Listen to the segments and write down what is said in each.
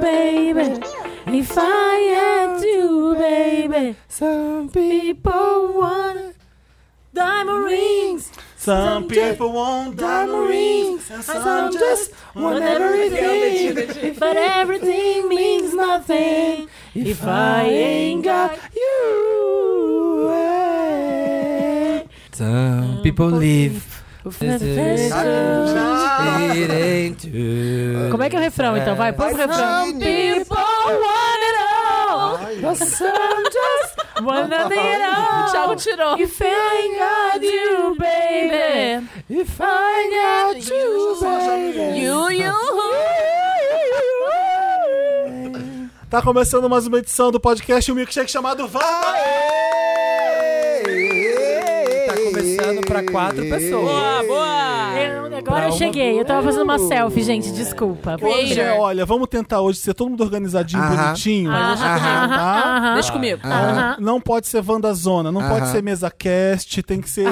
baby. If I had you, baby. Some People wanna diamond rings. Some people want diamond rings, and some just want everything. But everything means nothing if I ain't got you. eh. Some people live. It ain't you. Como é que é o refrão, então? Vai, põe o Vai, refrão. Some people want it all. Ai, But some just want nothing at all. Thiago tirou. If I ain't got you, baby. If I got you, baby. You, you. Tá começando mais uma edição do podcast O Milkshake chamado Vai! Tá começando pra quatro pessoas. Boa, boa. Eu- Pra Agora eu uma cheguei. Eu tava fazendo uma selfie, gente. Desculpa. Beijo. Poxa. André, É, olha, vamos tentar hoje ser todo mundo organizadinho, Aham. bonitinho. Aham, tá? aham, aham. Deixa comigo. Ah, Não pode ser Wandazona, não pode Aham. ser mesa cast, tem que ser.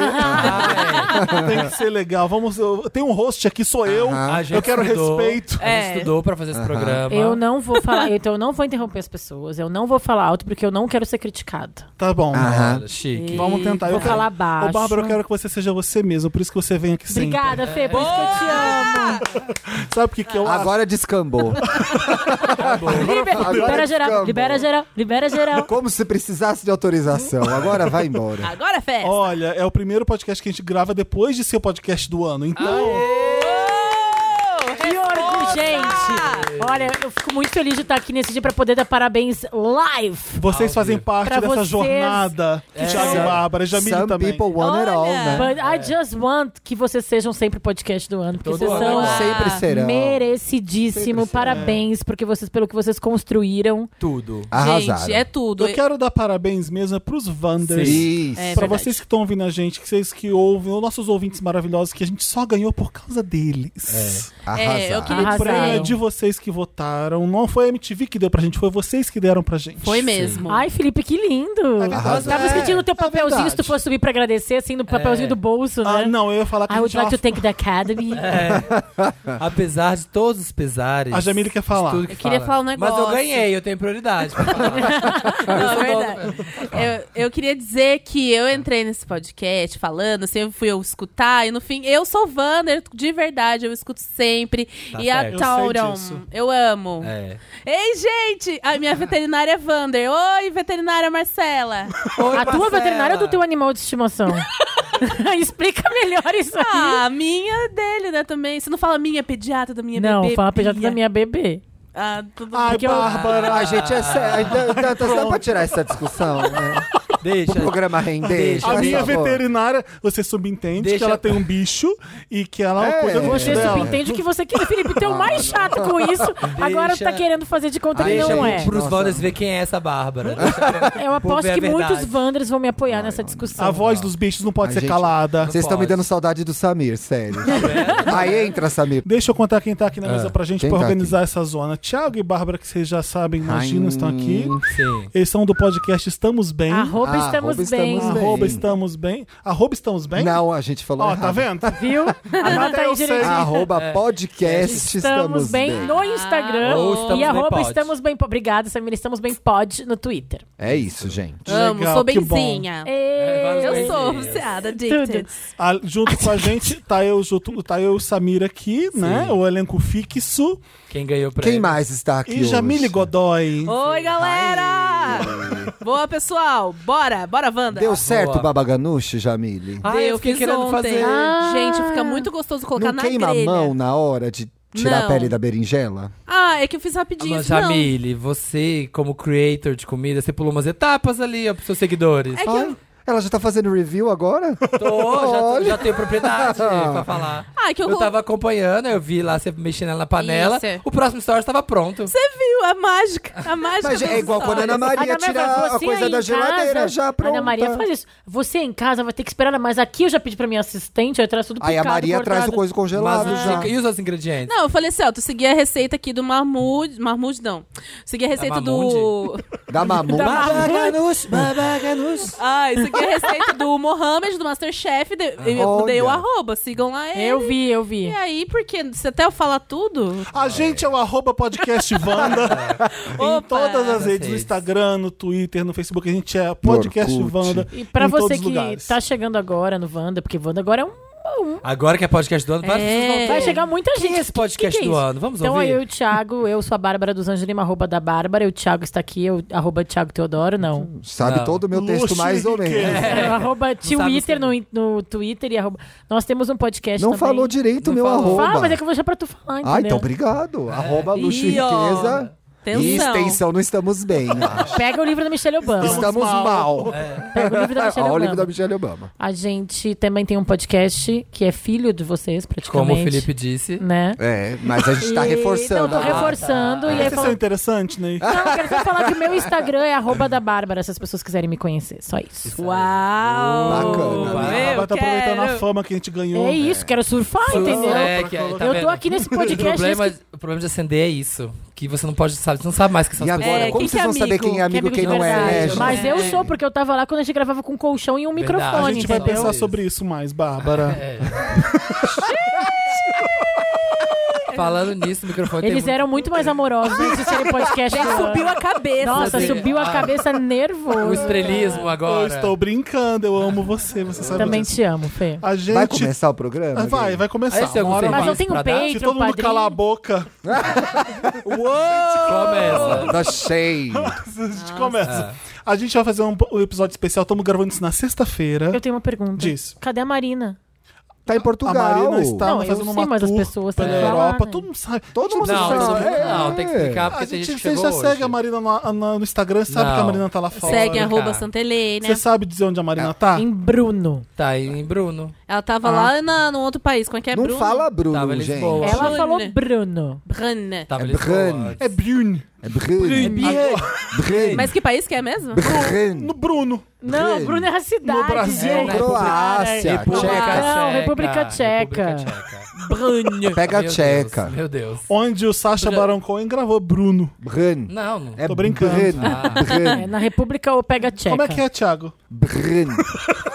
tem que ser legal. Vamos, eu- tem um host aqui, sou eu. Aham. A gente Eu quero estudou, respeito. A É. gente estudou pra fazer esse programa. Eu não vou falar, então eu não vou interromper as pessoas, eu não vou falar alto porque eu não quero ser criticada. Tá bom. Aham. Olha, é chique. Vamos tentar. Eu Vou quero- falar baixo. Ô, Bárbara, eu quero que você seja você mesmo, por isso que você vem aqui sempre. Obrigada, Fê, por isso que eu te amo. Sabe o que, que eu acho? Agora descambou. Liber- agora libera geral, ficamos. libera geral, libera geral. Como se precisasse de autorização. Agora vai embora. Agora é festa. Olha, é o primeiro podcast que a gente grava depois de ser o podcast do ano. Então, Uou, Que orgulho, resposta! gente! Olha, eu fico muito feliz de estar aqui nesse dia pra poder dar parabéns live. Ah, vocês fazem parte Pra dessa vocês- jornada. Que Thiago e Bárbara, Jamile Some também. people want it all, Olha. né? But I just want que vocês sejam sempre podcast do ano, porque Todo vocês ano. são Não Ah, sempre serão. merecidíssimo. Parabéns porque vocês, pelo que vocês construíram. Tudo. Arrasaram. Gente, é tudo. Eu quero dar parabéns mesmo é pros Wanders. Isso. É Pra verdade. vocês que estão ouvindo a gente, que vocês que ouvem, os nossos ouvintes maravilhosos, que a gente só ganhou por causa deles. Arrasaram. É, eu queria O prêmio é Arrasaram. de vocês que votaram. Não foi a MTV que deu pra gente, foi vocês que deram pra gente. Foi mesmo. Ai, Felipe, que lindo! É verdade. Tava discutindo o teu papelzinho, se tu fosse subir pra agradecer, assim, no papelzinho É. do bolso, né? Ah, não, eu ia falar que I a, would gente like to já- thank the Academy. Apesar de todos os pesares. É. a Jamile quer falar. de tudo que Eu queria fala. falar um Mas eu negócio. ganhei, eu tenho prioridade. pra falar. Não, é sou verdade. Eu, eu queria dizer que eu entrei nesse podcast falando, assim, eu fui eu escutar, e no fim, eu sou Vander, de verdade, eu escuto sempre. Tá e a certo. Eu sei Tauron, disso. eu, amo. é. Ei, gente! A minha veterinária é Vander. Oi, veterinária Marcela. Oi, A tua Marcela. veterinária ou do teu animal de estimação? Explica melhor isso aí. Ah, a minha é dele, né, também. Você não fala minha pediatra da minha não, bebê? fala pediatra da minha bebê. Ah, tudo Ai, Porque eu- Bárbara. A gente é sério. Dá, dá, dá pra tirar essa discussão, né? O Deixa. programa render. tipo assim, Deixa. faz A minha favor. veterinária, você subentende que Deixa- ela tem um bicho e que ela é uma É. coisa do Você bicho dela. subentende o que você quer. Felipe, tu é o mais chato com isso. Agora tu tá querendo fazer de conta que Deixa não aí, é. gente. Pros Nossa. Wanders ver quem é essa Bárbara. Eu Vou ver aposto a que muitos verdade. Wanders vão me apoiar nessa discussão. A voz dos bichos não pode A ser gente- calada. Vocês estão me Pode. dando saudade do Samir, sério. Aí entra, Samir. Deixa eu contar quem tá aqui na mesa pra gente quem pra tá organizar essa zona. Tiago e Bárbara, que vocês já sabem, imagino, Ai, estão aqui. Sim. Eles são do podcast Estamos Bem. Arroba Ah, estamos arroba bem. estamos bem. Arroba Estamos Bem. Arroba Estamos Bem? Não, a gente falou Ó, errado. tá vendo? É. Viu? Anota aí eu sei. direitinho. Arroba podcast Estamos, bem, no Ah, Instagram ou Estamos e Bem arroba Pod. estamos bem. Obrigada, Samira. Estamos bem pod no Twitter. É isso, gente. Amo, Legal, sou que bom. benzinha. Ê, Eu sou Benzinhas. viciada, addicted. Tudo. Ah, junto com a gente, tá eu, junto, tá eu e o Samir aqui, né? O elenco fixo. Quem ganhou pra Quem mais está aqui E Jamile hoje? Godoy. Oi, galera! Boa, pessoal! Bora, bora, Wanda! Deu certo o Boa. babaganuche, Jamile? Ah, eu Deus, fiquei fiz querendo ontem. fazer. Ah. Gente, fica muito gostoso colocar Não na queima grelha. a mão na hora de tirar Não. a pele da berinjela? Ah, é que eu fiz rapidinho. Mas, não. Jamile, você, como creator de comida, você pulou umas etapas ali ó, pros seus seguidores. É que Ai, eu- Ela já tá fazendo review agora? Tô, já, tô- Olha. já tenho propriedade pra falar. Ah, é que eu, Eu colo- tava acompanhando, eu vi lá você mexendo ela na panela. Isso, é. O próximo stories tava pronto. Você viu a mágica? A mágica Mas dos é igual quando a stories. Ana Maria Ana tira fala, a "Você coisa aí da em geladeira casa- já pronta. Ana Maria faz isso. Você em casa vai ter que esperar, mas aqui eu já pedi pra minha assistente, eu traz tudo picado, Aí a Maria traz o cortado. coisa Mas congelado os- já. e os outros ingredientes? Não, eu falei assim, ó, tu segui a receita aqui do marmude... Marmude, não. Segui a receita do... Da mamunda. Babaganus, babaganus. Ai, segui a receita do Mohamed, do Masterchef. De... Eu Olha. mudei o arroba, sigam lá ele. Eu vi, vi, eu vi. E aí, porque se até eu falar tudo, A gente é o arroba podcast Wanda em Opa! todas as Nas redes, no redes. Instagram, no Twitter, no Facebook. A gente é podcast Orkut. Wanda. E pra em todos você os que lugares. tá chegando agora no Wanda, porque Wanda agora é um. um- Agora que é podcast do ano, várias É. pessoas vão- vai chegar muita Quem gente. é esse podcast que que é do isso? ano? Vamos Então ouvir? eu, o Thiago, eu sou a Bárbara dos Angelima, arroba da Bárbara, e o Thiago está aqui, eu, arroba Thiago Teodoro, não. Sabe Não. É. todo o meu texto Luxo mais ou e riqueza. menos. Eu, arroba Twitter no, escrever. no Twitter e arroba. Nós temos um podcast Não também. falou direito o Não meu falou. arroba. Fala, mas é que eu vou deixar pra tu falar, entendeu? Ah, então É. obrigado. Arroba luxo e Ih, ó. riqueza. E atenção. extensão, não estamos bem. eu acho. Pega o livro da Michelle Obama. Estamos mal. É. Pega É, o livro da Michelle Olha Ah, o Obama. livro da Michelle Obama. A gente também tem um podcast que é filho de vocês, praticamente. Como o Felipe disse. Né? É, mas a gente tá E- reforçando. Não, tô agora. Então, reforçando. E aí Vocês são falando... interessantes, né? Não, eu quero só falar que o meu Instagram é arroba da Bárbara, se as pessoas quiserem me conhecer. Só isso. Uau! Bacana, Ela Eu tá aproveitando a quero. fama que a gente ganhou. É isso, quero surfar, entendeu? É, que, aí, tá eu vendo? tô aqui nesse O podcast. problema, desde que- o problema de acender é isso. Que você não pode, sabe, você não sabe mais que são E as agora, É, como quem vocês que é vão saber quem é que amigo e de quem não é, verdade. né? gente? Mas eu É. sou, porque eu tava lá quando a gente gravava com um colchão e um Verdade. microfone, A gente vai entendeu? pensar Isso. sobre isso mais, Bárbara. É. Falando nisso, o microfone Eles tem um muito- eram muito mais amorosos antes de serem podcast. do ano. Subiu a cabeça. Nossa, Assim, subiu a ah, cabeça o nervoso. um estrelismo Eu agora. estou brincando, eu amo você, você sabe Também disso. te amo, Fê. A gente... Vai começar o programa? Ah, Vai, gente? vai começar. Aí você Uma hora Mas consegue vai. eu mais tenho pra dar? peito, Se todo mundo padrinho. calar a boca, Começa. Da Shea. a gente começa. A gente vai fazer um, um episódio especial, estamos gravando isso na sexta-feira. Eu tenho uma pergunta. Diz. Cadê a Marina? Tá em A Portugal. Marina está Não, eu fazendo sei, uma mas as tour pessoas têm pela que falar, Europa, né? todo mundo sabe. Tipo assim, Todo mundo Não, sabe. todo mundo É. não, tem que explicar, porque A tem gente, gente que vocês chegou já hoje. segue a Marina no, no- no Instagram, sabe Não. que a Marina tá lá fora. Segue Olha, arroba cara. Santa Helena. Você sabe dizer onde a Marina tá? Em Bruno. Tá em Bruno. Ela tava lá na, no outro país. Como é que é? Não Bruno? fala Bruno, Tava em gente. Lisboa. Ela Bruno. falou Bruno. Brunne. Tava É em Lisboa. Brno. É Brune. É Brun. Brun. Mas que país que é mesmo? Brun. No Bruno. Não, Brno. Bruno é a cidade. No Brasil, gente. né? Croácia. República Tcheca. Tcheca. Não, República Tcheca. República Tcheca. Brunne. Pega a Meu tcheca. Deus, Meu Deus. Onde o Sacha Baron Cohen gravou Bruno. Brun. Não, não. É Tô brincando. Brun. Ah. É, na República ou pega tcheca. Como é que é, Thiago? Brun.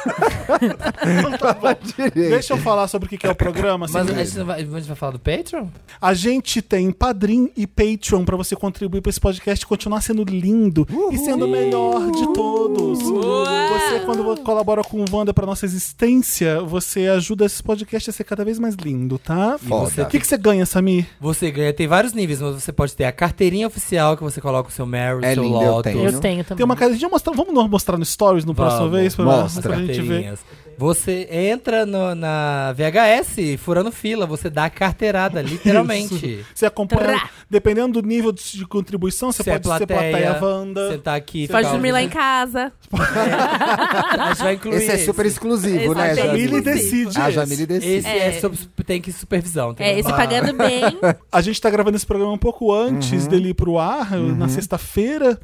Então tá Deixa eu falar sobre o que que é o programa. assim. Mas a gente, não vai, a gente vai falar do Patreon? A gente tem Padrim e Patreon pra você contribuir pra esse podcast continuar sendo lindo e sendo o melhor de todos. Você, quando vo- colabora com o Wanda pra nossa existência, você ajuda esse podcast a ser cada vez mais lindo, tá? Foda. O que, que você ganha, Samir? Você ganha, tem vários níveis, mas você pode ter a carteirinha oficial que você coloca o seu Meryl, É seu lindo, eu Lotus. tenho. Eu tenho também. Tem uma cara de mostrar. Vamos nós mostrar no Stories no próximo Vamos, vez pra, mostra. pra gente ver. carteirinhas. Você entra no- na VHS, furando fila, você dá a carteirada, literalmente. Você acompanha. Trá. Dependendo do nível de de contribuição, você Se pode ser plateia Wanda. sentar tá aqui. Pode ficar- dormir lá em casa. A gente vai incluir Esse é super exclusivo, Esse né, é bem Jamile? Jamile exclusivo. decide. A esse. Jamile Esse decide. é, É. sob- tem que supervisão. Tem É, que esse uma- pagando bem. A gente tá gravando esse programa um pouco Uhum. antes dele ir pro ar, na sexta-feira.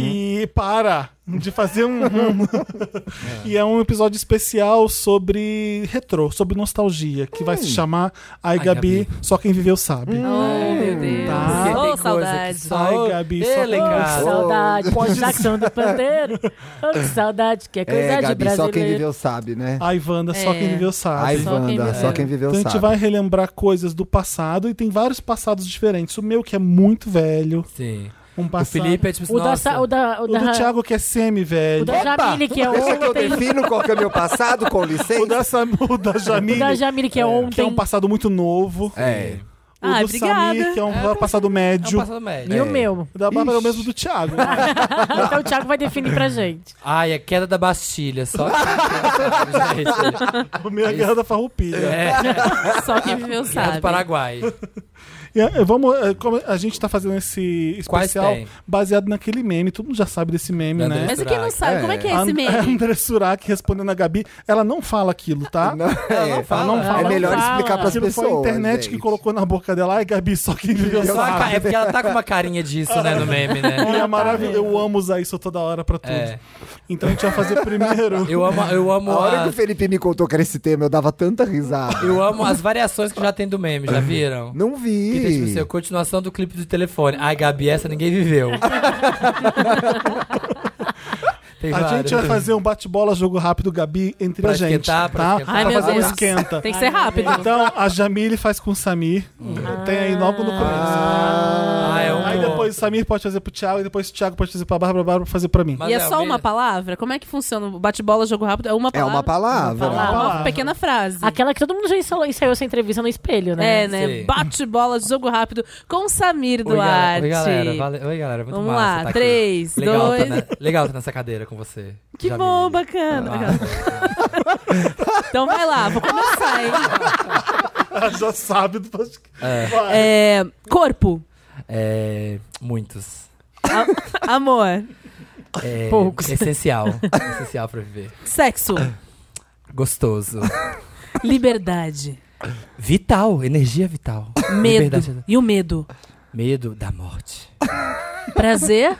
E para de fazer um. e é um episódio especial sobre retrô, sobre nostalgia, que Hum. vai se chamar Ai Gabi, Gabi. só quem viveu sabe. Oh, Tá. meu Deus. Porque Oh, tem coisa que saudade. só- Ai, Gabi, só- é Ele, Oh, que cara. saudade, pode Jackson do Pandeiro. Oh, que saudade, que é coisa É, de Gabi, brasileiro. só quem viveu sabe, né? Ai, Wanda, só É. quem viveu sabe. Ai, só quem Wanda, viveu. só quem viveu Então a gente sabe. vai relembrar coisas do passado e tem vários passados diferentes. O meu que é muito velho, Sim. um O passado. Felipe é tipo O da, nossa, Sa- o da, o o do da, Thiago que é semi-velho. o da Jamile, que é Deixa que eu ontem. defino qual que é o meu passado, com O licença. da, Sam... o da O da Jamile, Jamile, que é que é um ontem. passado muito novo. É. O Ah, do obrigada. Samir, que é um passado é médio. um passado médio. E o É. meu. O da Bárbara é o mesmo do Thiago. né? Então o Thiago vai definir pra gente. Ai, a queda da Bastilha. Só que- Gente, o meu é a Guerra da Farroupilha. é, Só quem viveu é sabe. do Paraguai. E, é, vamos, é, como a gente tá fazendo esse Quais especial tem? baseado naquele meme. Todo mundo já sabe desse meme, Da né? Andressa Mas quem não sabe, como é que é esse And- meme? André Surak respondendo a Gabi. Ela não fala aquilo, tá? Não, é. fala. não É fala. melhor fala. explicar pras Aquilo pessoas. foi a internet gente. que colocou na boca dela. Ai, Gabi, só quem viveu Só a ca- sabe. é porque ela tá com uma carinha disso, né, no meme, E né? é maravilhoso. Eu amo usar isso toda hora pra tudo. É. Então a gente vai fazer primeiro. Eu amo, eu amo A hora a- que o Felipe me contou que era esse tema, eu dava tanta risada. Eu amo as variações que já tem do meme, Uhum. já viram? Não Que tem, tipo vi. assim, a continuação do clipe do telefone. Ai, Gabi, essa ninguém viveu. Tem a vários. gente vai fazer um bate-bola jogo rápido, Gabi, entre Pra a gente. esquentar, pra tá? esquentar. Ai, meu fazer um Deus. esquenta. Tem que ser rápido. Então, a Jamile faz com o Samir. Tem aí logo no começo. Ah, é um Aí bom. depois o Samir pode fazer pro Thiago, e depois o Thiago pode fazer pra Bárbara, a Bárbara pode fazer pra mim. Mas E é a só uma mesma- palavra? Como é que funciona? O Bate-bola, jogo rápido, é uma É palavra? É uma palavra. Uma, palavra. pequena frase. Aquela que todo mundo já ensaiou, ensaiou essa entrevista no espelho, né? É, né? Sim. Bate-bola, jogo rápido com Samir Oi, galera. Duarte. Oi, galera. Vale- Oi, galera. Muito Vamos massa lá, tá aqui. três, Legal tá dois. na- Legal tá nessa cadeira com você. Ah, Que Já vi. bom, bacana. Aquela- Então vai lá, vou começar, hein? Ela já sabe do podcast. É. Vai. É, corpo, É, muitos. a- amor, É, Poucos. Essencial. essencial pra viver. sexo, Gostoso. liberdade, Vital. Energia vital. medo Liberdade. e o medo, Medo da morte. prazer,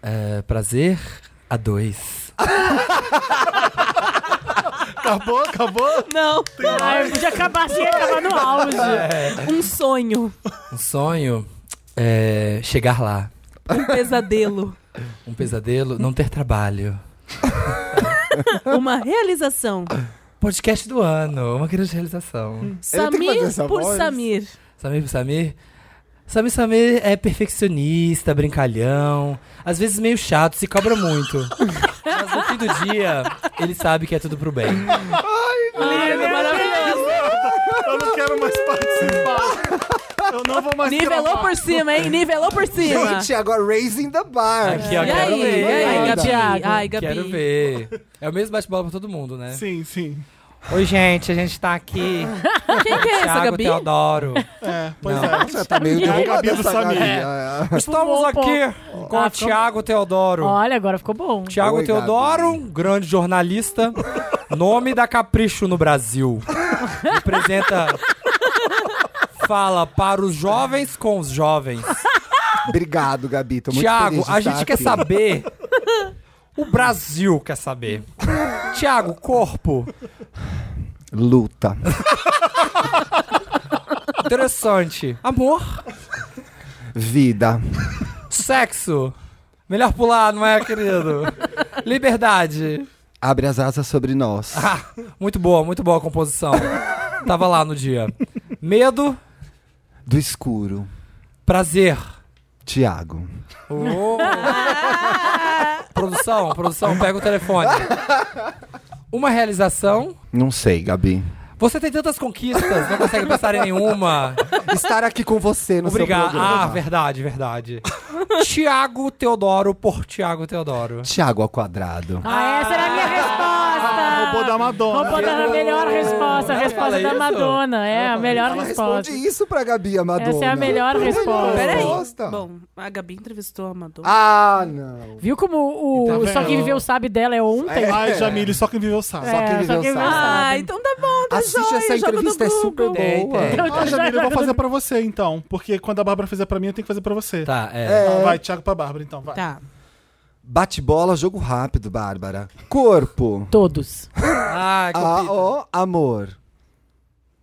É, prazer a dois. Acabou, acabou? não, Ai, podia acabar assim, ia acabar no auge. um sonho, Um sonho é chegar lá. um pesadelo, Um pesadelo, não ter trabalho. uma realização. Podcast do ano, uma grande realização. Ele tem que fazer Samir essa por voz? Samir. Samir pro Samir. Samir Samir é perfeccionista, brincalhão, às vezes meio chato, se cobra muito. Mas no fim do dia, ele sabe que é tudo pro bem. Lindo, maravilhoso. Eu não quero mais participar. Eu não vou mais Nivelou gravar. por cima, hein? Nivelou por cima. Gente, agora Raising the Bar. Aqui, ó, E quero aí, ver. e aí, Manda. Gabi? Ai, Gabi. Quero ver. É o mesmo bate-bola pra todo mundo, né? Sim, sim. Oi, gente, a gente tá aqui. Quem que é essa, Thiago Gabi? Teodoro. É, pois Não. é. Você tá meio Gabi derrubada do essa Samir. Gabi. É. Ah, ah. Estamos Ficou bom, aqui com o Thiago Teodoro. Olha, agora ficou bom. Tiago Oi, Teodoro, um grande jornalista, nome da Capricho no Brasil. Representa. Fala para os jovens com os jovens. é. Obrigado, Gabi. Tô muito Tiago, feliz de a estar gente quer aqui. saber. O Brasil quer saber. Tiago, corpo. Luta. Interessante. Amor. Vida. Sexo. Melhor pular, não é, querido? Liberdade. Abre as asas sobre nós. Ah, muito boa, muito boa a composição. Tava lá no dia. Medo, Do escuro. prazer. Tiago. Ô! produção, produção, pega o telefone. Uma realização. Não sei, Gabi. Você tem tantas conquistas, não consegue pensar em nenhuma. Estar aqui com você no seu Obrigado. programa. Ah, verdade, verdade. Tiago Teodoro por Tiago Teodoro. Tiago ao quadrado. Ah, essa era a minha resposta. ah, Ah, Roubou da Madonna. Vou botar a melhor resposta, a Ela resposta fala da isso? Madonna. É, a melhor Ela resposta. Ah, responde isso Tá pra Gabi, né? a Madonna. Essa é a melhor resposta. Peraí. Resposta. Bom, a Gabi entrevistou a Madonna. Ah, não. Viu como o, Tá Só Quem vendo? Viveu Sabe dela é ontem? É. Ai, Jamile, só quem viveu sabe. Só Quem É, Viveu Sabe. Ah, então tá bom, tá Assiste jóia, essa joga no entrevista, é Google. super Tem, boa. tem. Ah, Jamile, eu vou fazer pra você, então. Porque quando a Bárbara fizer pra mim, eu tenho que fazer pra você. Tá, é. Então É. vai, Thiago pra Bárbara, então. Vai. Tá. Bate bola, jogo rápido, Bárbara. Corpo. Todos. Ah, que Ah, pi- ó, amor.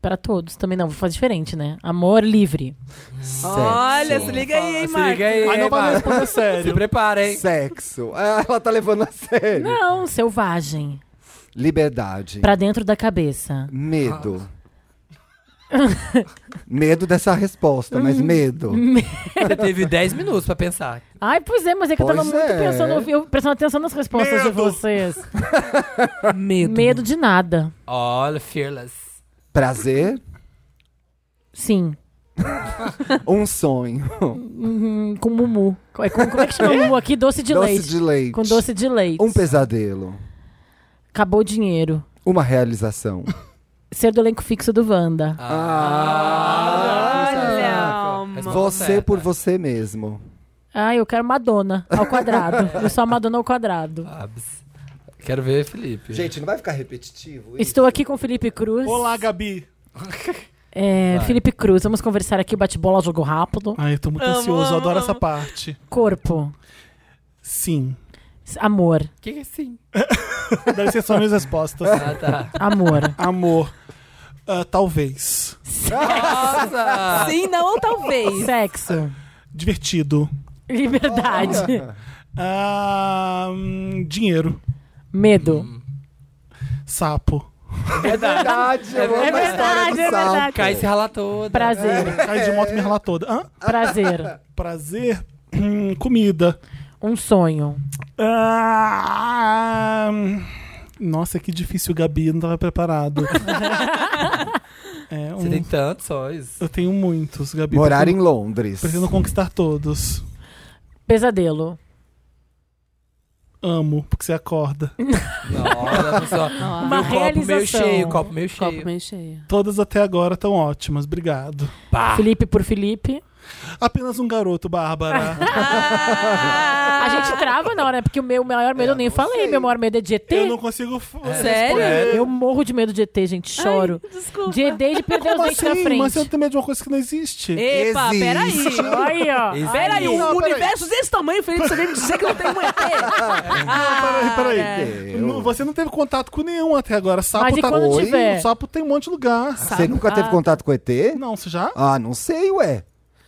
Pra todos também não, vou fazer diferente, né? Amor livre. Sexo. Olha, se liga aí, hein, Se Marcos. liga aí, Aí não hein, vai Marcos? responder Se sério. prepara, hein? Sexo. Ah, Ela tá levando a sério. Não, selvagem. Liberdade. Pra dentro da cabeça. Medo. medo dessa resposta, mas medo. Você teve 10 minutos pra pensar. Ai, pois é, mas é que eu tava Pois muito é. pensando, eu prestando atenção nas respostas de Medo. vocês. Medo. Medo de nada. Olha, fearless. Prazer. Sim. Um sonho. Hum, Com mumu. Co- é com- como é que chama mumu aqui? Doce de doce leite. de leite. Com doce de leite. Um pesadelo. Acabou o dinheiro. Uma realização. Ser do elenco fixo do Wanda. Ah. Ah, Ah, é Olha, Resposta Você certa. por você mesmo. Ah, eu quero Madonna ao quadrado. eu sou a Madonna ao quadrado. Abs. Quero ver, Felipe. Gente, não vai ficar repetitivo? isso? Estou aqui com o Felipe Cruz. Olá, Gabi. É, Vai. Felipe Cruz, vamos conversar aqui, bate-bola, jogo rápido. Ai, eu tô muito Amo, ansioso, eu adoro amo, essa amo. parte. Corpo, Sim. s- amor, que que é sim? Deve ser só minhas respostas. Ah, tá. amor. Amor. Ah, talvez. Nossa! Sim, não, talvez. Sexo, Divertido. liberdade, Ah, hum, dinheiro. Medo. Sapo. é Verdade, eu amo É a verdade, história do é sapo. verdade. Cai se ralar toda. Prazer. Cai de moto e me ralar toda. Hã? Prazer. Prazer. Hum, comida. Um sonho. Ah, hum. nossa, que difícil, Gabi. Eu não tava preparado. É, Você um- tem tantos sóis. Eu tenho muitos, Gabi. Morar em pretendo, Londres. Pretendo conquistar todos. Pesadelo. Amo, porque você acorda. Nossa, pessoal. Uma Uma Meu Ah. copo meio realização. cheio, copo meio cheio. copo meio cheio. Todas até agora estão ótimas, obrigado. Pá. Felipe por Felipe. Apenas um garoto, Bárbara. Ah. A gente trava na hora, né? porque o meu maior medo, eu nem falei, meu maior medo é de ET. Eu não consigo. É. f- Sério? responder. Eu morro de medo de ET, gente, choro. Desculpa. de ET de perder Como os dentes na assim? Mas você frente. tem medo de uma coisa que não existe. Epa, Existe. Aí, peraí. ó. Existe. Peraí, um Não, peraí. universo desse tamanho, Felipe, você vem me dizer que eu tenho um ET? Peraí, Ah, peraí. cara. Eu- Não, Você não teve contato com nenhum até agora. Sapo Mas e tá quando Oi? tiver? Sapo tem um monte de lugar. Você nunca Ah. teve contato com ET? Não, você já? Ah, não sei, ué.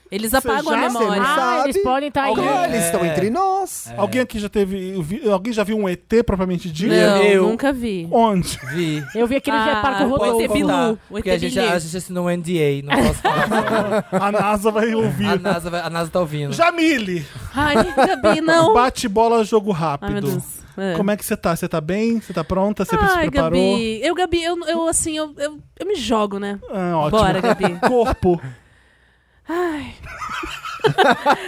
Eles apagam a já- Você não memória. Ah, sabe. eles podem tá aí. Claro, É. eles estão entre nós. É. Alguém aqui já teve. vi- Alguém já viu um ET propriamente dito? Não, Eu- nunca vi. Onde? Vi. Eu vi aquele dia Ah, Parque o Posso Rodolfo. ET Bilu. contar? o ET Porque a gente, Bilu. a gente assinou um NDA, não posso falar. Tá sobre. A NASA vai a, ouvir. NASA, vai- a NASA tá ouvindo. Jamile! Ai, Gabi, não. Bate bola, jogo rápido. Ai, meu Deus. É. Como é que você tá? Você tá bem? Você tá pronta? Você se Ai, preparou? Gabi. Eu, Gabi, eu, eu assim, eu, eu, eu me jogo, né? Ah, ótimo. Bora, Gabi. Corpo. Ai,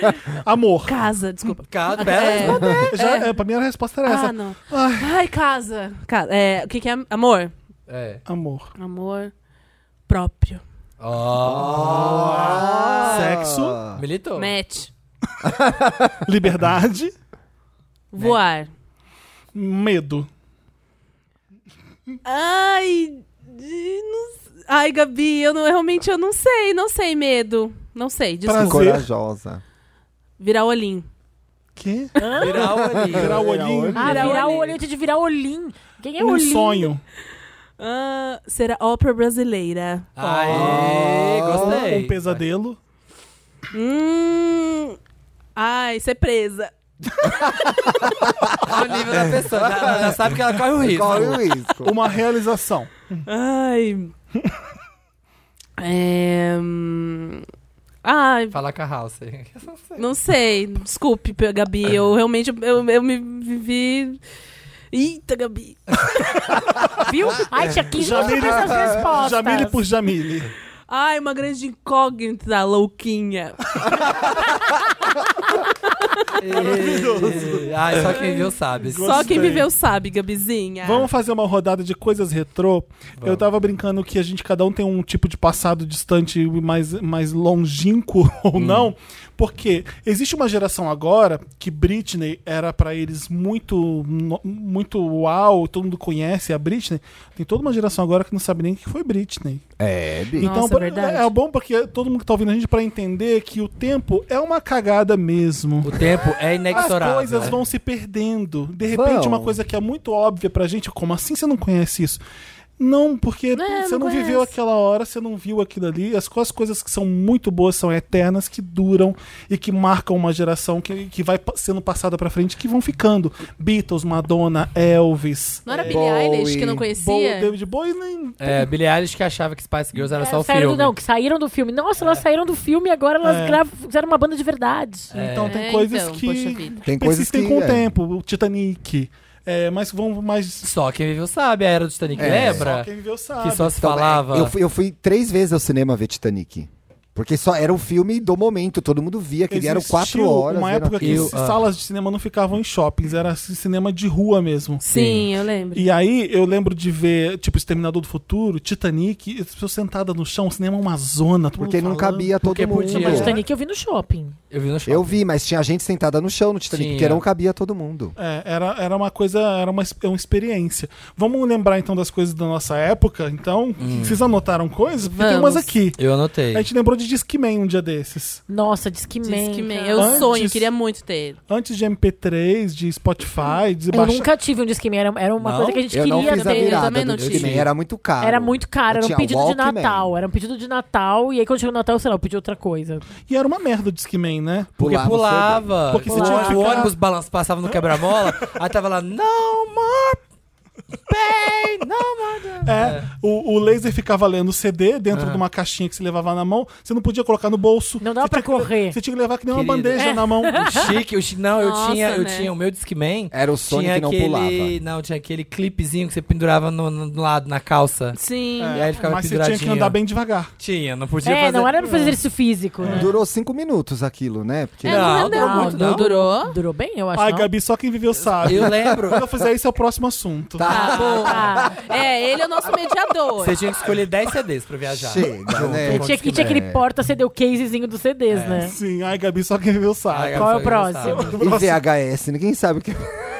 Amor. casa, desculpa. Cara, É. pera. Já, é, pra mim a resposta era Ah, essa. não. Ai, Ai, casa. Ca- é, o que, que é amor? É. amor. Amor próprio. Ó. Ah. Sexo. Oh. Militou. Match. Liberdade. Voar. Medo. Ai. de- não s- Ai, Gabi, eu não, realmente eu não sei, não sei, medo. Não sei, desculpa. Prazer. Corajosa. Virar olhinho. Que? Virar o olhinho. Virar o olhinho. olhinho. Ah, Virar virar o olhinho. olho antes de virar olhinho. Quem é um olhinho? sonho. Ah, será ópera brasileira. Aê, gostei. Um pesadelo. Hum. Ai, ser presa. Olha o nível da pessoa. Ela, ela já sabe que ela corre o risco. Corre o risco. Uma realização. Ai. É. hum, Ai, Fala com a House. não sei. Desculpe, Gabi. Eu realmente eu, eu me vivi. Eita, Gabi. Viu? Ai, É. tinha 15 Jamile- essas respostas. Jamile por Jamile. Ai, uma grande incógnita, louquinha. Maravilhoso. É, Ai, só quem viu sabe. Só quem viveu sabe, Gabizinha. Vamos fazer uma rodada de coisas retrô. Eu Vamos. tava brincando que a gente, cada um tem um tipo de passado distante mais, mais longínquo ou não. Porque existe uma geração agora que Britney era pra eles muito, no- muito uau, todo mundo conhece a Britney. Tem toda uma geração agora que não sabe nem o que foi Britney. É, bicho. Então Nossa, pra- verdade. é bom porque todo mundo que tá ouvindo a gente pra entender que o tempo é uma cagada mesmo. O tempo é inexorável. As coisas vão se perdendo. De repente, Vão. uma coisa que é muito óbvia pra gente, como assim você não conhece isso? Não, porque você não, não viveu conhece. aquela hora, você não viu aquilo ali. As, co- as coisas que são muito boas são eternas, que duram e que marcam uma geração que, que vai pa- sendo passada pra frente, que vão ficando. Beatles, Madonna, Elvis. Não era É. Billie Eilish que eu não Bowie. Bowie, conhecia? David Bowie nem. É, Billie Eilish que achava que Spice Girls era É, só o saíram filme. do- não, que saíram do filme. Nossa, elas saíram do filme e agora elas É. gravam, fizeram uma banda de verdade. Então É, tem coisas então, que poxa vida. Tem coisas persistem que. com o é. tempo. O Titanic. É, mas vão mais. Só quem viveu sabe. A era do Titanic, É. lembra? Só quem viveu sabe. Que só se Então, é, falava. Eu fui, eu fui três vezes ao cinema ver Titanic. Porque só era o filme do momento, todo mundo via, que vieram Existiu quatro horas. um Uma eram- época que Eu, s- ah. salas de cinema não ficavam em shoppings, era c- cinema de rua mesmo. Sim, eu lembro. E aí eu lembro de ver, tipo, Exterminador do Futuro, Titanic, e as pessoas sentadas no chão, o cinema é uma zona. todo Porque mundo não falando. cabia todo Porque mundo. podia. Mas É. Titanic eu vi no shopping. Eu vi no shopping. Eu vi, mas tinha gente sentada no chão no Titanic, Tinha. porque não cabia todo mundo. É, era, era uma coisa, era uma, es- é uma experiência. Vamos lembrar então das coisas da nossa época, então? Vocês anotaram coisas? Porque tem umas Vamos. aqui. Eu anotei. A gente lembrou de Discman um dia desses. Nossa, diz que Diz que man. man. Eu Antes- sonho, queria muito ter. Antes de MP3, de Spotify, de Eu baixa... nunca tive um Discman, era, era uma Não? coisa que a gente Eu não queria fiz a ter. eu virada também do não Discman, tive. era muito caro. Era muito Eu caro, era um tinha pedido de Walkman. Natal. Era um pedido de Natal, e aí quando chegou o Natal, sei lá, eu pedi outra coisa. E era uma merda o Discman, também, né? Porque Pulava pulava. Porque você tinha que o ficar- ônibus balança, passava no quebra-mola, aí tava lá, no more pain, no more... É, O, o laser ficava lendo CD dentro de uma caixinha que se levava na mão. Você não podia colocar no bolso. Não É. dava Você pra tinha que- correr. Você tinha que levar que nem uma Querida. bandeja na mão. O Chique, o Chique, não, eu Nossa, tinha, eu né? tinha o meu Discman. Era o Sonic tinha que não aquele, pulava. Não, tinha aquele clipezinho que você pendurava no, no lado, na calça. Sim. E aí ele ficava Mas você penduradinho. tinha que andar bem devagar. Tinha, não É, podia fazer. não era pra fazer exercício físico, né? Durou cinco minutos aquilo, né? Porque É, não, Não, rendeu não, muito, não. durou. Durou bem, eu acho. Ai, não. Gabi, só quem viveu sabe. Eu lembro. Quando eu fizer isso é o próximo assunto. Tá bom. Ah, É, ele é o nosso mediador. Você tinha que escolher 10 CDs pra viajar. Chega, Junto né? com e É, o tinha, e tinha Discman. aquele porta CD, o casezinho dos CDs, né? Sim, ai, Gabi, só quem viveu sabe. Ai, Qual é o eu sabia, eu próximo? sabia. E VHS, ninguém sabe o que.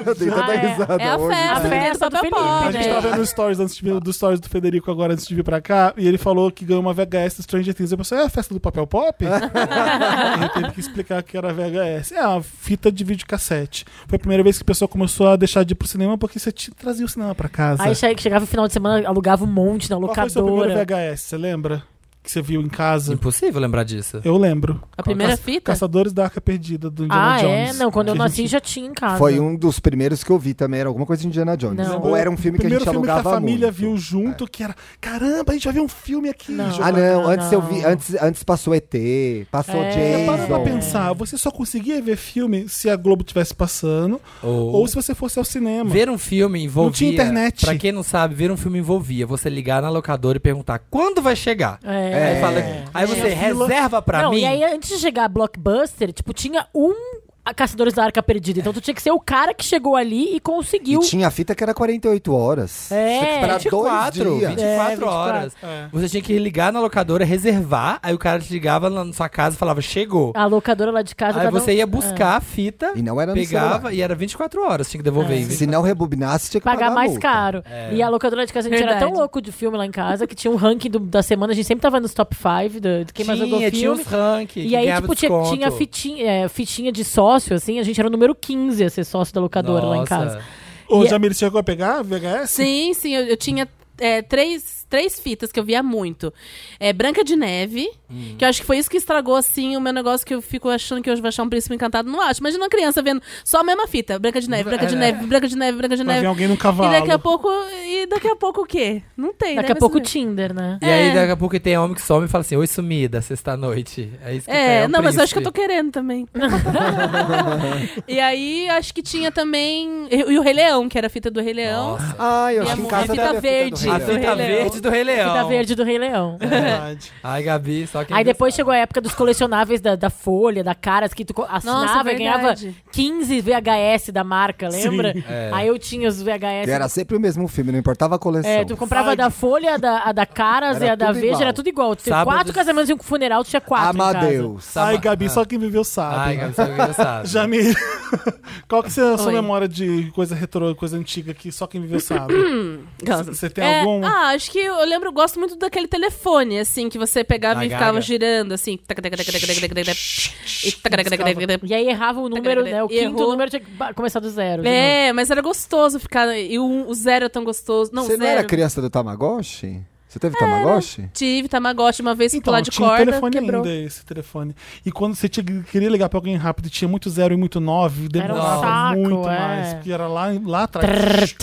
Eu dei tanta Ah, é. risada É a hoje. festa, A né? festa Só do pra Felipe, pó, A gente né? tava vendo os stories antes de vir, dos stories do Federico agora antes de vir pra cá, e ele falou que ganhou uma VHS do Stranger Things. Eu pensei, é a festa do papel pop? ele teve que explicar que era VHS. É uma fita de videocassete. Foi a primeira vez que a pessoa começou a deixar de ir pro cinema porque você te trazia o cinema pra casa. Aí che- chegava no final de semana, alugava um monte na Qual foi o seu primeiro locadora. VHS? Você lembra? Que você viu em casa? Impossível lembrar disso. Eu lembro. A primeira fita? Caçadores da Arca Perdida do Indiana Ah, Jones. é? Não, quando eu Que a nasci gente- já tinha em casa. Foi um dos primeiros que eu vi também, era alguma coisa de Indiana Jones. Não. Ou era um filme que a Primeiro gente filme alugava que a família muito. É. viu junto, que era, caramba, a gente vai ver um filme aqui. Não. Ju." Ah, não, antes eu vi, Não. antes, antes passou ET, passou É, Você para pra Bom. Jason. pensar, você só conseguia ver filme se a Globo tivesse passando Ou, ou se você fosse ao cinema. ver um filme envolvia. Não tinha internet. Pra quem não sabe, ver um filme envolvia você ligar na locadora e perguntar quando vai chegar. É. Aí, fala- aí você fila. reserva pra Não, mim. e aí é antes de chegar a Blockbuster, tipo, tinha um a- Caçadores da Arca Perdida. Então tu tinha que ser o cara que chegou ali e E conseguiu. tinha a fita que era 48 horas. É, Tinha que esperar dois 24, dias. 24, É, 24. horas. É. Você tinha que ligar na locadora, reservar, aí o cara te ligava lá na sua casa e falava, chegou. Ah, A locadora é. lá de casa. Aí tava- você ia buscar a fita, E não era no pegava celular. É. e era 24 horas, tinha que devolver. em Se não rebobinasse, tinha que pagar, pagar a mais multa. caro. É. E a locadora de casa, a gente era Verdade. tão louco de filme lá em casa que tinha um ranking do- da semana, a gente sempre tava nos top 5 do, do quem mais jogou tinha, filme. tinha os rank, que E aí, ganhava tipo, tinha, desconto. tinha fitinha, é, fitinha de sócio, assim, a gente era o número 15 a ser sócio da locadora lá em Nossa. casa. Ô, E- Jamir, você chegou a pegar VHS? Sim, sim, eu, eu tinha é, três, três fitas que eu via muito. É, Branca de Neve, que eu acho que foi isso que estragou, assim, o meu negócio que eu fico achando que hoje vai achar um príncipe encantado. Não acho. Imagina uma criança vendo só a mesma fita. Branca de Neve, Branca de É. Neve, Branca de Neve, Branca de Pra ver Neve. alguém no cavalo. né? E daqui a pouco. E daqui a pouco o quê? Não tem, né? Daqui a Mas pouco o tudo bem. Tinder, né? E aí daqui a pouco tem homem que some e fala assim, oi sumida, sexta-noite. É isso que É, tá, um não, mas eu acho que eu tô príncipe. querendo também. e aí, acho que tinha também. E o Rei Leão, que era a fita do Rei Leão. Nossa. Ah, eu E acho a que em mu- casa a fita teve do verde. Rei A Ah, Leão. Do fita Rei Leão. verde do Rei Leão. Fita verde do Rei Leão. É Verdade. Ai, Gabi, só que... Aí depois chegou a época dos colecionáveis da, da Folha, da Caras, que tu co- assinava e ganhava é verdade. 15 VHS da marca, lembra? Sim. É. Aí eu tinha os VHS. Que era sempre o mesmo filme, não importava a coleção. É, tu comprava a da Folha, a da, a da Caras Era e a da tudo Veja, igual. era tudo igual. Tu tinha Sábado- quatro casamentos e um funeral, tu tinha quatro. em casa. Amadeus. Tá Ai, ma- Gabi, ah. só quem viveu sabe. Ai, Gabi, só que eu sabe. Jamir, qual que é a sua Oi. memória de coisa retrô, coisa antiga que só quem viveu sabe? Nossa. Você tem É, algum? Ah, acho que eu lembro, eu gosto muito daquele telefone, assim, que você pegava Da e ficava Gaga. girando, assim. tac, tac, tac, tac, tac, tac, tac, tac, e tac, tac, tac, tac, tac, tac. E aí errava o número, né? O E quinto errou. número tinha que ba- começar do zero. de novo. É, mas era gostoso ficar. E o, um- o zero é tão gostoso. Não, Você zero. não era criança do Tamagotchi? Você teve Tamagotchi? Tive Tamagotchi uma vez, Então, pular de tinha corda, telefone quebrou. ainda esse telefone. E quando você tinha- queria ligar pra alguém rápido, tinha muito zero e muito nove, demorava saco, muito é. mais. Porque era lá, lá atrás. Trrr.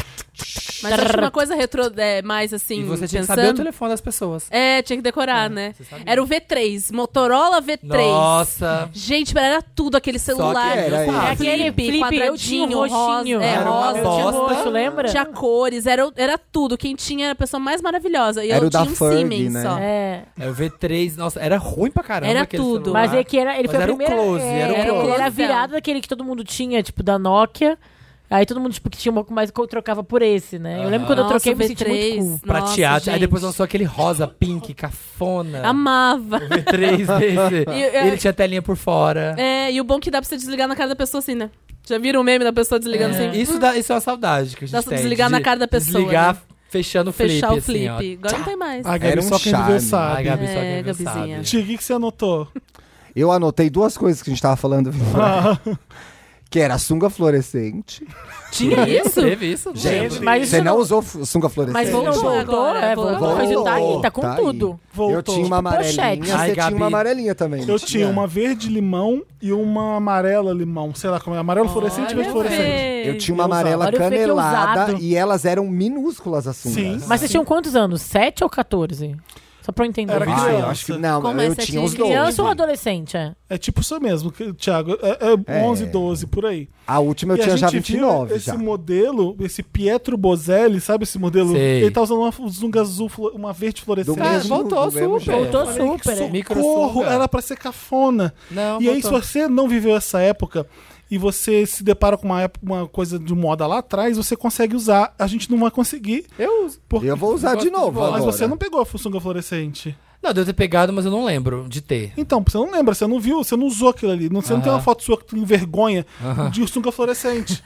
Mas acho que uma coisa retrô, é, mais assim, E você tinha que pensando... saber o telefone das pessoas. É, tinha que decorar, né? Era o V3, Motorola V3. É, Nossa. Gente, era tudo aquele celular. que era Ah, É aquele flip, flip, eu tinha quadradinho, um roxinho. rosa, é, Era uma eu tinha um bosta. roxo, lembra? Tinha cores, era, era tudo. Quem tinha era a pessoa mais maravilhosa. E Era eu o da tinha um Ferg, Siemens né? só. É. É o V3, nossa, era ruim pra caramba. Era aquele tudo. celular. Mas é que era, ele Mas foi era o o primeiro. close, é, era o Ele close. era virado daquele que todo mundo tinha, tipo, da Nokia. Aí todo mundo, tipo, que tinha um pouco mais, co- trocava por esse, né? Eu lembro quando eu Nossa, troquei, eu me o senti muito cool. nossa, Prateado. Aí gente. depois lançou aquele rosa, pink, cafona. Amava. O V3 desse. E eu- Ele tinha telinha por fora. É, e o bom que dá pra você desligar na cara da pessoa assim, né? Já viram o meme da pessoa desligando É. assim? Isso, dá, isso é uma saudade que a gente Dá pra tem. desligar de na cara da pessoa, né? Desligar, fechando o flip. Fechar o assim, flip. ó. Agora não tem mais. Ah, Gabi, Era um só quem charme. viveu Ai, sabe. Gabi, só É, quem viu Gabizinha. sabe. Tig, o que você anotou? Ah. Eu anotei duas coisas que a gente tava falando. que era a sunga fluorescente. Tinha isso? Teve isso? Gente, Gente, mas Você isso não não... usou fu- sunga fluorescente? Mas voltou, Voltou voltou, agora, é, voltou. voltou. Mas tá aí, tá com Tá aí. tudo. tipo Eu tinha uma pochete. amarelinha, Ai, você tinha Gabi. uma amarelinha também. Eu tinha uma verde limão e uma amarela limão. Sei lá como é. Amarelo fluorescente, verde fluorescente. Eu tinha uma Eu usava. amarela Olha o fake canelada usado. e elas eram minúsculas as sungas. Sim. Mas vocês tinham quantos anos? 7 ou 14? Só pra eu entender. Era Ah, eu criança. acho que não, Como é eu sete tinha os de dois. Criança ou adolescente? É. É tipo isso mesmo, que- Thiago. É, é, É. 11, 12, por aí. A última eu E a tinha já gente viu 29 Esse já. modelo, esse Pietro Bozelli, sabe esse modelo? Sei. Ele tá usando uma zunga azul, flu- uma verde fluorescente. Do mesmo- voltou do mesmo super. jeito. Voltou Olha que super. é. Micro Corro, sunga. era pra ser cafona. Não, e aí, se voltou. você não viveu essa época e você se depara com uma, época- uma coisa de moda lá atrás, você consegue usar. A gente não vai conseguir. Eu uso. Porque... Eu vou usar Gosto de de novo bola. Mas agora. você não pegou a sunga fluorescente. Não, deu ter pegado, mas eu não lembro de ter. Então, você não lembra, você não viu, você não usou aquilo ali. Não- Você não tem uma Aham. foto sua que tem vergonha de sunga fluorescente.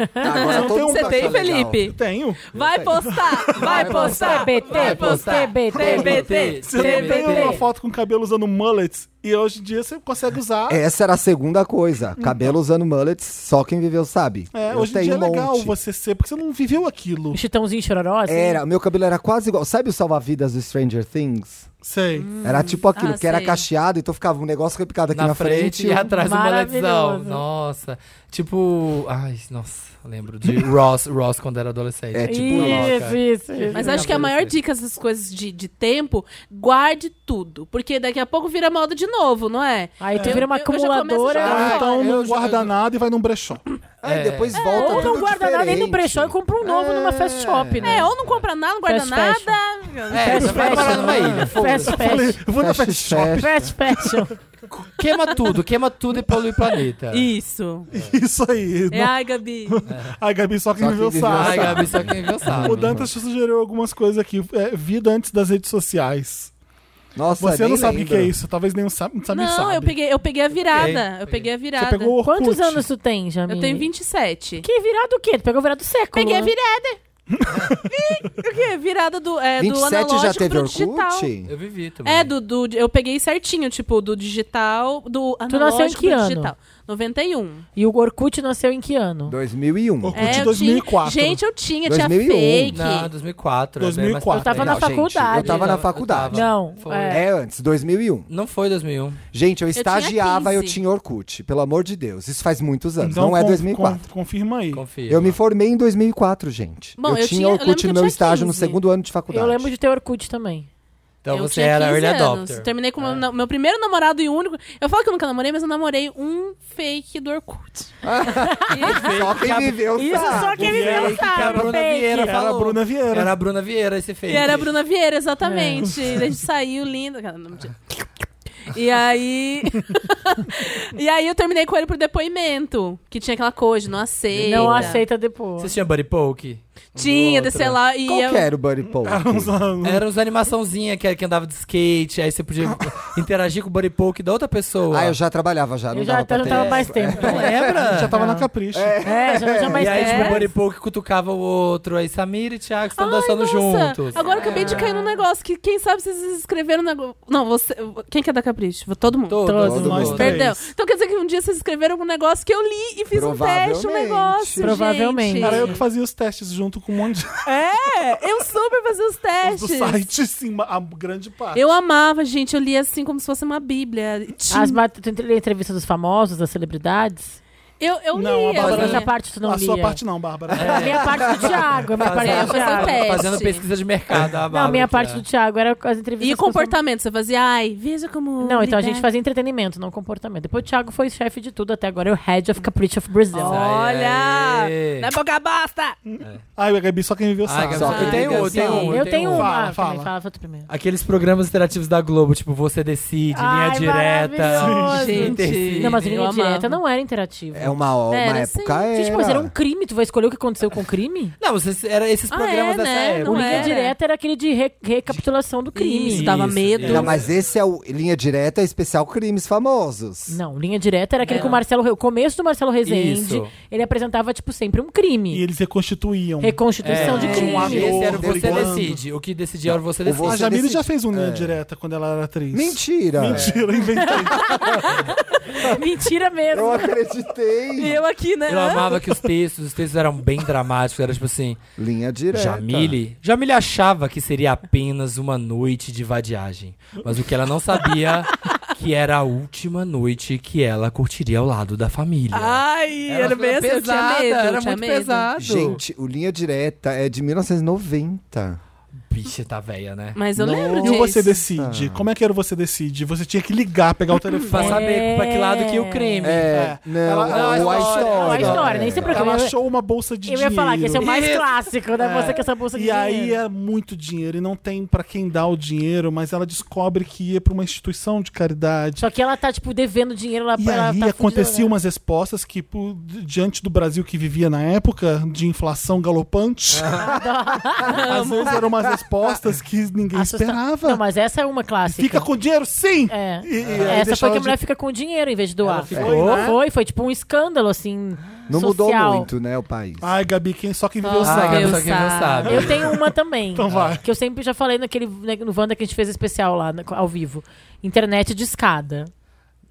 Agora Não todo tem um- mundo Você tá tem, achando legal. Eu Felipe? tenho. Vai postar! Vai postar! TBT, Vai postar! TBT, TBT, Você não tem TBT. uma foto com cabelo usando mullets e hoje em dia você consegue usar. Essa era a segunda coisa. Cabelo usando mullets, só quem viveu sabe. Hum. É, Eu hoje em tenho dia é um legal monte. você ser, porque você não viveu aquilo. O Chitãozinho chororó, assim? Era, meu cabelo era quase igual. Sabe o salva-vidas do Stranger Things? Sei. Era tipo aquilo, Ah, que era sei. cacheado, então ficava um negócio repicado aqui na, na frente e um- atrás do moletzão. Maravilhoso. Nossa. Tipo. Ai, nossa, lembro de Ross, Ross quando era adolescente. É, tipo, Isso, isso, isso. Mas acho que a maior dica dessas coisas de, de tempo, guarde tudo. Porque daqui a pouco vira moda de novo, não é? Aí tu vira uma Eu- eu já começo acumuladora. já- Ou Ah, então não eu já- guarda nada e vai num brechó. um- Aí É. depois Ah, volta Ou tudo um não guarda nada nem no diferente. brechó e compra um novo numa fast shop, né? É, ou não compra nada, não guarda Fast nada. É, já vai parar numa ilha. foda-se. Fast Falei, fashion. eu vou na Fecha, fast shop. fecha. Fast fashion. Queima tudo, queima tudo e polui o É. planeta. Isso. Isso aí. É, ai, Gabi. Não- Ai, Gabi, só quem Só viveu quem viveu sabe. Ai, Gabi, só quem viu sabe. O Dantas te sugeriu algumas coisas aqui. É, vida antes das redes sociais. Nossa, Você nem não sabe o que que é lembro. isso. Talvez nem sabe, não sabe. Não, eu peguei, eu peguei a virada. Eu peguei a Você virada. pegou o Orkut. Quantos anos tu tem, Jamil? Eu tenho 27. Que virado o quê? Tu pegou virado do século. Peguei a né? virada. Ih, o quê? Virada do, é, do 27 analógico já teve pro digital. Orkut? Eu vivi também. É, do, do, eu peguei certinho, tipo, do digital, do analógico nasceu em que pro ano? digital. 91. E o Orkut nasceu em que ano? 2001. Orkut. É, de eu 2004. Tinha, gente, eu tinha, 2001. tinha fake. Não, 2004. é bem mais 2004. Eu tava pra na Não, gente, faculdade. eu tava na Eu tava- faculdade. eu Não, Foi. é. É antes, 2001. frente. Não foi 2001. Gente, eu tinha estagiava e eu 15. tinha Orkut, pelo amor de Deus. Isso faz muitos anos, Então, não é con- 2004. con- confirma aí. Confia. Eu me formei em 2004, gente. Bom, eu eu, tinha tinha- eu lembro Orkut que no eu meu tinha estágio no 15. segundo ano de faculdade. Eu lembro de ter Orkut também. Então eu você tinha era 15 early anos. adopter. Terminei com o É. meu, meu primeiro namorado e único. Eu falo que eu nunca namorei, mas eu namorei um fake do Orkut. Só quem viveu Isso sabe. só quem viveu que a sabe. Bruna fake. Vieira Era a falou. Bruna Vieira. Era a Bruna Vieira esse fake. E era a Bruna Vieira, exatamente. A gente saiu linda. Cara, não mentira. E aí. e aí eu terminei com ele por depoimento. Que tinha aquela coisa, de não aceita. Não aceita depois. Vocês tinham Buddy Poke? Tinha, Outra. descer lá e Qual eu. que é? era o Buddy Paul? Ah, Uhum. Era uns animaçãozinha que, que andava de skate, aí você podia interagir com o body poke da outra pessoa. Ah, eu já trabalhava já, não Eu já dava pra até não ter. tava mais tempo. Não lembra? Já tava Não. na capricho. É, já não tinha mais e aí, tipo, o tempo. body poke cutucava o outro, aí Samir e Thiago estão Ai, dançando nossa, juntos. Agora eu acabei de cair num negócio que quem sabe vocês escreveram na. Não, você. Quem que é da Capricho? Todo mundo. Todos, Todos nós todos. três. Perdeu. Então quer dizer que um dia vocês escreveram um negócio que eu li e fiz um teste, um Provavelmente. negócio. Provavelmente. gente. Era eu que fazia os testes junto com um monte de É, eu super fazia os do testes. site, sim, assim, a grande parte. Eu amava, gente. Eu lia assim como se fosse uma bíblia. Tinha- As mat- tu entre- entrevista dos famosos, das celebridades. Eu, eu Não, a lia. assim. Mas Bárbara- eu essa lia. parte tu não a lia. sua parte não, Bárbara. É. A minha parte do Thiago. A minha parte É, do eu fazia Thiago. teste. Tá fazendo pesquisa de mercado. A Não, a Bárbara, minha que parte é. do Thiago era as entrevistas. E com os fam- comportamento. Você fazia, ai, veja como. Não, então a lidar. gente fazia entretenimento, não comportamento. Depois o Thiago foi chefe de tudo, até agora é o Head of Capricho of Brazil. Nossa. Olha! Aê. Na boca basta! Ai, a Gabi, só quem viveu Ai, sabe. Gabi, Sabe. eu tenho Ai, um, eu tenho Gabi. um, eu tenho um. uma. Fala, Ah, também, fala. fala tu primeiro. Aqueles programas interativos da Globo, tipo Você Decide, Ai, Linha Direta. maravilhoso. Intercine. Não, mas Eu linha amava. direta não era interativa. É uma, uma Era, época era. Gente, mas era um crime. Tu vai escolher o que aconteceu com o crime? Não, esses, era esses Ah, programas é, dessa né? época. o Não linha era. direta era aquele de re- recapitulação do crime. Isso, dava Isso, medo. isso. Não, mas esse é o Linha Direta Especial Crimes Famosos. Não, linha direta era aquele com o Marcelo, Re- o começo do Marcelo Rezende. Isso. Ele apresentava tipo sempre um crime. E eles reconstituíam. Reconstituição de É, crime. um ator Esse era o Você brigando. Decide. O que decidia era o Você O Decide. A Você Jamile decide. já fez um linha É. direta quando ela era atriz. Mentira! Mentira, inventei. Mentira mesmo. Eu acreditei. E eu aqui, né? Eu amava que os textos, os textos eram bem dramáticos, era tipo assim, Linha direta. Jamile, tá. Jamile achava que seria apenas uma noite de vadiagem, mas o que ela não sabia que era a última noite que ela curtiria ao lado da família. Ai, era, bem assim, eu tinha medo, eu era tinha muito medo. pesado. Gente, o Linha Direta é de 1990. bicha tá velha, né? Mas eu lembro E disso. o Você Decide? Como é que era o Você Decide? Você tinha que ligar, pegar o Pra telefone. é. saber pra que lado que ia o creme. É, não, Ela- não, não, a a história. história, né? a história, né? nem sempre- Ela Eu ia- achou uma bolsa de Eu ia dinheiro. falar que esse é o mais Isso. clássico, né? Você que essa bolsa de E aí dinheiro. é muito dinheiro, e não tem pra quem dar o dinheiro, mas ela descobre que ia pra uma instituição de caridade. Só que ela tá, tipo, devendo dinheiro lá E pra ela aí tá acontecia fudido, né? umas respostas que, pô, di- diante do Brasil que vivia na época, de inflação galopante, às vezes eram umas respostas que ninguém Assusta- Não, esperava. mas essa é uma clássica. Fica com dinheiro, sim! É. E- e aí Essa foi deixava que a de- mulher fica com dinheiro em vez de doar. ficou, foi, né? foi, foi tipo um escândalo, assim. Não mudou social. muito, né, o país. Ai, Gabi, quem só quem viveu Ah, sabe. quem Deus não sabe, quem não sabe. sabe. Eu tenho uma também. Então vai. Que eu sempre já falei naquele, né, no Wanda que a gente fez especial lá, no- ao vivo. Internet de escada.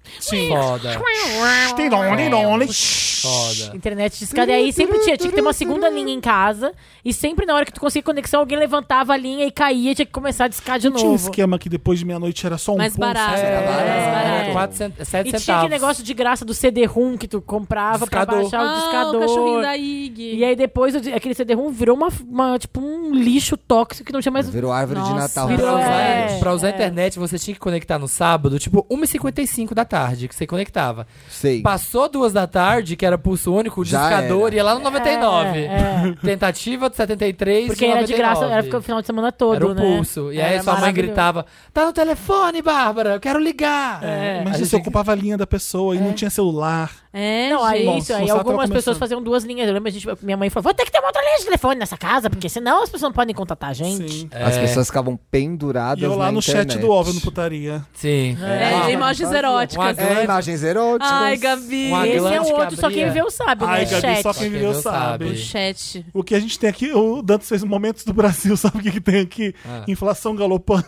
Foda. Tem É. nome, nome. Foda. Internet de escada. E aí sempre tinha, tinha que ter uma segunda linha em casa. E sempre na hora que tu conseguia conexão, alguém levantava a linha e caía, tinha que começar a discar de Tinha um novo. esquema que depois de meia-noite era só um Mais pulso. barato. É, mais barato. é, quatro cent- sete E centavos. tinha aquele negócio de graça do CD-ROM que tu comprava pra Discador. baixar o Ah, o cachorrinho discador. da Ig. E aí depois o di- aquele CD-ROM virou uma, uma- tipo um lixo tóxico que não tinha mais. Virou árvore de Nossa, Natal. Pra virou- usar, É, pra usar a é. internet, você tinha que conectar no sábado, tipo 1h55 da tarde, que você conectava. Sei. Passou duas da tarde, que era pulso único, o Já discador era. ia lá no 99. É, Tentativa de 73 Porque e era de graça, 99. era o final de semana todo, Era o né? pulso. E aí Era sua mãe maravilhoso. gritava: Tá no telefone, Bárbara, eu quero ligar. É. A Mas gente você tem que- ocupava a linha da pessoa e não tinha celular. É, Não, aí gente. isso, Nossa, aí o saco algumas tá pessoas começando. faziam duas linhas. Eu lembro, a gente, minha mãe falou, vou ter que ter uma outra linha de telefone nessa casa, porque senão as pessoas não podem contatar a gente. Sim. É, As pessoas ficavam penduradas tá É. E eu lá na no internet. chat do óbvio no putaria. Sim. Ah, É, Uma- imagens eróticas. Uma- Né? É, imagens eróticas. Ai, Gabi. Uma- Esse é Aglante o que outro, só quem abria. viveu sabe, né? Ai, Gabi, Chat. só quem viveu sabe. O chat. O que a gente tem aqui, o Dantas fez momentos do Brasil, sabe o que, que tem aqui? Ah. Inflação galopante.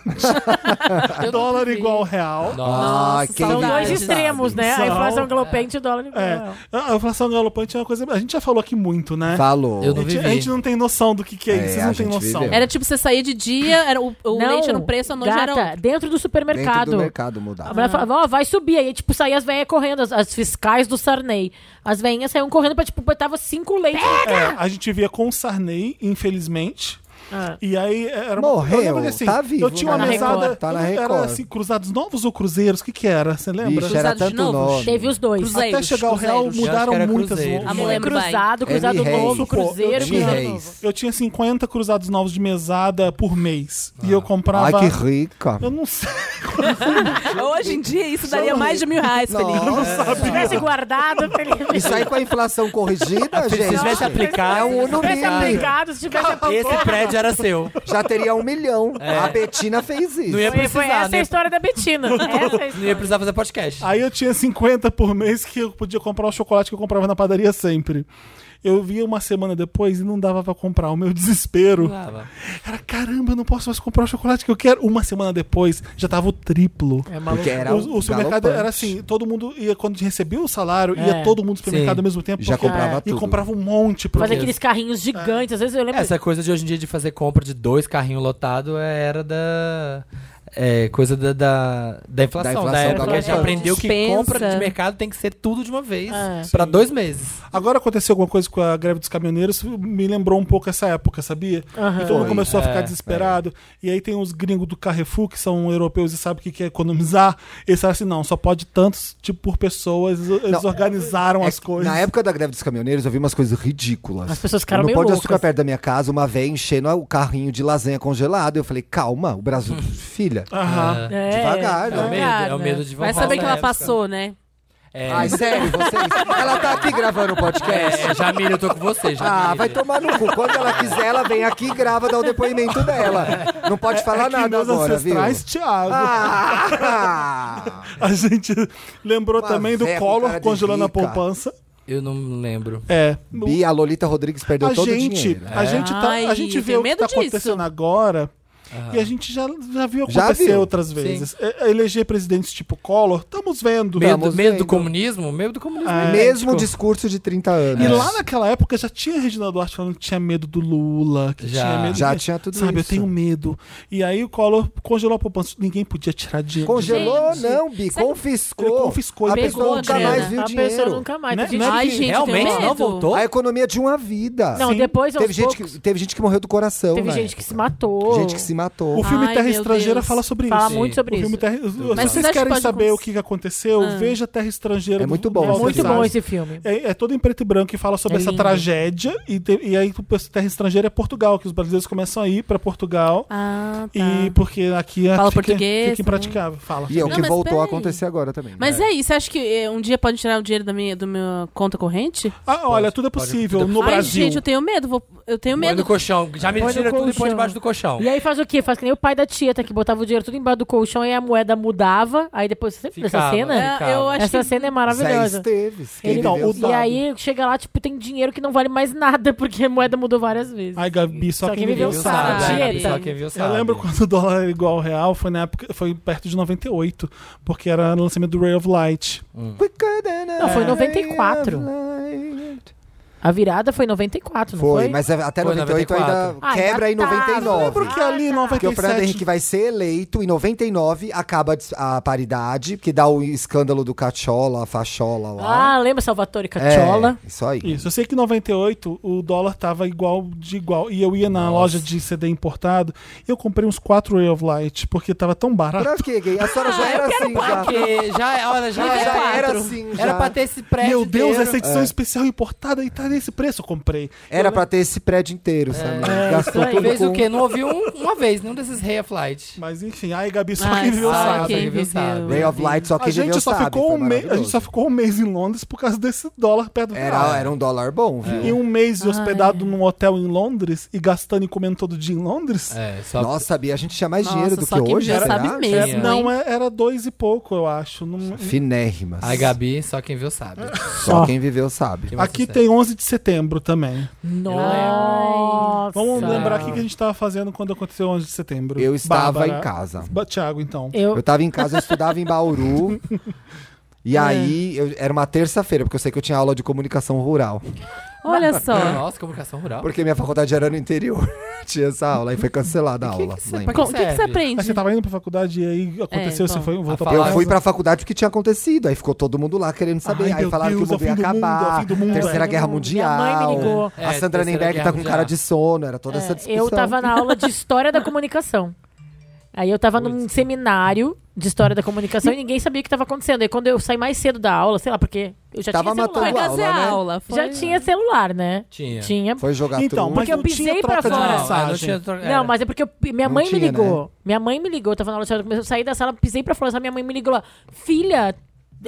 Dólar igual ao real. Nossa. Nossa, Ah, quem São dois Saudades. viveu extremos, né? A São- inflação galopante e o dólar. É. A inflação galopante é uma coisa. A gente já falou aqui muito, né? sabe. Falou. Eu A não gente, vivi. a gente não tem noção do que, que é isso, É, vocês a não têm gente noção. viveu. Era tipo, você saía de dia, era o, o leite era um preço, a noite gata, era outro. dentro do Dentro supermercado. do mercado A mudava. mulher falava, ó, vai subir. Aí, tipo, saía as velhas correndo, as, as fiscais do Sarney. As velhinhas saíam correndo pra, tipo, botava cinco leites. É, a gente via com o Sarney, infelizmente. É. Ah. E aí era uma- Morreu, eu lembro que, assim, tá vivo, Eu tinha uma tá na mesada. Record, tá na era Record. assim, Cruzados Novos ou Cruzeiros? O que que era? Você lembra? Bicho, era Cruzados de tanto novo? nome. Teve um os dois. É. Cruzei- Até Cruzeiros, chegar ao Real Cruzeiros. Eu acho que mudaram era muitas Cruzeiros. Ah, lojas. A mulher- cruzado, cruzado M. Reis. novo, cruzeiro, M. cruzado novo. Reis. Eu tinha 50 cruzados novos de mesada por mês. E eu comprava. Ah. Ai, que rica. Eu não sei. Hoje em dia, isso daria mais de mil reais, Felipe. Nossa. Se tivesse guardado, Felipe. Isso aí com a inflação corrigida, Se tivesse gente, aplicado. é um Se Uno tivesse Mini. aplicado, se tivesse Esse prédio era seu. Já teria um milhão. A Betina fez isso. Não ia Foi, foi precisar, essa a né? história da Betina. Essa é a Não ia história. precisar fazer podcast. Aí eu tinha 50 por mês que eu podia comprar o chocolate que eu comprava na padaria sempre. Eu via uma semana depois e não dava pra comprar. O meu desespero Tava. era: caramba, eu não posso mais comprar o chocolate que eu quero. Uma semana depois já tava o triplo. É maluco. Porque era um o, o supermercado galopante. era assim: todo mundo ia, quando recebia o salário, É. ia todo mundo no supermercado Sim. ao mesmo tempo. Já porque- comprava E tudo. comprava um monte. Porque... Fazer aqueles carrinhos gigantes. Às vezes É eu lembro. Essa coisa de hoje em dia de fazer compra de dois carrinhos lotados é era da. É, coisa da, da, da inflação, da, inflação, época. da a gente loucura. aprendeu que Dispensa. compra de mercado tem que ser tudo de uma vez. É. Pra dois meses. Agora aconteceu alguma coisa com a greve dos caminhoneiros, me lembrou um pouco essa época, sabia? Aham. E todo mundo Foi. começou a É, ficar desesperado. E aí tem os gringos do Carrefour, que são europeus e sabem o que quer economizar. Eles falaram assim: não, só pode tantos, tipo, por pessoas. Eles Não, organizaram É as que coisas. Na época da greve dos caminhoneiros, eu vi umas coisas ridículas. As pessoas ficaram No meio Pão de loucas. Açúcar, perto da minha casa, uma véia enchendo o carrinho de lasanha congelada. Eu falei, calma, o Brasil... Hum. Filha, Ah, Aham. É, devagar, É o né? medo, é o né? medo de Van Vai saber Halen que na ela época. passou, né? É, Ai, sério, vocês? Ela tá aqui gravando o podcast. é, Jamile, eu tô com você, Jamile. Ah, vai tomar no cu. Quando ela quiser, ela vem aqui e grava, dá o depoimento dela. Não pode falar É Que nada meus agora, viu? ancestrais, Thiago. Ah! A gente lembrou Uma também do véia com cara Collor de congelando a rica. poupança. Eu não lembro. É. no- Bia, a Lolita Rodrigues perdeu a todo gente, o dinheiro. a gente tá, É. Ai, a gente eu vê tenho o que medo tá disso. acontecendo agora E a gente já, já viu Já acontecer viu. outras vezes. É, Eleger presidentes tipo Collor, estamos vendo. Medo, Estamos medo do vendo. comunismo? Medo do comunismo. Ah, é Mesmo idêntico. discurso de 30 anos. E lá naquela época já tinha Regina Duarte falando que tinha medo do Lula, que Já. tinha medo. Já que- tinha tudo Sabe, eu isso. tenho medo. E aí o Collor congelou a poupança. Ninguém podia tirar dinheiro. Congelou, Gente, não, Bi. sabe- Confiscou. Ele confiscou e A pegou pessoa a nunca grana. mais viu a pessoa dinheiro. nunca mais. Né? Tem Não é Ai, que- gente, eu tenho Realmente, não medo. voltou? A economia é de uma vida. Não, Sim. depois aos Teve gente, poucos, que, teve gente que morreu do coração. teve na gente que época. se matou. Gente que se matou. O filme Ai, Terra meu Estrangeira Deus. fala sobre Fala isso. muito sobre o isso. filme Terra... Mas Se vocês vocês acham que querem pode saber acontecer? o que que aconteceu, Ah. veja Terra Estrangeira. É do- muito do bom Walter esse Muito filme. bom Salles. esse filme. É, é todo em preto e branco e fala sobre É essa lindo. tragédia. E, te- e aí, o Terra Estrangeira é Portugal, que os brasileiros começam a ir pra Portugal. Ah, tá. E porque aqui é Fala fica, português fica impraticável. Fala. E é o Não, que mas voltou a peraí. acontecer agora também. né? Mas é. isso, você acha que eh, um dia pode tirar o dinheiro da minha, do minha conta corrente? Ah, olha, tudo é pode- possível tudo é no possível. Ai, Brasil. gente, eu tenho medo. vou- eu tenho Põe medo. no colchão. Já me Põe no tira tudo e põe colchão. debaixo do colchão. E aí faz o quê? Faz que nem o pai da Tieta, que botava o dinheiro tudo embaixo do colchão e a moeda mudava. Aí depois, você sempre essa Ficava. cena? É, Ah, eu acho Essa que... cena é Zé maravilhosa. Esteves. que Então, viveu o sabe. E aí chega lá, tipo, tem dinheiro que não vale mais nada, porque a moeda mudou várias vezes. Ai, Gabi, só, Só quem quem viveu viveu sabe. sabe. Sabe, né? Tieta. Só quem viu sabe. Eu lembro quando o dólar era igual ao real, foi na época, foi perto de 98, porque era o lançamento do Ray of Light. Quicker than a Não, foi em ray 94. of light. A virada foi em 94, Foi, não foi? mas é até Foi 98 ainda 94. Ah, quebra em ainda tá. Eu 99. lembro que ali em Porque o Fernando 97 Henrique vai ser eleito, em 99 acaba a dis- a paridade, que dá o escândalo do Cachola, a Fachola lá. Ah, lembra Salvatore Cacciola? É, isso aí. Isso, eu sei que em 98 o dólar tava igual de igual. E eu ia na loja de CD importado e eu comprei uns 4 Ray of Light, porque tava tão barato. Pra quê, gay? A senhora já era assim, já. Ah, Porque já, olha, já, Já já era era assim, já. Era pra ter esse prédio. Meu Deus, inteiro. essa edição especial importada e tá nesse preço, eu comprei. É. Era pra ter esse prédio inteiro, sabe? isso Gastou aí. tudo Fez com... o quê? Não ouvi um- uma vez nenhum desses Rei of Light. Mas enfim, ai, Gabi, só Ai, quem viu só sabe. quem quem viveu sabe. viveu. Ray of Light, só que A gente só, ficou um mês, a gente só ficou um mês em Londres por causa desse dólar perto do real. Era, era um dólar bom, viu? E um mês hospedado num hotel em Londres e gastando e comendo todo dia em Londres? É, só Nossa, sabia, a gente tinha mais Nossa, dinheiro do só que quem hoje, já será? sabe mesmo. É, Sim, não, é- era dois e pouco, eu acho. Não- Finérrimas. A Gabi, só quem viu sabe. Só quem viveu sabe. Que Aqui sucesso. tem 11 de setembro também. Nossa. Vamos lembrar aqui que a gente estava fazendo quando aconteceu o 11 de setembro. Eu estava Bárbara. em casa. Ba- Tiago, então. Eu, Eu tava em casa, eu estudava em Bauru. E aí, eu- era uma terça-feira, porque eu sei que eu tinha aula de comunicação rural. Olha só. é Nossa, comunicação rural. Porque minha faculdade era no interior. tinha essa aula e foi cancelada a Que que aula. você- lembra? Com- O que, que Serve. você aprende? Mas você tava indo pra faculdade e aí aconteceu, É, você bom. foi voltou A pra falar- Eu casa. fui pra faculdade porque tinha acontecido. Aí ficou todo mundo lá querendo saber. Ai, aí meu falaram Deus, que o é o mundo fim ia do mundo, é o acabar. fim do mundo, terceira é. Guerra minha Mundial. mãe me ligou. É, a Sandra Terceira Nemberg Guerra tá com cara Mundial. de sono. Era toda essa É, discussão. eu tava na aula de História da Comunicação. Aí eu tava num seminário de História da Comunicação e ninguém sabia o que tava acontecendo. Aí quando eu saí mais cedo da aula, sei lá, porque eu já Tava tinha matando celular. Foi aula, fazer a né? aula. foi- Já tinha celular, né? Tinha. Tinha. Foi jogar Então, tudo. mas Porque eu não tinha pisei pra troca de fora. Não, mensagem. Ah, não tinha tro- era. Não, mas é porque eu- minha Não mãe me né? tinha, ligou. Minha mãe me ligou, eu tava na aula de história, eu saí da sala, pisei pra fora, sabe? minha mãe me ligou lá. Filha,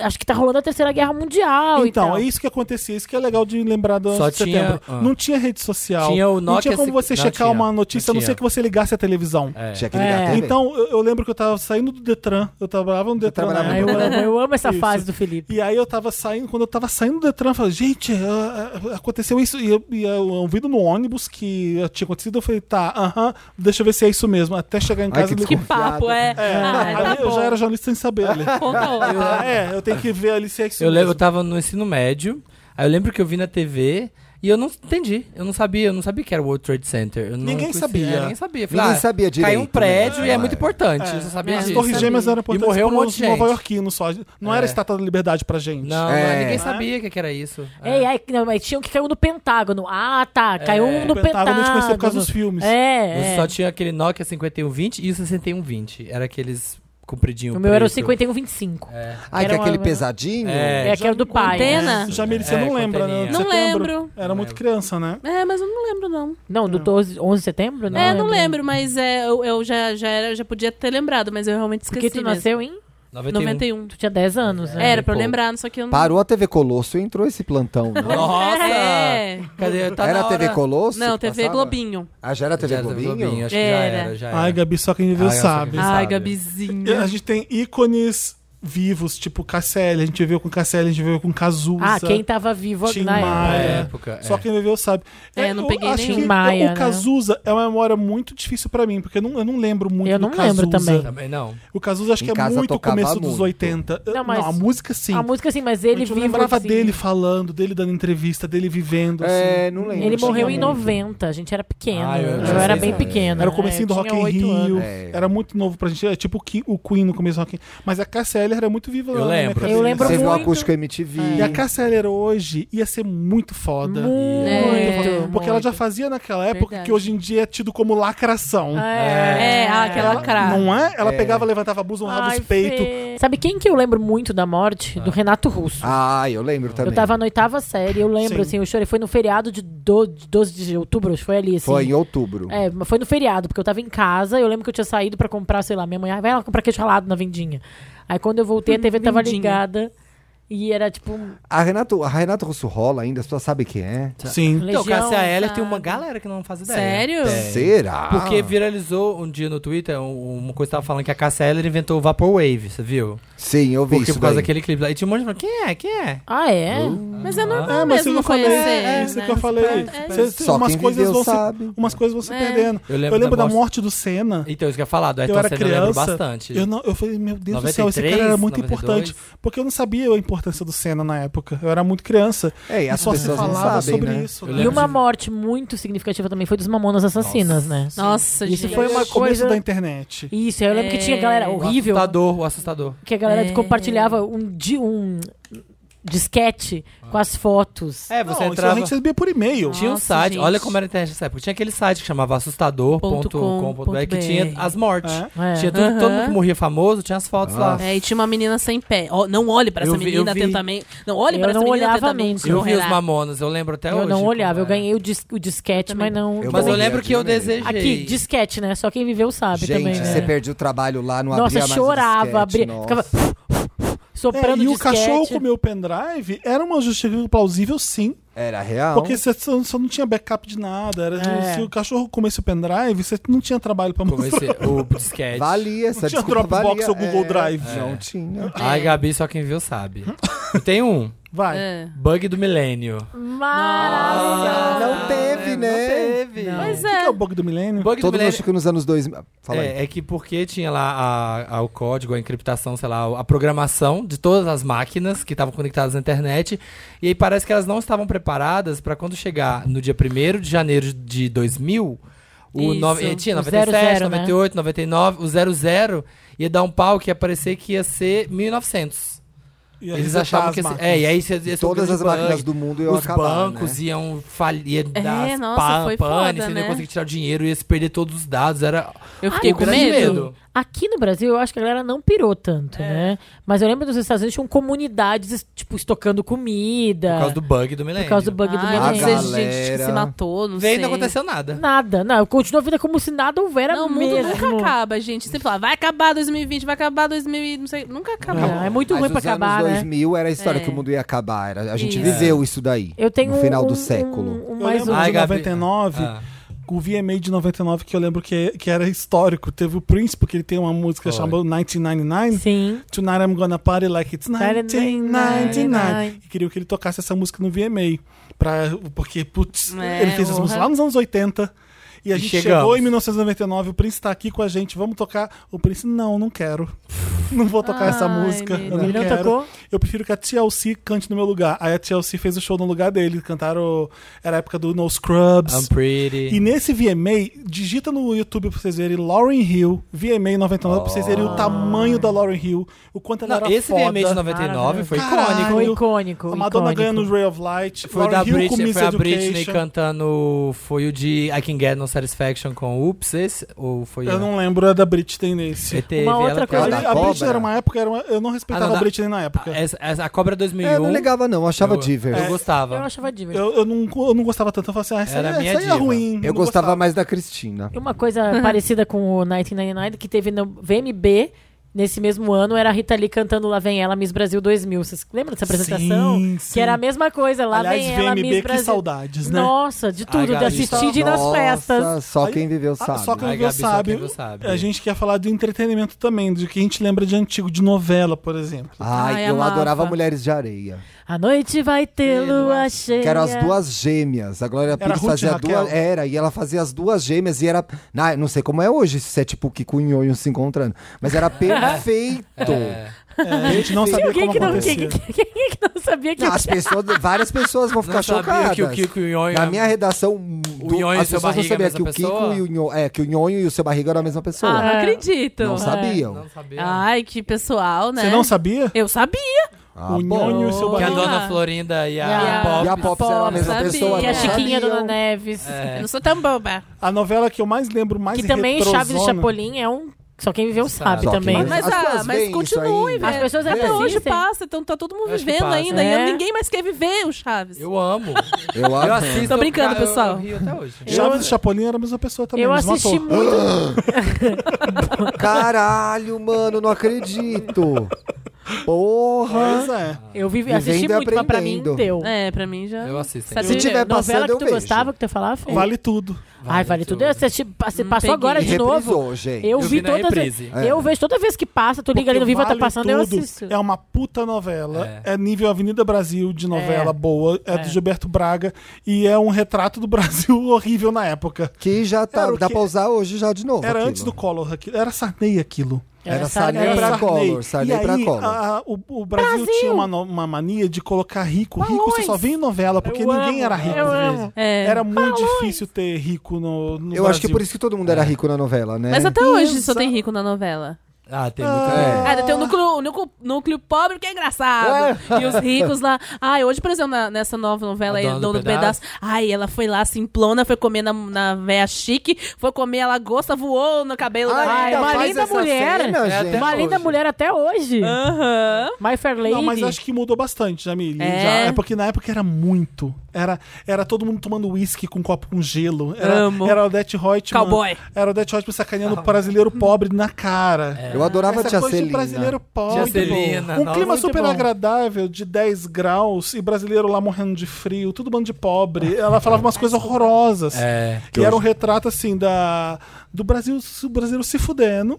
acho que tá rolando a Terceira Guerra Mundial e Então, tal. é isso que acontecia, isso que é legal de lembrar do Só 11 de tinha- setembro. ah. Não tinha rede social. Tinha o não tinha Nokia como você se- não checar tinha, uma notícia, a não não ser tinha. que você ligasse a televisão. É. Tinha que ligar É, a TV. Então, eu, eu lembro que eu tava saindo do Detran, eu trabalhava no Detran. trabalhava na Ai, Ah, eu, época. amo, eu amo essa Isso. fase do Felipe. E aí eu tava saindo, quando eu tava saindo do Detran, eu falei, gente, ah, ah, aconteceu isso. E eu, e eu ouvindo no ônibus que tinha acontecido, eu falei, tá, aham, deixa eu ver se é isso mesmo. Até chegar em Ai, casa que eu Que desculpa. ligo. papo, é. É, Ah, aí tá eu bom. já era jornalista sem saber ali. Conta outra. Ah, é, eu tenho que ver ali se é isso Eu, lembro, eu mesmo. tava no ensino médio, aí eu lembro que eu vi na TV e eu não entendi. Eu não sabia, eu não sabia que era o World Trade Center. Eu não Ninguém conhecia, sabia. é, ninguém sabia. Falei, Ninguém ah, sabia direito. Caiu um prédio né? e é muito importante. Eu só sabia As As disso. torres gêmeas eram E importantes morreu um monte de para os gente. nova iorquinos só. Não era É. estátua da liberdade pra gente. Não, É. não, ninguém sabia o que que era isso. É, é, não, mas tinha um que caiu no Pentágono. Ah, tá. Caiu um o no O Pentágono eu te conhecia por causa dos Pentágono. filmes. É, Você é. só tinha aquele Nokia 5120 e o 6120. Era aqueles compridinhos. O meu era o preto. 5125. É. Ah, que Era é aquele uma- pesadinho? É. É, aquele do pai. Antena? Já me você É, não lembra, né? Você conteirinha. Não lembra? lembro. Era Não muito lembro. criança, né? É, mas eu não lembro, não. Não, do 12, 11 de setembro? Não é, não lembro, mas é, eu, eu já, já, era, já podia ter lembrado, mas eu realmente esqueci Porque tu mesmo. É. nasceu em... 91. 91. Tu tinha 10 anos, né? Era pra eu Pô. lembrar, só que eu não... Parou a TV Colosso e entrou esse plantão, né? Nossa! É. Cadê? Tá era na a TV hora. Colosso? Não, que TV passava? Globinho. Ah, já era TV Já era Globinho? Globinho, acho que já Era. era. já era. Ai, Gabi, só quem viveu É. Ai, só quem sabe. viveu sabe. Ai, Sabe. Gabizinha. A gente tem ícones vivos, tipo Casselli. A gente viveu com Casselli, a gente viveu com Cazuza. Ah, quem tava vivo Tim na época. Maia. época, Só é. quem viveu sabe. É, não eu peguei acho nenhum. que Tim Maia, O né? Cazuza é uma memória muito difícil pra mim, porque eu não, eu não lembro muito Eu não do lembro Cazuza. também. Também não. O Cazuza acho Em que é casa muito tocava começo dos muito. 80. Eu- Não, mas a música sim. A música, assim, mas ele eu te vivo, lembrava assim, dele falando, dele dando entrevista, dele vivendo. É, assim. não lembro. Ele Não morreu em tinha 90, a gente era pequeno. Ah, eu eu, era era seis bem anos. pequeno. Era o comecinho É, do eu Rock tinha in oito Rio. anos. É. Era muito novo pra gente. É tipo o Ki- o Queen no começo do Rock in Mas a Casselli era muito viva Eu lá na minha lembro. cabeça. Eu lembro Você viu o muito. acústico MTV. E a Casselli era hoje ia ser muito foda. Muito, É, Porque ela já fazia naquela época Verdade. que hoje em dia é tido como lacração. É, É, ah, aquela cara. Não é? Ela É. pegava, levantava a blusa, um honrava Ai, os peitos. Fê. Sabe quem que eu lembro muito da morte? Do Renato Russo. Ah, eu lembro também. eu tava na oitava série, eu lembro, Sim. assim, eu chorei. Foi no feriado de do- de 12 de outubro, acho que foi ali, assim. Foi em outubro. É, mas foi no feriado, porque eu tava em casa, eu lembro que eu tinha saído pra comprar, sei lá, minha mãe, "Ah, vai lá comprar queijo ralado na vendinha. Aí quando eu voltei, a TV tava Vendinha. ligada e era tipo um A Renato, a Renato Russo Rola ainda, as pessoas sabem quem é? Sim. legião. tá. Então, Cássia Heller sabe? tem uma galera que não faz ideia. Sério? É. Tem. Será? Porque viralizou um dia no Twitter, um- uma coisa que tava falando que a Cássia Heller inventou o Vaporwave, você viu? Sim, eu vi Porque isso por causa daí. daquele clipe lá. E tinha um monte de gente falando, quem é? Quem é? Ah, é? Mas é normal É, mas mesmo eu não não falei. conhecer. É, isso né? que eu falei. É. Cê- cê- Só umas quem coisas viveu vão se, sabe. umas coisas vão se É. perdendo. Eu lembro da da morte- morte do Senna. Então, isso que eu ia falar, do Eu Ayrton era Senna eu lembro criança. bastante. Eu, não, eu falei, meu Deus do céu, esse 93, cara era muito 92. importante. Porque eu não sabia a importância do Senna na época. Eu era muito criança. É, e E as só se pessoas não falava sabem, sobre né? isso. Eu né? E lembro uma de- morte muito significativa também foi dos Mamonas Assassinas, né? é. Nossa, Isso gente. foi uma O começo coisa- da internet. Isso, aí eu lembro que tinha galera O horrível, assustador, o assustador. que a galera É. compartilhava um, di, um disquete com as fotos. É, Não, isso você a entrava... gente recebia por e-mail. Tinha um Nossa, site, gente. olha como era a internet nessa época. Tinha aquele site que chamava assustador.com.br que tinha as mortes. É. É. Tinha tudo, todo Aham. mundo que morria famoso, tinha as fotos lá. Ah. É, e tinha uma menina sem pé. Ó, não olhe pra essa Eu vi- menina eu vi. atentamente. Não olhe Eu pra essa não menina olhava atentamente. mesmo. Eu vi correrá. os mamonas, eu lembro até hoje. Eu não como olhava, eu era. ganhei o, dis- o disquete, mas não. Eu Mas eu Bom, lembro que eu Guilherme. desejei. Aqui, disquete, né? Só quem viveu sabe Gente, também, né? você perdeu o trabalho lá, não Nossa, abria mais o disquete, chorava, abria, nossa. ficava soprando É, e o disquete. cachorro comeu o pendrive era uma justificativa plausível, sim. Era real. Porque você só, só não tinha backup de nada. Era, É. Se o cachorro comesse o pendrive, você não tinha trabalho pra mostrar. Comecei o disquete. Valia, essa Não tinha desculpa Dropbox valia. ou Google É, Drive. Não tinha. Ai, Gabi, só quem viu sabe. E tem um. Vai. É. Bug do milênio. Maravilhoso. não teve, né? teve. Pois O que é. é o bug do milênio? Bug do Todo mundo milênio. achou que nos anos 2000... Fala aí. É, é que porque tinha lá a- a- o código, a encriptação, sei lá, a programação de todas as máquinas que estavam conectadas na internet. E aí parece que elas não estavam preparadas para quando chegar no dia 1 de janeiro de 2000, o Isso. nove- eh, tinha O 97, 00, né? 98, 99, o 00 ia dar um pau que ia parecer que ia ser 1900. E aí Eles você achavam tá que ia as ser, marcas. é, e aí esse, esse é o Todas grande as máquinas bug. do mundo iam Os acabar, bancos né? iam falir, É, dar as nossa, pan- foi pane, foda, você não né? ia conseguir tirar dinheiro, ia se perder todos os dados, era Eu Ah, fiquei o com grande medo. É. Aqui no Brasil, eu acho que a galera não pirou tanto, né? Mas eu lembro dos Estados Unidos tinham comunidades, tipo, estocando comida. Por causa do bug do milênio. É. por causa do bug do Ai, A milênio. deve ser gente que galera- se matou, não Veio e sei. não aconteceu nada. Nada. Não, continua a vida como se nada houvera Não, o mundo mesmo. nunca acaba, gente. Sempre fala, vai acabar 2020, vai acabar 2000, e não sei, nunca acaba. Não, é muito Mas ruim pra os acabar, anos né? 2000 era a história É. que o mundo ia acabar. Era, a gente Isso. viveu isso daí. Eu tenho No final um- do um- século. um- um Eu mais lembro um. Ai, de Gabi- 99, Ah. o VMA de 99 que eu lembro que, que era histórico. Teve o Prince, porque ele tem uma música Foi. chamada 1999. Sim. Tonight I'm gonna party like it's 1999. 1999. E queriam que ele tocasse essa música no VMA. Pra, porque, putz, É, ele fez essa porra. música lá nos anos 80. E a E gente chegamos. chegou em 1999, o Prince tá aqui com a gente, vamos tocar. O Prince, não, não quero. Não vou tocar essa Ai, música. meu Eu não, Ele não quero. tocou? Eu prefiro que a TLC cante no meu lugar. Aí a TLC fez o show no lugar dele. Cantaram. Era a época do No Scrubs. I'm pretty. E nesse VMA, digita no YouTube pra vocês verem Lauren Hill, VMA 99, pra vocês verem o tamanho da Lauren Hill, o quanto ela Não, era esse foda. VMA de 99 foi Caralho. icônico. Foi eu- icônico. A Madonna icônico. ganha no Ray of Light, é Foi o Lauryn da Hill com Britney, Miss foi a Britney Education. cantando. Foi o de I Can Get No Satisfaction com Oops, esse? Ou foi Eu a- não lembro, a da Britney nesse. Teve, Uma ela outra teve- Ah, A, da Britney- a Britney cobra? era uma época, era uma- eu não respeitava Ah, não, a da- Britney na época. Essa, essa- a Cobra 2001. É, eu não ligava não, eu achava eu, diver. Eu Eu, Eu gostava. achava divertido. Eu, eu, não, eu não gostava tanto, eu falei assim, ah, essa, Era aí- minha essa aí é diva. ruim. não gostava mais da Cristina. Uma coisa parecida com o 1999 que teve no VMB, Nesse mesmo ano era a Rita Lee cantando Lá Vem Ela, Miss Brasil 2000. Vocês lembram dessa apresentação? Sim, Que sim. era a mesma coisa, Lá Aliás, Vem Ela, VMB, Miss que Brasil. saudades, né? Nossa, de tudo, de Gabi, assistir de ir nas Nossa, festas. Só Aí- quem viveu Ah, sabe. Só quem Ai, viu Gabi, só sabe. quem viu sabe. A gente quer falar do entretenimento também, do que a gente lembra de antigo, de novela, por exemplo. Ai, Ai, eu amava. adorava Mulheres de Areia. A noite vai ter Lua lua cheia. Que eram as duas gêmeas. A Glória Pires Ruth e fazia Raquel. duas. Era, e ela fazia as duas gêmeas e era. Na, não sei como é hoje, se é tipo Kiko e Nhonho se encontrando. Mas era perfeito. É, a gente não Tinha sabia Quem como que, não, acontecia. quem, quem- quem que não sabia que Não, as pessoas, várias pessoas vão ficar Não sabia chocadas. que o Kiko e o Nhonho... Na minha redação, do, Nhonho e as seu pessoas não Barriga é a sabiam mesma que o Kiko pessoa? e o Nhonho, é, que o Nhonho e o seu barriga eram a mesma pessoa. Ah, não acredito. não sabiam. Não sabia. Ai, que pessoal, né? é? Você não sabia? Eu sabia. Ah, o bom. Nhonho e o seu Que a barriga. Dona Florinda e a, E a- Pop... E a Pops era a mesma Sabia. pessoa. né? que a não Chiquinha, sabiam. Dona Neves. É. Eu não sou tão boba. A novela que eu mais lembro, mais Que também é retrozona, Chaves e Chapolin é um. Só quem viveu Sabe. sabe, Só quem também. viveu né? Mas, As ah, pessoas mas veem isso continue, aí. velho. As pessoas Até ainda hoje assistem. passa, então tá todo mundo Eu acho que vivendo passa. ainda. É. E ninguém mais quer viver o Chaves. Eu amo. Eu assim, Eu acho. assisto... Tô brincando, eu- eu pessoal. rio até hoje. Chaves e Chapolin era a mesma pessoa também. Eu mesmo assisti ator. muito. Caralho, mano, não acredito. Porra. Pois é. Eu vivi, Vivendo assisti e muito, mas pra mim aprendendo. deu. É, pra mim já. Eu assisto. Sabe- Se tiver novela passando, que eu tu vejo. gostava, que tu falava, Fê? Vale tudo. Ai, vale tudo. Você assisti- passe- Não passou peguei. agora E de novo. reprisou, gente. Eu Eu vi vi na todas. reprise. as- Eu vejo toda vez que passa, tu liga ali no Porque Viva, tá Vale passando, eu Tudo assisto. É uma puta novela. É. É, nível Avenida Brasil de novela É. boa. É, do É. Gilberto Braga. E é um retrato do Brasil horrível na época. Que já tá. Era o Dá que- pra usar hoje já de novo. Era aquilo. antes do Collor aquilo. Era Sarney aquilo. Era Sarney. Sarney É pra Sarney. Collor. Sarney e pra aí, Collor. a- o, o Brasil, tinha uma, no- uma mania de colocar rico. Rico você só vê em novela, porque Eu ninguém amo, era rico. Eu amo. É. Era muito difícil ter rico no, no Eu acho que Brasil. É. por isso que todo mundo era rico na novela, né? Mas até hoje só Exato. tem rico na novela. Ah, tem muita... É. Ah, ainda tem o núcleo, o núcleo, núcleo pobre que é engraçado. E os ricos lá. Ai, hoje, por exemplo, na- nessa nova novela A aí, Dona do Dono do Pedaço. Pedaço. Ai, ela foi lá, simplona, foi comer na, na véia chique, foi comer a lagosta, voou no cabelo Ai, da ainda uma faz linda essa mulher. cena, É, gente? até Uma linda hoje. mulher até hoje. Aham. My Fair Lady. Não, mas acho que mudou bastante, Jamile. É. Já, é porque na época era muito. Era, era todo mundo tomando uísque com copo com gelo. Era, Amo. era o Det Reutemann. Cowboy. Era o Det Reutemann sacaneando o brasileiro pobre na cara. Eu adorava Essa Tia coisa de Celina. brasileiro pobre. Tia Celina, um nossa. clima Muito super bom. agradável de 10 graus e brasileiro lá morrendo de frio, todo bando de pobre. Ela falava umas coisas horrorosas. É. Que era um retrato, assim, da, do Brasil, o brasileiro se fudendo,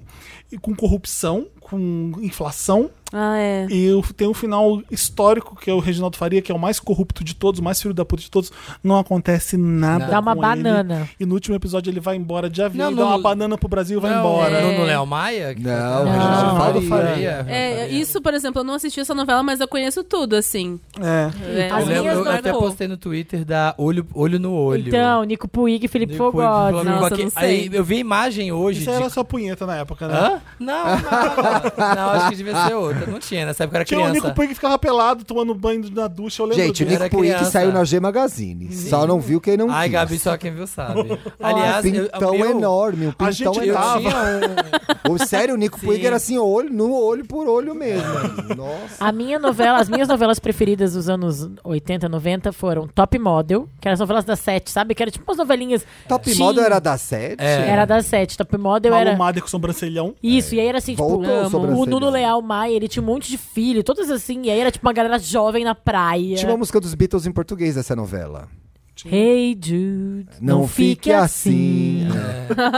e com corrupção, com inflação, Ah, é. e o- tem um final histórico que é o Reginaldo Faria, que é o mais corrupto de todos, o mais filho da puta de todos. Não acontece nada. Dá uma é com banana. ele. E no último episódio ele vai embora de avião, Não, e dá não- uma banana pro Brasil e vai Não, é, embora. No, no Léo Maia? que Não, foi- Reginaldo Reginaldo Faria. É, isso, por exemplo, eu não assisti essa novela, mas eu conheço tudo, assim. É. É, Eu As lembro, minhas eu não até marcou. postei no Twitter da Olho, olho no Olho. Então, Nico Puig e Felipe Depois, Fogod. Flamengo Nossa, aqui. não sei. Aí eu vi imagem hoje Isso é de- era sua punheta na época, né? Hã? Não, não, não, acho que devia ser outra. Não tinha, nessa época era um Tinha o criança. Nico Pig que ficava pelado tomando banho na ducha, eu lembro Gente, o disso. Era Nick Puig criança. saiu na G Magazine. Só não viu quem não Ai, quis. Gabi, só quem viu sabe. Aliás, um eu, pintão eu, enorme, um A pintão gente eu enorme. tinha um- O sério, o Nico Sim. Puig era assim, olho no olho por olho mesmo. Nossa. A minha novela, as minhas novelas preferidas dos anos 80, 90 foram Top Model, que eram as novelas da Sete, sabe? Que era tipo umas novelinhas. Top Sim. Model era da sete? É. Era da Sete. Top Model era. Malumada com sobrancelhão. Isso, e aí era assim, Voltou o tipo, o sobrancelha. Nuno Leal Maia, ele tinha um monte de filho, todas assim, e aí era tipo uma galera jovem na praia. Tinha uma música dos Beatles em português dessa novela. Hey Jude, Não, fique assim.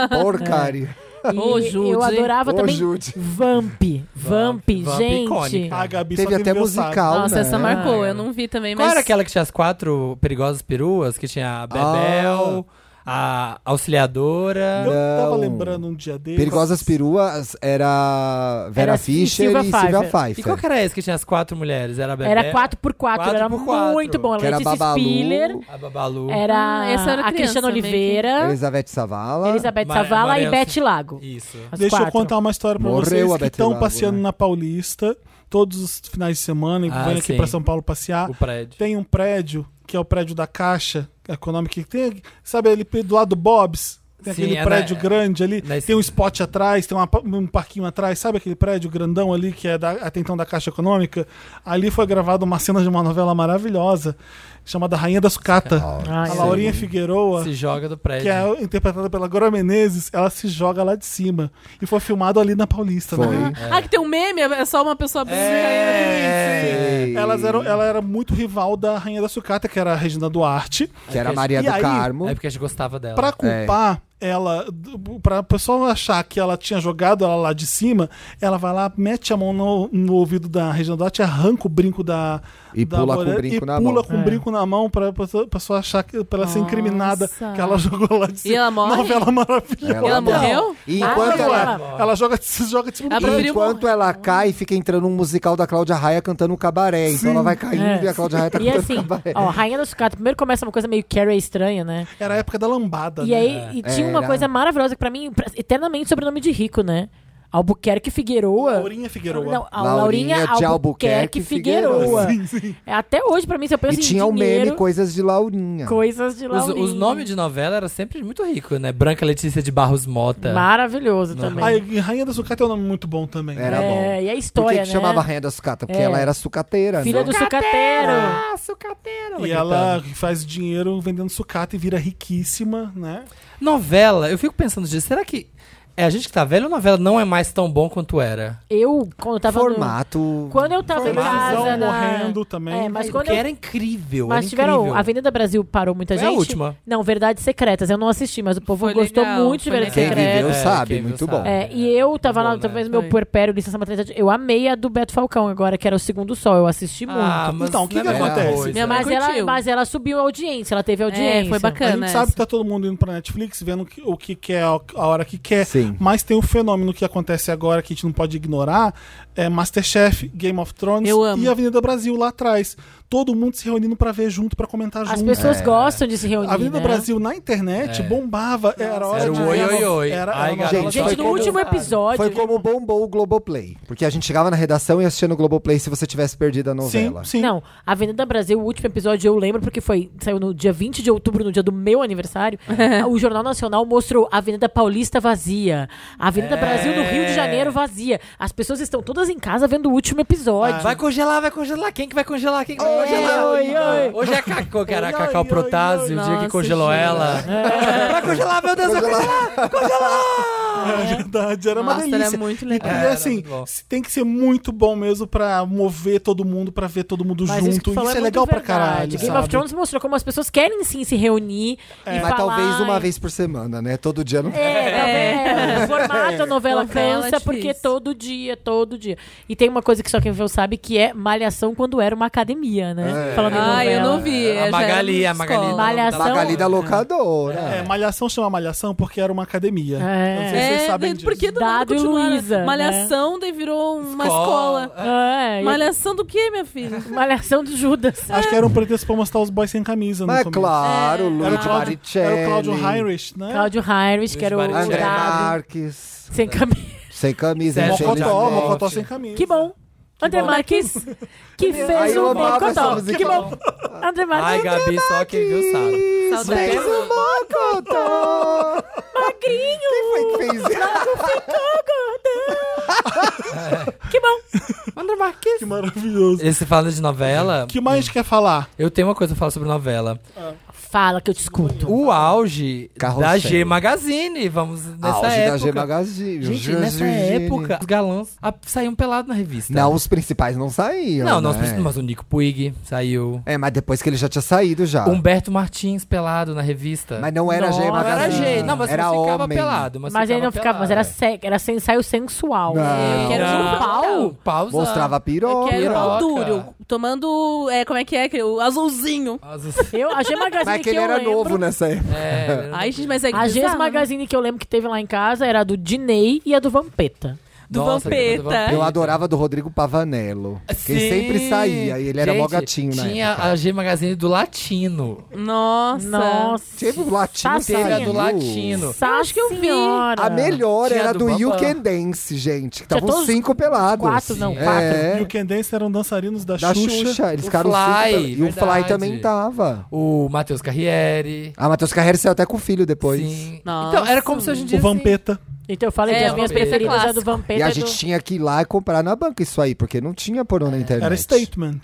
Porcaria. assim. E Ô, Jude. eu adorava Ô, também Jude. Vamp. Vamp, Vamp gente. icônica. A Ah, Gabi só Teve quem até viu sabe. musical, Nossa, né? essa marcou, eu não vi também, mas. Qual era aquela que tinha as quatro perigosas peruas? Que Ah. tinha a Bebel, a Auxiliadora. Eu tava Não. lembrando um dia dele. Perigosas Peruas era Vera Era Fischer Silvia e Silvia Pfeiffer. E Pfeiffer. qual que era esse que tinha as quatro mulheres? Era a Bebel, Era 4x4, era 4x4, muito bom. Que era Letícia Babalu, Spiller, a Babalu. era, Ah, essa era a criança, Cristiana meio que- Oliveira, Elizabeth Savala. Elizabeth Mara- Savala Mara e Elsa. Beth Lago. Isso. As Deixa eu quatro. contar uma história pra Morreu a vocês que Beth estão Lago, passeando né? na Paulista todos os finais de semana e Ah, vêm aqui sim. pra São Paulo passear. O prédio. Tem um prédio que é o prédio da Caixa Econômica que tem, sabe, ali do lado do Bob's. Tem Sim, aquele é na- prédio grande ali, na tem um esquina. spot atrás, tem uma pa- um parquinho atrás, sabe aquele prédio grandão ali que é da, até então da Caixa Econômica? Ali foi gravada uma cena de uma novela maravilhosa chamada Rainha da Sucata. Ai, a Ah, eu- Laurinha Figueroa, Se joga do que prédio. é interpretada pela Glória Menezes, ela se joga lá de cima. E foi filmado ali na Paulista, Foi. né? Ah, que tem um meme, é só uma pessoa É. Sim. Elas eram, ela era muito rival da Rainha da Sucata, que era a Regina Duarte. Que era E Maria do aí- Carmo. É porque a gente gostava dela. Pra culpar ela, d- pra pessoa achar que ela tinha jogado ela lá de cima, ela vai lá, mete a mão no, no ouvido da Regina Duarte, arranca o brinco da. E da pula com o Moreira brinco e na pula mão. com o É. brinco na mão pra pessoa, pessoa achar que. pra ela ser Nossa. incriminada que ela jogou lá de cima. ela morre? Novela maravilhosa. Ela Ela não. morreu? E Ah, não, enquanto É. ela, ela- Ela, joga, se joga de cima Ah, Ela do prédio. preferiu enquanto ela cai, fica entrando um musical da Cláudia Raia cantando um cabaré. Então ela vai caindo É. e a Cláudia Raia tá E cantando assim, cabaré. ó, Rainha da Sucata, primeiro começa uma coisa meio Carrie estranha, né? Era a época da lambada. E né? aí, e tinha uma Era. coisa maravilhosa que pra mim, pra- eternamente sobrenome de rico, né? Albuquerque Figueroa. Laurinha Figueroa. Não, a Laurinha, Laurinha de Albuquerque, Albuquerque Figueroa. Figueroa. É, Até hoje, pra mim, se eu E penso em tinha o assim, dinheiro, meme Coisas de Laurinha. coisas de Os, Laurinha. os nomes de novela eram sempre muito ricos, né? Branca Letícia de Barros Mota. Maravilhoso Não. também. Ah, e Rainha da Sucata é um nome muito bom também. Era é, bom. e a Por que, história, que né? chamava Rainha da Sucata? Porque É. ela era sucateira, Filha né? do sucateiro. Ah, sucateira! E gritando. ela faz dinheiro vendendo sucata e vira riquíssima, né? Novela, eu fico pensando disso. Será que é a gente que tá velho ou a novela não é mais tão bom quanto era? Eu, quando eu tava... no- Formato. Quando eu tava em Televisão casa... na- morrendo também. Tá É, mas quando Porque eu... era incrível. Mas era tiveram... incrível. A Avenida Brasil parou muita Foi gente. a última. Não, Verdades Secretas. Eu não assisti, mas o povo Foi gostou legal, muito de foi Verdades Quem legal. Secretas. viveu É, sabe, quem viu muito sabe. bom. É, e eu tava Tá lá, bom, talvez né? meu Foi. puerpério, licença maternidade. Eu amei a do Beto Falcão agora, que era o Segundo Sol. Eu assisti Ah, muito. mas Então, o que não é que a mesma acontece? coisa. Minha mãe- Mas ela, curtiu. É mas ela subiu a audiência, ela teve audiência. foi A bacana. gente essa. sabe que tá todo mundo indo pra Netflix, vendo que- o que quer, a hora que quer. Sim. Mas tem um fenômeno que acontece agora que a gente não pode ignorar. É Masterchef, Game of Thrones Eu amo. e Avenida Brasil lá atrás. Todo mundo se reunindo pra ver junto, pra comentar As junto. pessoas gostam de se reunir. A Hum, Avenida né? Brasil na internet É. bombava. Era hora Era de o ver a oi, oi, no- oi. Era, era Ai, a garoto. novela Gente, Foi no como- último episódio. Foi como bombou o Globoplay. Porque a gente chegava na redação e assistia no Globoplay se você tivesse perdido a Sim, novela. sim. Não, a Avenida Brasil, o último episódio eu lembro porque foi saiu no dia 20 de outubro, no dia do meu aniversário. o Jornal Nacional mostrou a Avenida Paulista vazia, a Avenida É. Brasil no Rio de Janeiro vazia. As pessoas estão todas em casa vendo o último episódio. Ah, Vai congelar, vai congelar. Quem que vai congelar? Quem que vai Oi, congelar? oi, oi. Hoje é a Cacau, que era a Oi, oi, Cacau oi, Protásio, oi. o dia que Nossa, congelou gente. ela. Vai congelar, meu Deus, vai congelar! Congelar! É verdade, era uma Nossa, delícia. era muito E legal. É, era assim, muito bom. se- tem que ser muito bom mesmo pra mover todo mundo, pra ver todo mundo Mas junto. isso, que tu falou é muito legal pra verdade. caralho. Game sabe? of Thrones mostrou como as pessoas querem sim se reunir e Mas falar. É, talvez uma vez por semana, né? Todo dia não. É, é, o formato, a novela Novela é cansa, porque difícil. todo dia, todo dia. E tem uma coisa que só quem viu sabe, que é Malhação quando era uma academia, né? Falando em Ah, eu novela. não vi. A já Magali, era a Magali. escola. Malhação. Magali da locadora. É, Malhação chama Malhação porque era uma academia. É. Eu não sei se vocês É, sabem daí, disso. por que do nada Dado e continuaram? Luísa, né? Malhação, daí virou uma Escola. escola. É, e- Malhação do quê, minha filha? Malhação de tá. Judas. Acho que é era um pretexto pra mostrar os boys sem camisa no Mas começo. claro, É. Era o Luiz Cláudio, era o Baricelli, Cláudio Heinrich, né? Cláudio Heinrich, que era o Luiz André dado. Marques, Sem camisa. sem camisa, Sérgio Michele É, Mocotó, Jorge. Janete. Mocotó sem camisa. Que bom. André Marques, que Ai, fez eu o amava essa Mocotó. musiquinha. Que bom. André Ai, Marques, Gabi, só quem viu sabe. Saudade. Fez o Mocotó! magrinho. Quem foi que fez isso? Que bom. André Marques. Que maravilhoso. Esse falando de novela, O que É. mais quer falar? eu tenho uma coisa pra falar sobre novela. Fala que eu te escuto. O auge da Carrossel. G Magazine, vamos nessa Auge da época. G Magazine. Gente, nessa época, os galãs ah, saíam pelado na revista. Não, os principais não saíam. não, não, né? mas o um Nico Puig saiu. É, mas depois que ele já tinha saído já. Humberto Martins pelado na revista. Ah. Mas não era G Não, não Um Não era Magazine. G, não, mas era não ficava homem. pelado. Mas, Mas ele não ficava, mas era, pelado. sec, era sem ensaio sensual. Não. Eu quero Não, um pau. pauzão. Mostrava a Eu piroca. quero um pau piroca. duro. Tomando, é, como é que é? que- O azulzinho. As- Eu, a G Magazine Mas é que que ele eu era lembro, novo né? nessa época. É, Ai, gente, mas é que A G bizarro, né? Magazine que eu lembro que teve lá em casa era a do Diney e a do Vampeta. Do Nossa, Vampeta. do Vampeta. Eu adorava do Rodrigo Pavanello. Que É. Sim. sempre saía. E ele era mó Gente, gatinho na Tinha época. a G Magazine do Latino. Nossa. Nossa. Teve o latino Tá, Teve a saiu. do Latino. Nossa Eu acho que eu vi. senhora. A melhor Tinha era do do, Bambam. You Can Dance, gente. Que Tinha estavam todos cinco pelados. Quatro, não, Sim. quatro. É, E o Ken Dance eram dançarinos da, da Xuxa. Xuxa. Eles O ficaram Fly, cinco pelados. E o Fly verdade. também tava. O Matheus Carriere. Ah, Matheus Carreira saiu até com o filho depois. Sim. Nossa. Então, era como se hoje em dia. O Vampeta. Então eu falei É, que as minhas Vampeta é preferidas é do clássico. Vampeta E a do- gente tinha que ir lá e comprar na banca isso aí, porque não tinha pornô É, na internet. Era statement.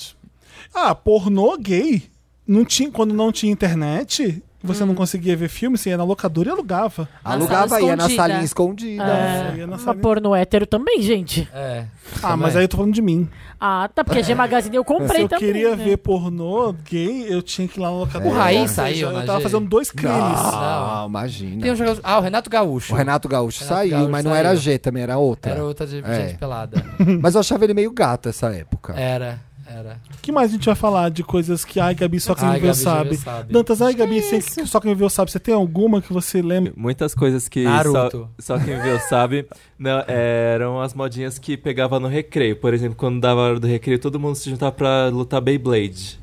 Ah, pornô gay. Não tinha, quando não tinha internet, você Hum. não conseguia ver filme, você ia na locadora e alugava. Alugava aí, ia na escondida. salinha escondida. Nossa, ia na É. Uma salinha. Ah, porno hétero também, gente. É. Ah, mas Também. aí eu tô falando de mim. Ah, tá, porque a G Magazine eu comprei Se eu também. queria né? ver pornô gay, eu tinha que ir lá na locadora. O Raí Ou seja, saiu na Eu tava G. fazendo dois crimes. Não, Não. imagina. Tem um jogador. Ah, o Renato Gaúcho. O Renato Gaúcho Renato saiu, Gaúcho mas não saiu. era G também, era outra. Era outra de É. gente pelada. Mas eu achava ele meio gato essa época. Era, era. O que mais a gente vai falar de coisas que, ai, Gabi, só quem Ai, viveu Gabi, já sabe. viu, sabe. Dantas, ai, Gabi, você- só quem viveu sabe. Você tem alguma que você lembra? Muitas coisas que Naruto. só, só quem viu sabe não, eram as modinhas que pegava no recreio. Por exemplo, quando dava a hora do recreio, todo mundo se juntava pra lutar Beyblade.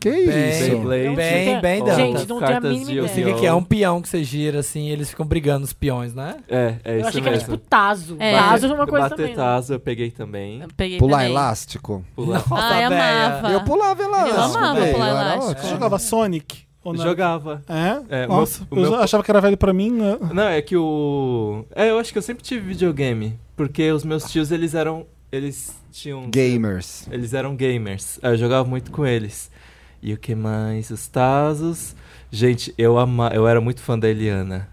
Que isso? Bem, Beyblade. bem, bem, Ó, Dantas. Então, Gente, não tem a cartas mínima de ideia. Você vê Yu-Gi-Oh! que é um peão que você gira assim, e eles ficam brigando os peões, né? É, é Eu isso achei que era tipo mesmo. Tazo. É. Tazo é uma coisa Bater também. né? tazo eu peguei também. Eu Peguei Pular também. elástico? Pular. Nossa, Ai, véia. amava. Eu pulava elástico. amava velho, pular eu era elástico. ótimo. Você jogava Sonic? Ou não? Jogava. É? É, o Nossa, meu- o eu meu- achava que era velho pra mim. né? Não, é que o. É, eu acho que eu sempre tive videogame. Porque os meus tios, eles eram. Eles tinham. Gamers. Eles eram gamers. Ah, Eu jogava muito com eles. E o que mais? Os Tazos. Gente, eu ama... eu era muito fã da Eliana.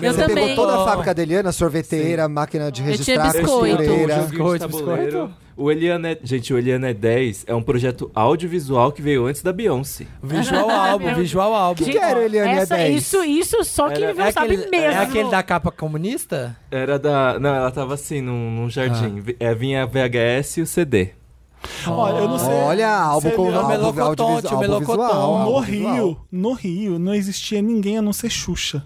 Eu Você também. pegou toda a fábrica da Eliana, sorveteira, máquina de Eu tinha registrar, biscoito. costureira. Eu um Joguinho de biscoito, tabuleiro. O Eliana é... Gente, o Eliana é 10 é um projeto audiovisual que veio antes da Beyoncé. Visual álbum, visual álbum. Que que era, Eliane, Essa, é 10? Isso, isso só quem Era- viveu sabe aquele, mesmo. é aquele da capa comunista? Era da. Não, ela tava assim, num, num jardim. Ah. Vi- é, vinha a VHS e o CD. Olha, eu não sei. Olha, álbum Você com viu? álbum, É o audiovisual, Melocotonte, o álbum Melocotonte. visual, No álbum visual. Rio, no Rio, não existia ninguém a não ser Xuxa.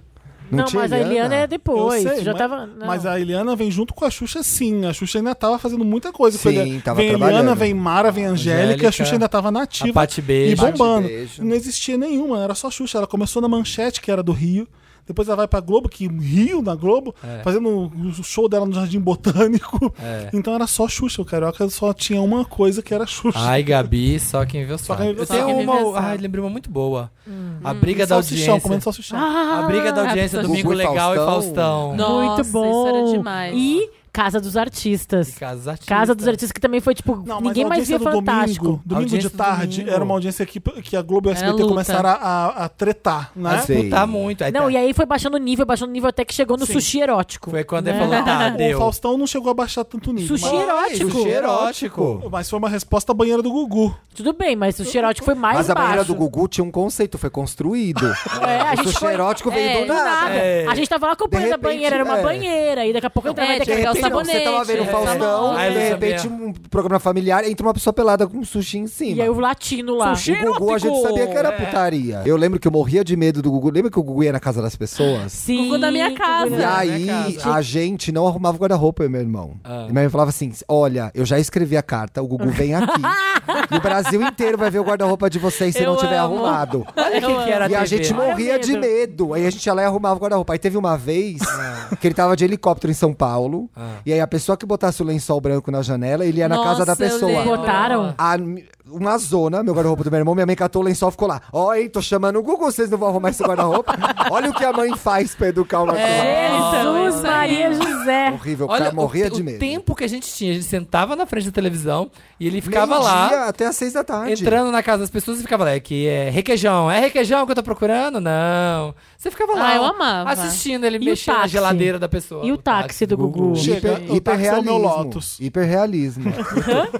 Não, mas a Eliana é depois. Eu sei, já mas- tava. não. Mas a Eliana vem junto com a Xuxa, sim. A Xuxa ainda tava fazendo muita coisa. com a Sim, Eliana. tava vem Eliana, trabalhando. vem Mara, vem Angélica. Angélica, A Xuxa ainda tava A nativa Pati e Beijo. Bate bombando. beijo. Não existia nenhuma, era só Xuxa. Ela começou na Manchete, que era do Rio. Depois ela vai pra Globo, que Rio, na Globo, É. fazendo o show dela no Jardim Botânico. É. Então era só Xuxa. O Carioca só tinha uma coisa que era Xuxa. Ai, Gabi, só quem viu sabe. quem viu Eu sabe. tenho Só quem viveu uma. sabe. Ai, lembrei uma muito boa. Hum. A briga da salsichão, audiência. Ah, comendo salsichão. A briga da audiência, Ah, Domingo Gugu e Legal e Faustão. Faustão. Não. Nossa, Muito isso bom. era demais. E Casa dos E Artistas. Casa dos Artistas. Casa dos Artistas, que também foi, tipo, Não, mas ninguém a mais audiência via do Fantástico. Domingo, domingo Audiência de do tarde, domingo. era uma audiência que, que a Globo e o Era SBT luta. começaram a, a- a tretar, né? Mas Sei. Disputar muito. Aí Não, tá- e é aí foi baixando o nível, baixando o nível, até que chegou no Sim. sushi erótico. Foi quando ele Né? falou, tá, O deu. Faustão não chegou a baixar tanto nível. Sushi erótico. Sushi erótico. Mas, mas foi uma resposta à banheira do Gugu. Tudo bem, mas o sushi erótico foi mais Mas a banheira baixo. do Gugu tinha um conceito, foi construído. É, a o gente sushi foi... erótico veio É, do Do nada. nada. É. A gente tava lá acompanhando De a banheira, era uma repente, é. banheira, e daqui a pouco entrava É, é, daqui de a pegar pouco o não, você tava sabonete, vendo o é. Faustão, Aí de não repente sabia. um programa familiar, entra uma pessoa pelada com um sushi em cima. E aí o latino lá. Sushi O Gugu a gente erótico. sabia que era putaria. Eu lembro que eu morria de medo do Gugu. Lembra que o Gugu ia na casa das pessoas? Sim. Né, Gugu da minha Gugu casa. E na aí casa. a gente não arrumava o guarda-roupa, eu e meu irmão. Ah. E meu irmão falava assim: olha, eu já escrevi a carta, o Gugu vem aqui. e o Brasil inteiro vai ver o guarda-roupa de vocês se Eu não tiver amo. arrumado. Olha o que, que era E a TV. gente Olha morria medo. de medo. Aí a gente ia lá e arrumava o guarda-roupa. Aí teve uma vez que ele tava de helicóptero em São Paulo. Ah. E aí a pessoa que botasse o lençol branco na janela, ele ia É na Nossa, casa da eu pessoa. lembro. Botaram? A- uma zona, meu guarda-roupa do meu irmão, minha mãe catou o lençol e ficou lá. Ó, hein, tô chamando o Google, vocês não vão arrumar esse guarda-roupa. Olha o que a mãe faz pra educar uma É. criança. Então, Jesus isso aí. Maria José. Horrível, o Olha, cara morria o, de o medo. tempo que a gente tinha, a gente sentava na frente da televisão e ele ficava lá, Meio-dia até às seis da tarde. entrando na casa das pessoas e ficava lá, é que é requeijão, é requeijão que eu tô procurando? Não. Você ficava lá, Ah, eu ó, amava. assistindo ele o mexer na táxi? geladeira da pessoa. E o táxi do Gugu? Chega, Hiper, o táxi é o meu hiperrealismo. Lotus. Hiperrealismo.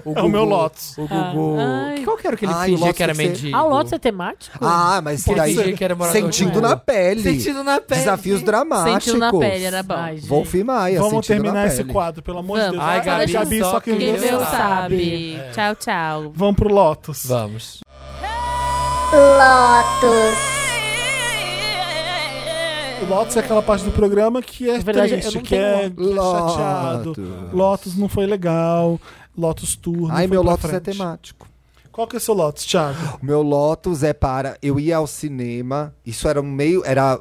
O É o meu Lotus. O Gugu. Ah, ai. qual que era que ele Ai, fingia Lotus que era tem que ser- mendigo? Ah, o Lotus é temático? ah, mas que Pode daí. ser que era morador de Sentindo rua. na pele. Sentido na pele. Desafios dramáticos. Sentindo na pele, era bom. Ai, gente. Wolf Maia, Vamos é sentindo na terminar esse assim, pele. quadro, pelo amor de Vamos. Deus. Ai, Gabi, só só quem quem Quem viu viu sabe. sabe. Tchau, tchau. Vamos pro Lotus. Vamos. Lotus. O Lotus é aquela parte do programa que é Na verdade, eu não triste, que tenho é, que é Lotus. chateado. Lotus não foi legal. Lotus Tour. não foi Ai, meu pra Lotus é frente. temático. Qual que é o seu Lotus, Thiago? O meu Lotus é para. Eu ia ao cinema, isso era um meio. Era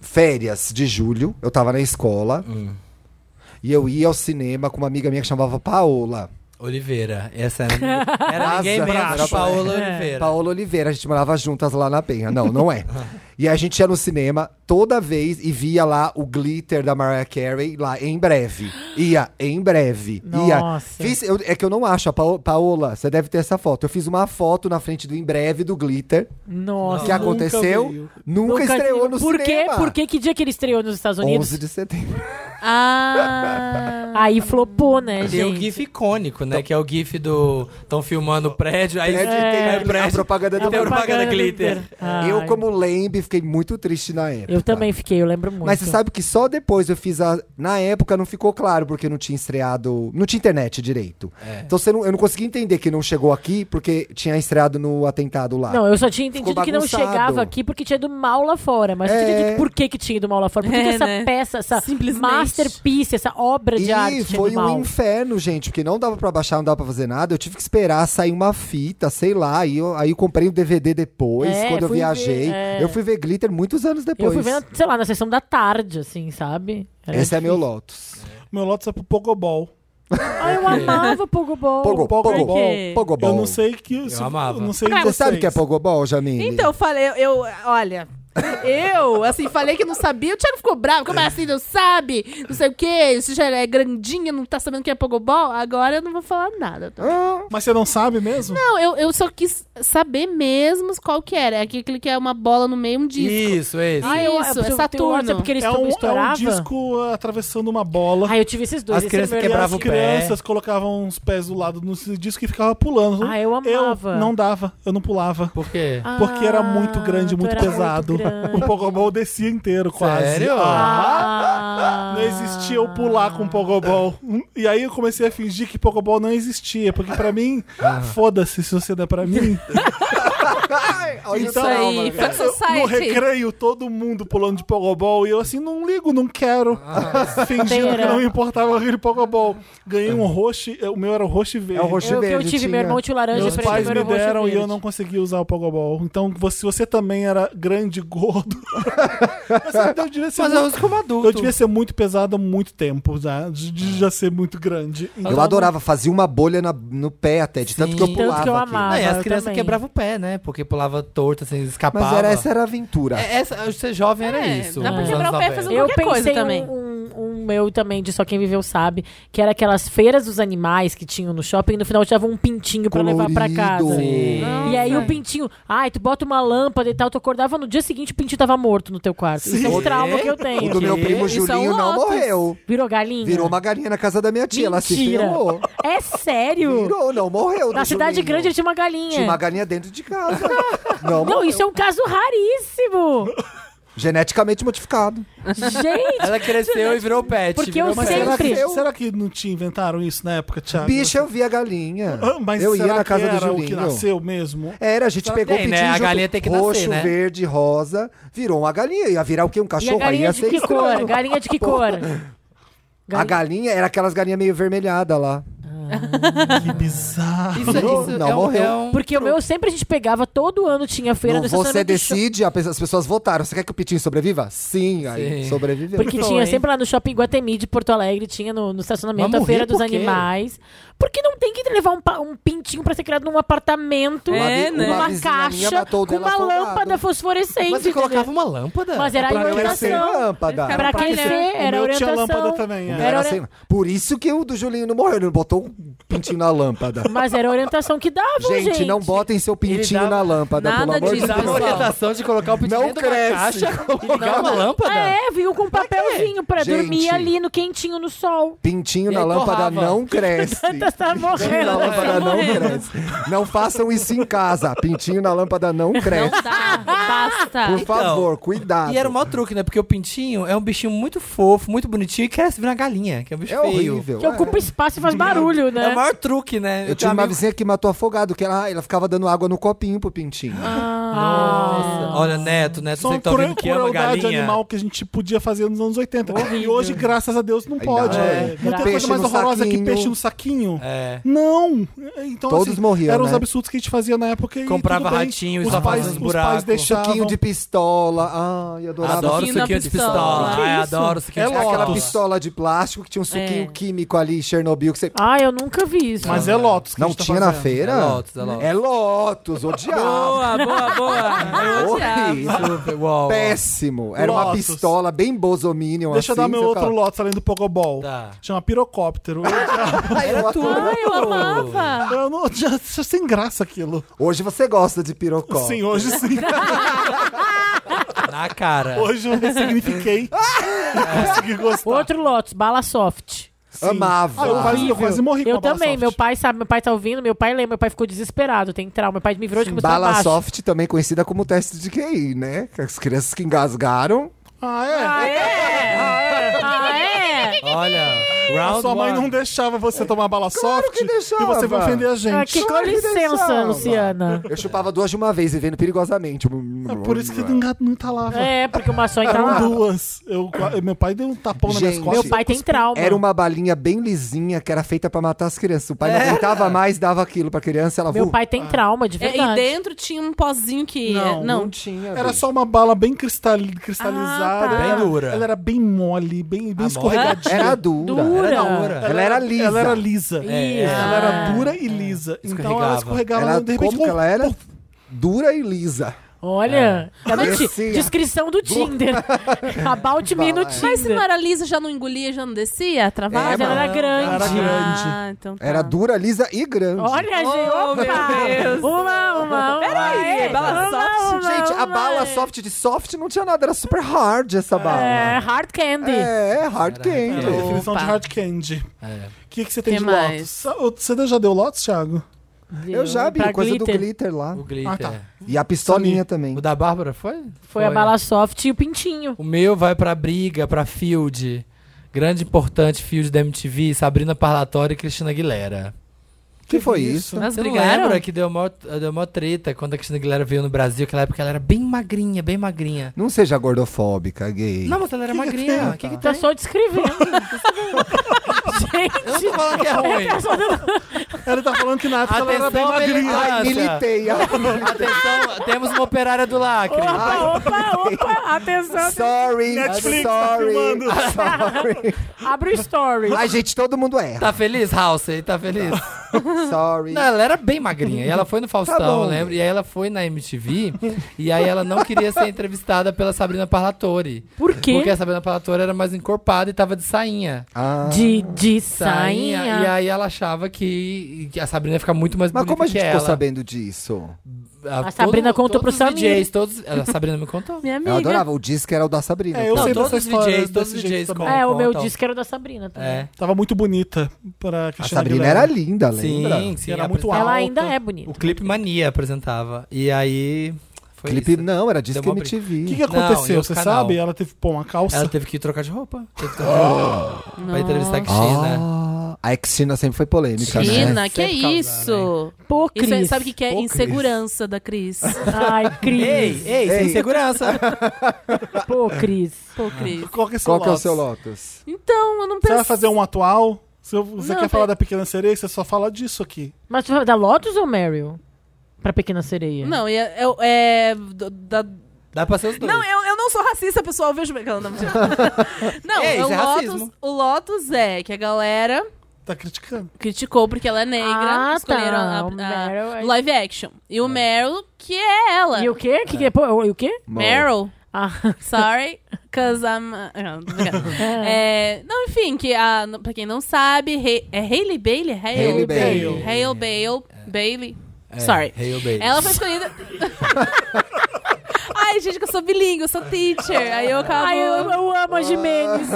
férias de julho, eu tava na escola. E eu ia ao cinema com uma amiga minha que chamava Paola. Oliveira. Essa era, era ninguém Arrasa, menos arrasa. que Paola É. Oliveira. Paola Oliveira, a gente morava juntas lá na Penha. Não, não é. e a gente ia no cinema toda vez e via lá o glitter da Mariah Carey lá em breve. Ia, em breve. Ia. Nossa. Fiz- eu- é que eu não acho, a Pao- Paola, você deve ter essa foto. Eu fiz uma foto na frente do em breve do glitter. Nossa. que aconteceu, veio. nunca, Nunca estreou vi. no Por quê? cinema. Por quê? Que dia que ele estreou nos Estados Unidos? 11 de setembro. Ah. Aí flopou, né, Tem o gente? GIF icônico, né? Que é o GIF do. Estão filmando o prédio, aí É. Prédio, É, tem a- aí o a prédio. propaganda É do a propaganda glitter. Ah, Eu, como lembre, fiquei muito triste na época. Eu também fiquei, eu lembro muito. Mas você sabe que só depois eu fiz a. Na época não ficou claro porque não tinha estreado. Não tinha internet direito. É. Então você não- eu não consegui entender que não chegou aqui porque tinha estreado no atentado lá. Não, eu só tinha entendido Ficou que não bagunçado. chegava aqui porque tinha ido mal lá fora. Mas eu não É. tinha entendido por que, que tinha ido mal lá fora. Por que, que É, essa né? peça, essa Simplesmente. masterpiece, essa obra de arte E tinha foi ido um mal? inferno, gente, porque não dava pra baixar, não dava pra fazer nada. Eu tive que esperar sair uma fita, sei lá. Aí eu, aí eu comprei um o DVD depois, É, quando eu fui ver, viajei. é. Eu fui ver Glitter muitos anos Eu depois. fui vendo, sei lá, na sessão da tarde, assim, sabe? Era Esse é meu difícil. Lotus. Meu Lotus é pro Pogobol. Ah, eu amava Pogobol. Pogo, Pogobol. Pogobol. Pogobol. Eu não sei que. Eu amava. Não sei Você sabe o que é Pogobol, Jamile? Então, eu falei, eu, eu- olha. Eu, assim, falei que não sabia. O Thiago ficou bravo. Como assim? Não sabe? Não sei o quê. Isso já é grandinha, não tá sabendo o que é Pogobol? Agora eu não vou falar nada. Mas você não sabe mesmo? Não, eu, eu só quis saber mesmo qual que era. É aquele que é uma bola no meio, um disco. Isso, esse. Ah, eu, Isso, eu- é eu- Saturno. eu- É porque eles É um, é um estouravam? disco ah, atravessando uma bola. Ah, eu tive esses dois. As esse é o crianças meu- E as quebravam o pé. crianças colocavam os pés do lado no disco e ficava pulando. Ah, eu amava. Eu não dava, eu não pulava. Por quê? Porque era Ah, muito grande, tu muito era muito pesado. grande. o Pogobol descia inteiro, quase. Sério? Ah. Ah. Não existia eu pular com Pogobol. Hum, E aí eu comecei a fingir que Pogobol não existia. Porque pra mim, Ah. foda-se se você der pra mim. Olha o Então, trauma, aí, cara. Fuck Society. No recreio, todo mundo pulando de Pogobol. E eu assim, não ligo, não quero. Ah. Fingindo que Pera. não me importava aquele Pogobol. Ganhei um roxo, o meu era o roxo e verde. É o roxo Eu, que eu verde, tive, meu tinha. irmão tinha o laranja Meus preto, pais meu me irmão tinha deram e eu verde. não conseguia usar o Pogobol. Então, vo- se você também era grande e gordo. você então devia ser Mas eu muito, uso como eu, adulto. devia ser muito pesado há muito tempo, já, de, de já ser muito grande. Então- Então, Eu adorava, fazia uma bolha na- no pé até, de tanto Sim. que eu Tanto que eu pulava. aquilo. amava. Não, e Ah, as eu crianças também. quebravam o pé, né? Porque pulava torto, assim, escapava. Mas era, essa era a aventura. É, essa- ser jovem era É, isso. dá pra nos quebrar anos o pé 90. fazendo- Eu Qualquer coisa pensei um- também. Um, um meu também, de só quem viveu sabe, que era aquelas feiras dos animais que tinham no shopping e no final tiravam um pintinho pra levar pra casa. Colorido. E aí o pintinho, ai, tu bota uma lâmpada e tal, tu acordava no dia seguinte o pintinho tava morto no teu quarto. Isso é um Sim. trauma que eu O tenho. do meu Isso é primo um Julinho não Lotus. morreu. Virou galinha? Virou uma galinha na casa da minha tia. Ela se Mentira. ferrou. É sério? Virou, não morreu. Na do cidade Julinho. grande ele tinha uma galinha. Tinha uma galinha dentro de casa. Não, não, morreu. isso é um caso raríssimo. Geneticamente modificado. Gente, Ela cresceu e virou pet. Porque virou eu pet. Mas será sempre. que, será que não te inventaram isso na época, Thiago? Bicha, eu vi a galinha. Ah, Mas eu será ia na que casa era do o que Julinho. nasceu mesmo? Era, a gente Só pegou tem, o né? pintinho A junto, galinha tem que roxo, nascer, né? verde, rosa. Virou uma galinha. Ia virar o quê? Um e a cachorro? Aí galinha ia de ser que cor? estranho. Galinha de que cor? A galinha era aquelas galinhas meio vermelhadas lá. Que bizarro. Isso, isso Não, é um, morreu. é um- Porque o meu sempre a gente pegava, todo ano tinha feira no Não, você estacionamento do shopping. decide, a pe- as pessoas votaram. Você quer que o Pitinho sobreviva? Sim, aí Então, Sim. sobreviveu. Porque Foi. tinha sempre lá no shopping Guatemi de Porto Alegre, tinha no, no estacionamento Mas a Feira morrer dos por quê? Animais. Porque não tem que levar um, pa- um pintinho pra ser criado num apartamento, Uma vi- numa né? uma É, vizinha minha caixa, matou o com dela uma afogado. lâmpada fosforescente. Mas você entendeu? colocava uma lâmpada? né? Mas era a Pra crescer orientação. lâmpada. Pra Pra crescer, crescer. É, era a o meu tinha orientação. lâmpada também. Não é. Era era ori- assim. Por isso que o do Julinho não morreu, ele não botou um pintinho na lâmpada. Mas era a orientação que davam, gente. gente, não botem seu pintinho dava- na lâmpada, Nada pelo amor de disso, Dá uma pessoal. Deus. orientação de colocar o pintinho Não dentro da cresce. caixa e ligar uma Ah, lâmpada? É, viu com um papelzinho pra Gente. dormir ali no quentinho no sol. Pintinho E na aí lâmpada torrava. não cresce. Tá Pintinho na morrendo. lâmpada não cresce. Não façam isso em casa. Pintinho na lâmpada não Não cresce. dá, Tá, basta. Por favor, cuidado. Então, E era o maior truque, né? Porque o pintinho é um bichinho muito fofo, muito bonitinho e cresce vira uma galinha, que é um bicho É feio. horrível. Que ocupa espaço e faz barulho, É o né? maior truque, né? Eu tinha Tem um uma amigo- ah, vizinha que matou afogado, que ela, ela ficava dando água no copinho pro pintinho. Ah. Nossa. Olha, Neto, Neto, São um você que tá um cruel- ouvindo que ama crueldade galinha. animal que a gente podia fazer nos anos 80. E Horrível. hoje, graças a Deus, não Ainda pode. é. Não tem Peixe coisa mais no horrorosa que saquinho. peixe no saquinho. É. Não! Então, Todos assim, morriam, eram os né? absurdos que a gente fazia na época. E Comprava tudo bem. ratinho e os só pais, fazia uns os buracos. pais deixavam. Suquinho de pistola. Ai, adorava. Adoro Suquinho na suquinho de pistola. pistola. Que Ai, isso? adoro suquinho É de lógico. pistola. Aquela Lotus. pistola de plástico que tinha um suquinho É. químico ali, Chernobyl, que você. Ah, eu nunca vi isso. Mas é Lotus que a Não gente tá tinha na fazendo. feira? É Lotus, é Lotus. É Lotus, odiava. É Boa, boa, boa. Horrível. Super, uau, uau. Péssimo. Era uma Lotus. pistola bem bozominion, Deixa eu assim. dar meu você outro ficava- Lotus além do Pogobol. Tá. Chama pirocóptero. Ai, eu adoro. Ah, Ai, eu amava. Eu não, já, já sem graça aquilo. Hoje você gosta de pirocó. Sim, hoje sim. Na cara. Hoje eu ressignifiquei. Consegui gostar. Outro Lotus, bala soft. Sim. Amava. Ah, eu, quase, eu quase morri com Eu a bola também, soft. meu pai sabe, meu pai tá ouvindo, meu pai lembra, meu pai ficou desesperado, tem trauma. Meu pai me virou de cabeça pra Bala tá baixo. soft, também conhecida como teste de QI, né? As crianças que engasgaram. Ah, é? Ah, é? Olha, A round sua mãe one. não deixava É. você tomar bala Claro soft que deixava. e você vai ofender a Ah, gente. que com Olha que licença, deixava. Luciana. Eu chupava duas de uma vez, vivendo perigosamente. É por isso que engado não entalava. É, porque uma só um entra Eram lá. duas. Eu, meu pai deu um tapão nas minhas Gente, costas. Meu pai tem trauma. Era uma balinha bem lisinha que era feita pra matar as crianças. O pai não aguentava mais, dava aquilo pra criança. Ela "Uh." Meu "Vu". pai tem trauma, de É, e verdade. dentro tinha um pozinho que. Não, Não, não tinha. Era bicho. só uma bala bem cristal, cristalizada. Ah, tá. Bem Ela- dura. Ela era bem mole, bem, bem Ah, escorregadinha. Era dura. Dura. Era na hora. Ela era é lisa. Ela era lisa. É. Ela era dura e lisa. Então ela Escorregava. escorregava. Ela, de repente, como que ela era? Dura e lisa. É. Olha, tá na ti- Descia. descrição do Tinder. About me no Vai. Mas se não Tinder. era lisa, já não engolia, já não descia, travava? Mas ela era Era grande. grande. Ah, então tá. Era dura, lisa e grande. Olha, gente, Oh, meu opa! Deus. Uma, uma, uma. Peraí, é, bala soft? Gente, uma, a bala é. soft de soft não tinha nada, era super hard essa bala. É, hard candy. É, hard Era a candy. definição Opa. de hard candy. É. O que, que você tem Que de mais? Lotus? Você já deu Lotus, Thiago? Eu já vi Pra coisa glitter. do glitter lá. O glitter. Ah, tá. E a Sumi. pistolinha também. O da Bárbara foi? Foi a bala soft e o pintinho. O meu vai pra briga, pra Field. Grande importante Field da MTV, Sabrina Parlatório e Cristina Aguilera. O que foi isso? Mas Você não brigaram? lembra que deu mó, deu mó treta quando a Cristina Aguilera veio no Brasil? Aquela época ela era bem magrinha, bem magrinha. Não seja gordofóbica, gay. Não, mas ela era magrinha. O que, que Tá tem? só descrevendo. Eu não tô falando que é ruim. Ela tá falando que na época ela era bem Atenção, magrinha. americana. Ai, militei. Ai, Atenção, temos uma operária do lacre. opa, opa, opa, atenção. sorry, Netflix tá sorry. filmando. sorry. Abre o story. Ai, gente, todo mundo erra. Tá feliz, House? Tá feliz? Sorry. Não, ela era bem magrinha. E ela foi no Faustão, Tá bom. lembra? E aí ela foi na MTV. e aí ela não queria ser entrevistada pela Sabrina Parlatore. Por Porque quê? a Sabrina Parlatore era mais encorpada e tava de sainha. Ah. De, de sainha. E aí ela achava que, que a Sabrina ia ficar muito mais Mas bonita como a que é gente ela. ficou sabendo disso? A Sabrina contou pro todos os Samir. DJs, todos, a Sabrina me contou. Minha Eu amiga. adorava. O disco era o da Sabrina. É, eu Não, sei todos dessa os história. DJs, todos desse os jeito DJs também. contam. É, o meu Contam. disco era o da Sabrina também. É. Tava muito bonita pra A Cristina Sabrina Aguilera. era linda, lembra? Sim, sim. Era muito apresentava- Ela ainda alta. é bonita. O clipe Mania apresentava. E aí. Foi Clipe isso. não, era disco é. Deu uma briga. O que, que MTV. Não, e aconteceu? o Você canal? sabe? Ela teve que pôr uma calça. Ela teve que trocar de roupa. Teve que trocar de roupa. pra entrevistar a Cristina. Ah, a Xina sempre foi polêmica, né? China, que Sempre causar, isso? Pô, né? Cris. Isso é- sabe o que, que é? Ô, Cris. Insegurança da Cris. Ai, Ei, Cris. ei, sem Ei. segurança. Pô, Cris. Pô, Cris. Qual que é, seu Qual que é o Lotus? seu Lotus? Então, eu não Você pensei. vai fazer um atual? Se eu- Você Não, quer eu falar pe- da Pequena Sereia? Você só fala disso aqui. Mas tu vai da Lotus ou Meryl? Pra Pequena Sereia. Não, é. é, é do- da- Dá pra ser os dois. Não, é, eu, eu não sou racista, pessoal. Eu vejo. Não, não, não É, o, isso Lotus, é racismo. o Lotus é que a galera Tá criticando. criticou porque ela é negra. Ah, escolheram tá. a- O a- Meryl é- o live action. E o Meryl, que é ela. E o quê? Que, que, pô, e o quê? Meryl. Ah, Sorry, cause I'm. a- ah, Não, tô brincando. É, não, enfim, que a, pra quem não sabe, Hay- é Hailey Bailey? Hailey Bailey. Hailey Bailey. Bailey. É, Sorry. Hail Bailey. Ela foi escolhida. Ai, gente, que eu sou bilíngue, eu sou teacher. Aí eu acabo. ai, eu, eu amo a Ah. Jimenez.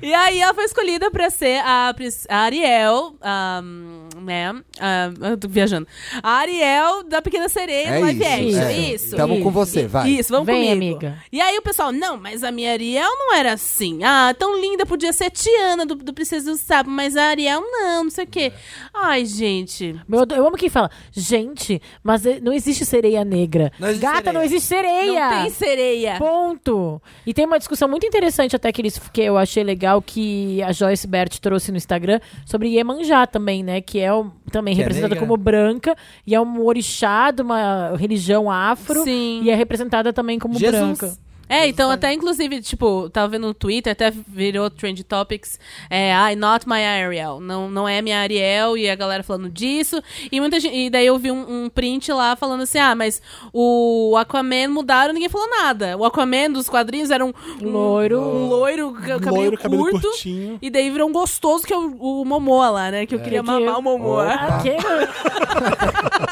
E aí ela foi escolhida pra ser a, pris- a Ariel, a hum, né? Ah, eu tô viajando. A Ariel da Pequena Sereia É do Live isso, Action. é. Isso. Tamo Isso. com você, vai. Isso, vamos Vem, comigo. amiga. E aí o pessoal, não, mas a minha Ariel não era assim. Ah, tão linda, podia ser a Tiana do, do Princesa do Sapo, mas a Ariel não, não sei o É. quê. Ai, gente. Meu Deus, eu amo quem fala, gente, mas eh, não existe sereia negra. Não existe Gata, sereia. não existe sereia. Não tem sereia. Ponto. E tem uma discussão muito interessante até que eles que eu achei legal que a Joyce Bert trouxe no Instagram sobre Iemanjá também, né, que é o- também Que é representada negra. como branca e é um orixá de uma religião afro Sim. e é representada também como Jesus. branca. É, então até inclusive, tipo, tava vendo no Twitter, até virou Trend Topics, é, ai, not my Ariel, não, não é minha Ariel, e a galera falando disso, e muita gente, e daí eu vi um, um print lá falando assim, ah, mas o Aquaman mudaram, ninguém falou nada, o Aquaman dos quadrinhos era um, um Loiro. um loiro, ca- cabelo, Loiro, cabelo curto, curtinho. e daí virou um gostoso que é o, o Momoa lá, né, que eu queria Que- mamar o Momoa. Ah, que-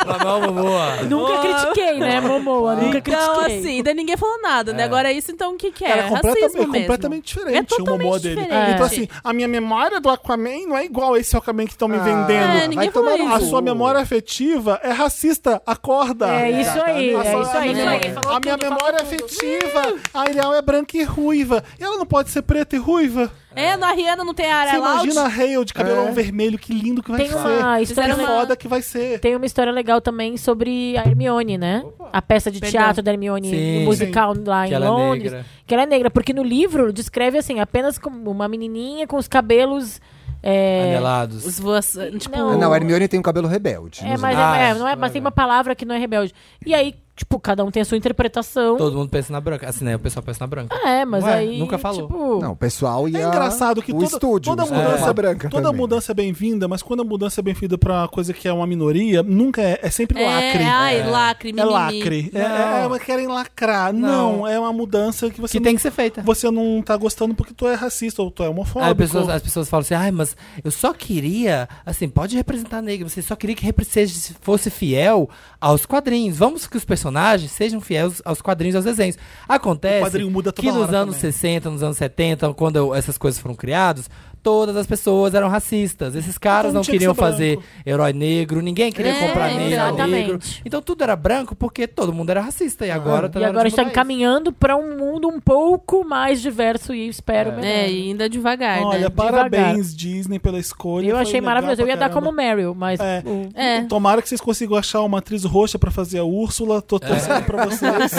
Mamão, Momoa. nunca critiquei, né, Momoa? Nunca critiquei. Então, assim, daí ninguém falou nada, né? Agora isso, então, o que que é? Era completamente, Racismo mesmo. completamente diferente É o totalmente Momoa dele. diferente. Então, assim, a minha memória do Aquaman não é igual a esse Aquaman que estão me É, vendendo. ninguém Ah. vai tomar falou no a isso. cu. sua memória afetiva é racista. Acorda! É isso aí, A é sua- isso a aí. minha, né? Ninguém a minha memória afetiva, a Ariel é branca e ruiva. E ela não pode ser preta e ruiva. É, na Rihanna não tem a Você Ariel imagina a Hale de cabelão É. vermelho, que lindo que vai Tem ser. uma história Que Fizeram é uma- foda que vai ser. Tem uma história legal também sobre a Hermione, né? A peça de Perdão. teatro da Hermione, Sim. o musical lá Que em ela é Londres. negra. que ela é negra, porque no livro descreve assim, apenas como uma menininha com os cabelos. É, Anelados. Os voas, tipo, Não. Ah, Não, a Hermione tem um cabelo rebelde. é, Nos- mas, Ah, é, é, não é, legal. mas tem uma palavra que não é rebelde. E aí, tipo, cada um tem a sua interpretação. Todo mundo pensa na branca. Assim, né? O pessoal pensa na branca. Ah, É, mas Ué, aí. nunca falou. Tipo, Não, o pessoal e É a- engraçado que o toda, estúdio, toda o estúdio mudança é branca né? toda também. mudança é bem-vinda, mas quando a mudança é bem-vinda pra coisa que é uma minoria, nunca é, é sempre é, lacre. ai, lacre, É mimimi. lacre. É, é, é, mas querem lacrar. Não. é uma mudança que você, Que não, tem que ser feita. você não tá gostando porque tu é racista ou tu é homofóbico. Aí pessoas- as pessoas falam assim, ai, mas eu só queria, assim, pode representar negro, você só queria que repre- seja- fosse fiel aos quadrinhos. Vamos que os personagens sejam fiéis aos quadrinhos, aos desenhos. O Acontece quadrinho muda toda que nos hora anos também. 60, nos anos 70, quando eu- essas coisas foram criadas, todas as pessoas eram racistas. Esses caras Então não tinha que queriam ser branco. fazer herói negro, ninguém queria É, comprar negro, exatamente. negro. Então tudo era branco porque todo mundo era racista. E agora tá e na hora agora de está mudar isso. caminhando para um mundo um pouco mais diverso e espero. melhor. É, e ainda devagar, Olha, né? parabéns, Disney, pela escolha. eu foi achei legal maravilhoso. pra Eu ia dar caramba. como Meryl, mas. É. o- É. Tomara que vocês consigam achar uma atriz roxa pra fazer a Úrsula. Tô torcendo pra vocês.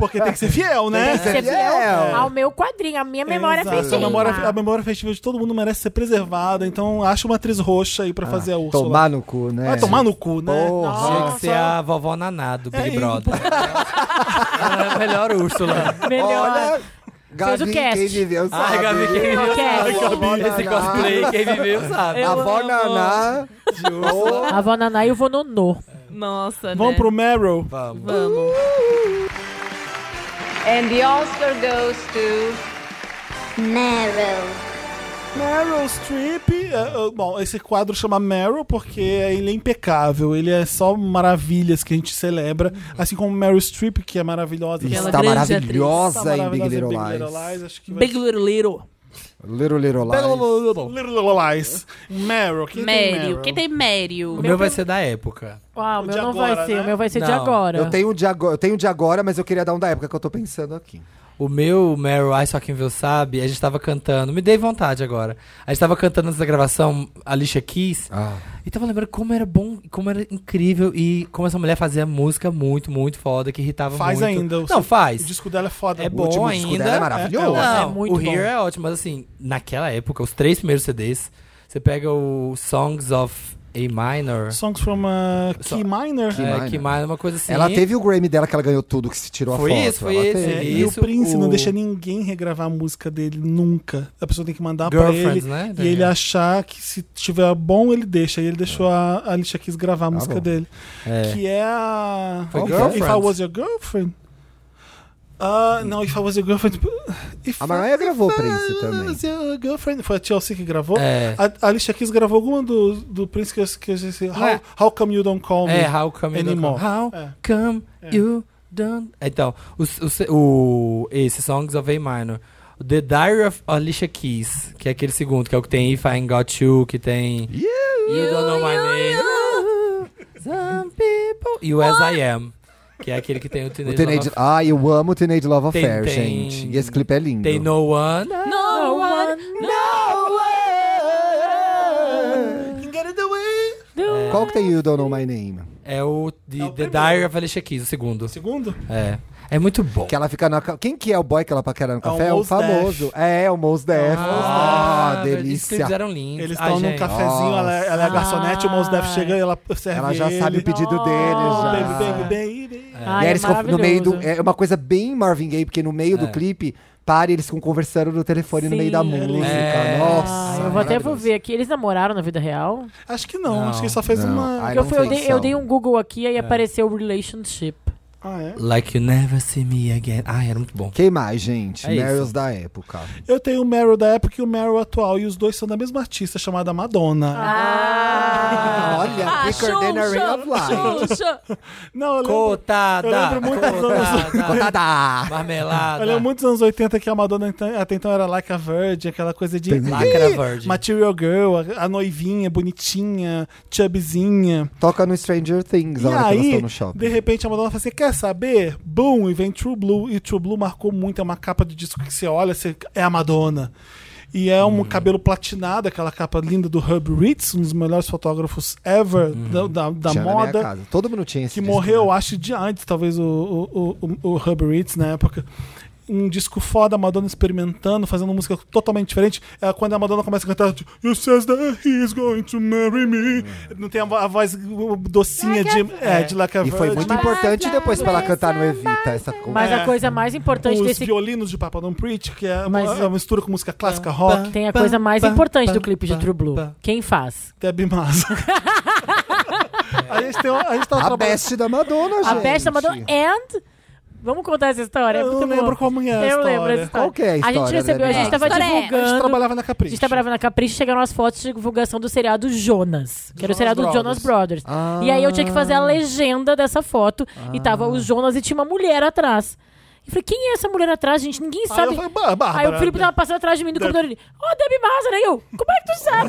Porque tem que ser fiel, né? Você É. viu ao meu quadrinho, a minha memória é Exato. afetiva. A Ah. memória, é a memória afetiva de todo mundo merece ser preservada. Então acha uma atriz roxa aí pra fazer a Úrsula. Ah, Tomar no cu, né? Vai tomar no cu, né? Porra. Tinha Nossa. que ser a vovó Naná do Big É, Brother. Ela é a melhor Úrsula. Melhor. Olha, Gabi, Fez o cast. quem viveu sabe. Ai, Ah, Gabi, quem viveu Ai, sabe. Gabi. Esse cosplay, quem viveu sabe. A avó Naná. Oh, A avó Naná e o vô Nonô. Nossa, Vamos né? pro Meryl. Vamos. Vamos. And the Oscar goes to Meryl. Meryl Streep. é, é, Bom, esse quadro chama Meryl porque ele é impecável. Ele é só maravilhas que a gente celebra. Assim como Meryl Streep, que é maravilhosa. Ela Está grande Tá maravilhosa maravilhosa em Big Little em Big Little Lies. Lies. Acho que vai Big Little Little. Little Little Lies. Little Little Lies. Meryl. Quem tem Meryl. Quem tem Meryl? O meu vai ser da época. Uau, o O meu de não agora, vai ser, né? o meu vai ser é de Não, agora. Eu tenho, um de agora, eu tenho um de agora, mas eu queria dar um da época que eu tô pensando aqui. O meu Meryl, ai, só quem viu sabe, a gente tava cantando. Me dei vontade agora. A gente tava cantando antes da gravação Alicia Keys. Ah. E tava lembrando como era bom, como era incrível e como essa mulher fazia música muito, muito foda, que irritava Faz muito. ainda. O Não, seu- faz. O disco dela é foda. É O último bom disco ainda. dela é maravilhoso. Não, É muito o Here bom. é ótimo, mas assim, naquela época, os três primeiros CDs, você pega o Songs of A Minor, Songs from a Só- Key Minor. é, Minor. que mais uma coisa assim. Ela teve o Grammy dela que ela ganhou tudo, que se tirou Foi a foto. isso, foi ela esse. É, teve. Isso, e o Prince não o- deixa ninguém regravar a música dele nunca. A pessoa tem que mandar pra Girlfriends, ele. né? E ele achar que se tiver bom, ele deixa. E ele deixou a a Alicia Keys gravar a música bom. dele. Tá É. Que é a. Foi If- If I Girlfriends? Was Your Girlfriend. Ah, não, If I Was Your Girlfriend. If A Mariah gravou If I Prince também. Was Your Girlfriend. Foi a Chelsea que gravou. É. A, a Alicia Keys gravou alguma do, do Prince que eu, que eu esqueci. How, É. How Come You Don't Call Me. É, How Come You Don't Anymore. Come. How um É. Come You Don't. Então, o, o, o, esse Songs of A Minor. o The Diary of Alicia Keys, que é aquele segundo, que é o que tem If I Ain't Got You, que tem. You don't know my name. Some people. E o As I Am, que é aquele que tem o O Teenage, Teenage... Love Ah, eu amo o Teenage Love Affair, Tem- tem- gente. E esse clipe é lindo. Tem No One. No one. É. Qual que tem You Don't Know My Name? É o de É o The primeiro. Diary of Alicia Keys, o segundo. Segundo? É. É muito bom. Que ela fica na... ca- Quem que é o boy que ela paquera no café? É o Mos famoso. É, o Mos Def. Ah, Os delícia. clipes eram lindos. Eles Ai, estão num gente. cafezinho, ela, é- ela é a garçonete, o Mos Def chega e ela serve Ela já sabe o ele. pedido Nossa. dele, já. Baby, baby, baby. Ai, e aí é Né, eles ficam no meio do. maravilhoso. É uma coisa bem Marvin Gaye, porque no meio É. do clipe, para e eles ficam conversando no telefone no Sim. meio da música. É. Ah, Nossa. eu vou até maravilhoso. vou ver aqui. Eles namoraram na vida real? Acho que não, Não, acho que só fez não. uma. Ai, Porque eu, fui- eu tem dei, eu som. dei um Google aqui e apareceu relationship. Ah, é? Like You Never See Me Again. Ai, era muito bom. Quem mais, gente? É isso. Meryls da época. Eu tenho o Meryl da época e o Meryl atual, e os dois são da mesma artista chamada Madonna. Ah. Olha, Ah, Quicker show, Than a Ray show, of Light. show, show. Não, eu lembro, Cotada! eu lembro muito dos anos- Cotada! Tadá! Marmelada! eu lembro muito dos anos 80 que a Madonna então- até então era Like a Virgin, aquela coisa de. Lacra Verde. Material Girl, a, a noivinha, bonitinha, chubzinha. Toca no Stranger Things, e a hora que elas aí, estão no shopping. de repente, a Madonna fala assim: quer saber? Boom! E vem True Blue. E True Blue marcou muito. É uma capa de disco que você olha, você, é a Madonna. E é Uhum. um cabelo platinado, aquela capa linda do Herb Ritz, um dos melhores fotógrafos ever da, da- da Tinha Uhum. na minha moda. casa. Todo mundo tinha esse que disco, morreu, né? acho, de antes, talvez, o, o, o, o Hubby Ritz na época. Um disco foda, a Madonna experimentando, fazendo música totalmente diferente. É quando a Madonna começa a cantar, tipo, You says that he's going to marry me. Não tem a, vo- a voz uh, docinha de, é, de Like a É. E foi Virgin. muito importante depois pra ela cantar no Evita essa coisa. Mas a coisa é mais importante É. Os desse violinos de Papa Don't Preach, que é uma, então, Mas- é uma mistura com música clássica, rock, tem a coisa mais pá, importante pá, do clipe de pá, True Blue. pá. Quem faz? Debbie Massa. a gente tem uma- a gente tava A trabalhando- best da Madonna, gente. A Besta Madonna é and Vamos contar essa história. é Eu muito não lembro boa. como é a Eu lembro história. essa história. Qual que é a A gente história, recebeu, a Dani? gente tava É, que história é essa? A gente divulgando. trabalhava na A Capricho. gente trabalhava na Capricho, chegaram as fotos de divulgação do seriado Jonas, que era o Jonas seriado do Brothers. Jonas Brothers. Ah. E aí eu tinha que fazer a legenda dessa foto. E tava o Jonas e tinha uma mulher atrás. E falei, quem é essa mulher atrás, gente? Ninguém Aí eu sabe. falei, "Bá- Bárbara, Aí o né? Felipe tava passando atrás de mim do computador e ele, ó, Debbie Mazar, aí eu, como é que tu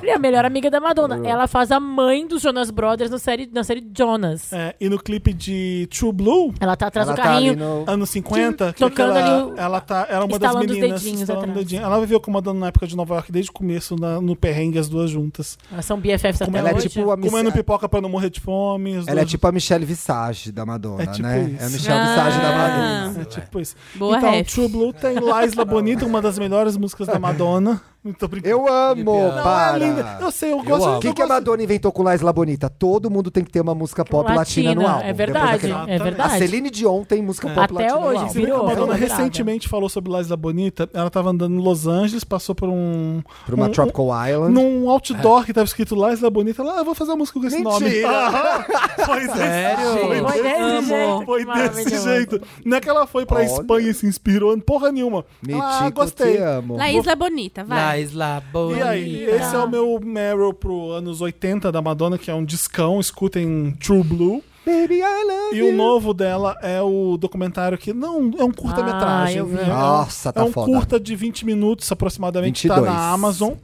sabe? Ele é a melhor amiga da Madonna. Ela faz a mãe dos Jonas Brothers na série, na série Jonas. É, e no clipe de True Blue, Ela tá atrás Ela do tá ali carrinho. no... anos 50, que Tocando ela, ali o- ela tá, era uma das estalando os meninas. dedinhos estalando atrás. o dedinho. Ela viveu com a Madonna na época de Nova York desde o começo, na- no perrengue, as duas juntas. Elas são BFFs Como até Ela é hoje. tipo a Comendo Michelle... pipoca pra não morrer de fome. as Ela é duas- tipo a Michelle Visage da Madonna, É tipo né? isso. É a Michelle Visage Ah. da Madonna. É tipo isso. Boa então, ref. True Blue tem Laisla Bonita, uma das melhores músicas da Madonna. Não tô brincando. Eu amo, Não, é Ah, para. linda. Eu sei, eu amo. gosto. O que, que a Madonna inventou com Laís Labonita? Todo mundo tem que ter uma música pop latina, no álbum. É Depois verdade, daquele- é Exatamente. verdade. É. A Celine Dion tem música pop Até latina hoje, no álbum. Você viu que a Virou, Madonna virou recentemente falou sobre Laisla Bonita? Ela tava andando em Los Angeles, passou por um. Pra uma um- Tropical Island. Num outdoor que tava escrito Laisla Bonita, lá, ah, eu vou fazer uma música com esse nome. Mentira. Ah, foi desse É. Sério? jeito. Foi desse Amo. jeito. Foi desse Maravilhoso. jeito. Não é que ela foi pra Olha. Espanha e se inspirou, porra nenhuma. Metico, ah, gostei. te amo. La Isla é Bonita, La vai. Isla E aí, Bonita. esse é o meu Meryl pro anos 80 da Madonna, que é um discão, escutem um True Blue. Baby, I love E o you. novo dela é o documentário que não é um Ah, curta-metragem. eu vi. né? É um- Nossa, tá é um foda. curta de 20 minutos aproximadamente, que tá 22. na Amazon.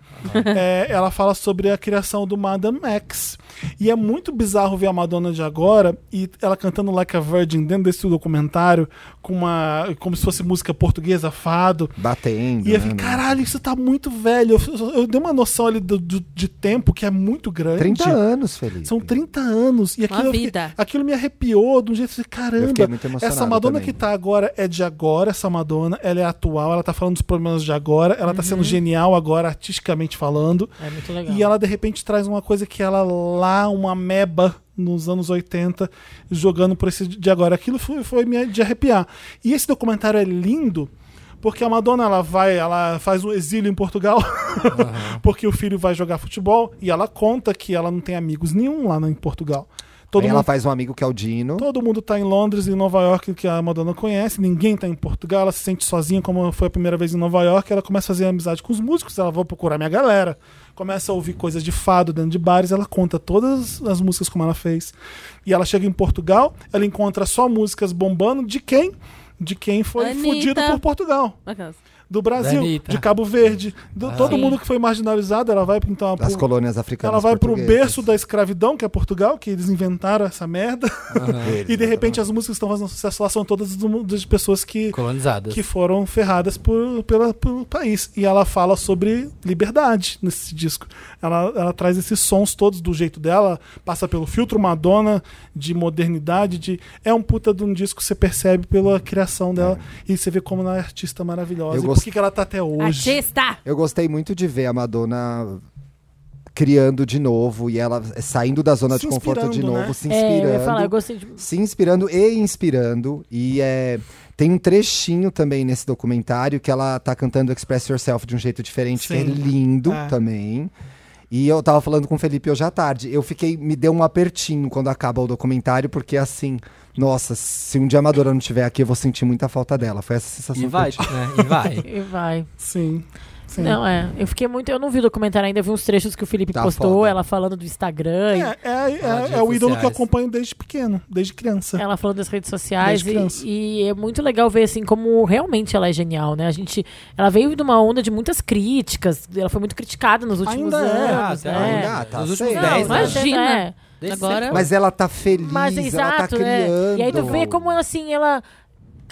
É, ela fala sobre a criação do Madame X. E é muito bizarro ver a Madonna de agora e ela cantando Like a Virgin dentro desse documentário, com uma, como se fosse música portuguesa, fado. Batendo. E eu né, fiquei, né? caralho, isso tá muito velho. Eu, eu dei uma noção ali do- do- de tempo que é muito grande. 30 anos, Felipe. São 30 anos. E aquilo, eu fiquei- vida. aquilo me arrepiou de um jeito assim, Eu fiquei caramba. muito emocionado Essa Madonna também. que tá agora é de agora, essa Madonna, ela é atual, ela tá falando dos problemas de agora, ela tá sendo genial agora, artisticamente falando. É muito legal. E ela de repente traz uma coisa que ela lá, uma meba nos anos 80, jogando por esse de agora. Aquilo foi, foi me- de arrepiar. E esse documentário é lindo. Porque a Madonna ela vai, ela faz um exílio em Portugal, porque o filho vai jogar futebol e ela conta que ela não tem amigos nenhum lá né, em Portugal. Todo Aí mundo ela faz um amigo que é o Dino. Todo mundo tá em Londres e Nova York que a Madonna conhece, ninguém tá em Portugal, ela se sente sozinha, como foi a primeira vez em Nova York, ela começa a fazer amizade com os músicos, ela vai procurar minha galera, começa a ouvir coisas de fado dentro de bares, ela conta todas as músicas como ela fez. E ela chega em Portugal, ela encontra só músicas bombando de quem? De quem foi Anitta. fudido por Portugal. Aquelas. do Brasil, Da Anitta. de Cabo Verde. do- todo Sim. mundo que foi marginalizado, ela vai então Das pro- colônias africanas. ela vai pro portuguesas. berço da escravidão, que é Portugal, que eles inventaram essa merda. Eles, E de né? repente as músicas que estão fazendo sucesso lá são todas do- das pessoas que, Colonizadas. que foram ferradas por, pela, pelo país. E ela fala sobre liberdade nesse disco. Ela, ela traz esses sons todos do jeito dela, passa pelo filtro Madonna de modernidade, de é um puta de um disco que você percebe pela criação dela e você vê como ela é artista maravilhosa. E Eu por gost- que, que ela tá até hoje? Artista! Eu gostei muito de ver a Madonna criando de novo e ela saindo da zona Se de conforto de inspirando, novo, né? se É, inspirando. eu ia falar, eu gostei de. se inspirando e inspirando. E é, tem um trechinho também nesse documentário que ela tá cantando Express Yourself de um jeito diferente, que é Sim. lindo É. também. E eu tava falando com o Felipe hoje à tarde. Eu fiquei. Me deu um apertinho quando acaba o documentário, porque assim. Nossa, se um dia a Madonna não estiver aqui, eu vou sentir muita falta dela. Foi essa sensação. E que vai, eu tive. né? E vai. E vai. Sim. Sim. Não, é. Eu fiquei muito. Eu não vi o documentário ainda, eu vi uns trechos que o Felipe Tá postou, foda. ela falando do Instagram, É, é- Fala de é- é o ídolo redes que eu sociais. acompanho desde pequeno, desde criança. ela falando das redes sociais. Desde criança. E, e é muito legal ver, assim, como realmente ela é genial, né? A gente. Ela veio de uma onda de muitas críticas. Ela foi muito criticada nos últimos Ainda Ah, é, anos. até né? ainda, tá Nos últimos certo. Não, 10 anos. imagina. anos. é. Desde Agora- sempre. Mas ela tá feliz, Mas né? ela tá exato, né? criando. E aí tu vê como assim, ela.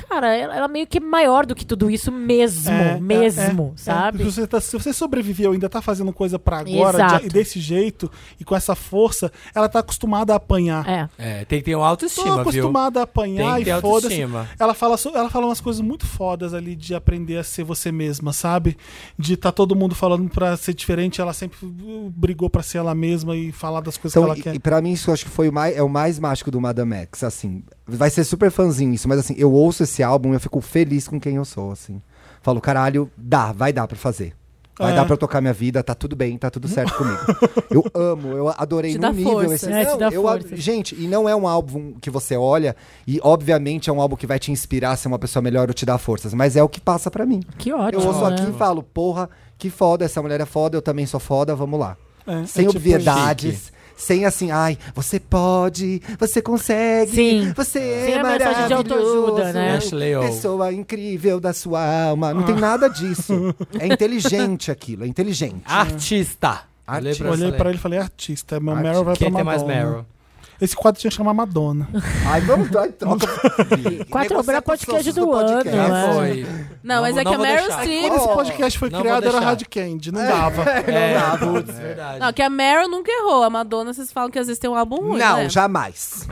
Cara, ela, ela meio que é maior do que tudo isso mesmo, É, um mesmo, é, é. sabe? Se você, tá- se você sobreviveu e ainda tá fazendo coisa pra agora, Exato. de- e desse jeito, e com essa força, ela tá acostumada a apanhar. É. É, tem que ter uma Tô autoestima, viu? acostumada a Tem apanhar que ter e foda-se. autoestima. Ela fala, so- ela fala umas coisas muito fodas ali de aprender a ser você mesma, sabe? De tá todo mundo falando pra ser diferente, ela sempre uh, brigou pra ser ela mesma e falar das coisas Então, que e, ela quer. e pra mim, isso eu acho que foi o mais, é o mais mágico do Madame X, assim. Vai ser super fãzinho isso, mas assim, eu ouço esse álbum e eu fico feliz com quem eu sou, assim. Falo, caralho, dá, vai dar pra fazer. Vai É. dar pra eu tocar minha vida, tá tudo bem, tá tudo certo comigo. Eu amo, eu adorei Te no dá nível força. esse. É, te Não, dá eu ad- força. Gente, e não é um álbum que você olha, e obviamente é um álbum que vai te inspirar a ser uma pessoa melhor ou te dar forças, mas é o que passa pra mim. Que ótimo. Eu ouço né? aqui e falo, porra, que foda, essa mulher é foda, eu também sou foda, vamos lá. É, Sem é tipo obviedades. Sem assim, ai, você pode, você consegue, Sim. você Sem é a mensagem de maravilhoso, autoajuda, né? Ashley, ó. pessoa incrível da sua alma. Não tem nada disso. É inteligente aquilo, é inteligente. Ah. Artista. Artista. Olhei pra isso. Olhei Ashley. pra ele e falei, artista, é meu Arte. Meryl vai Quem pra tem mais Madonna. Meryl? Esse quadro tinha que chamar Madonna. Ai, vamos, ai, troca. Quatro Negocia obras com os podcast sócios do podcast. ano, É, é. foi. Não, mas é que a vou Meryl deixar. Streep- Quando esse Oh. podcast foi Não vou criado, era deixar. Hard Candy, não dava. É, dá, putz, verdade. Não, que a Meryl nunca errou. A Madonna, vocês falam que às vezes tem um álbum ruim, Não, né? jamais.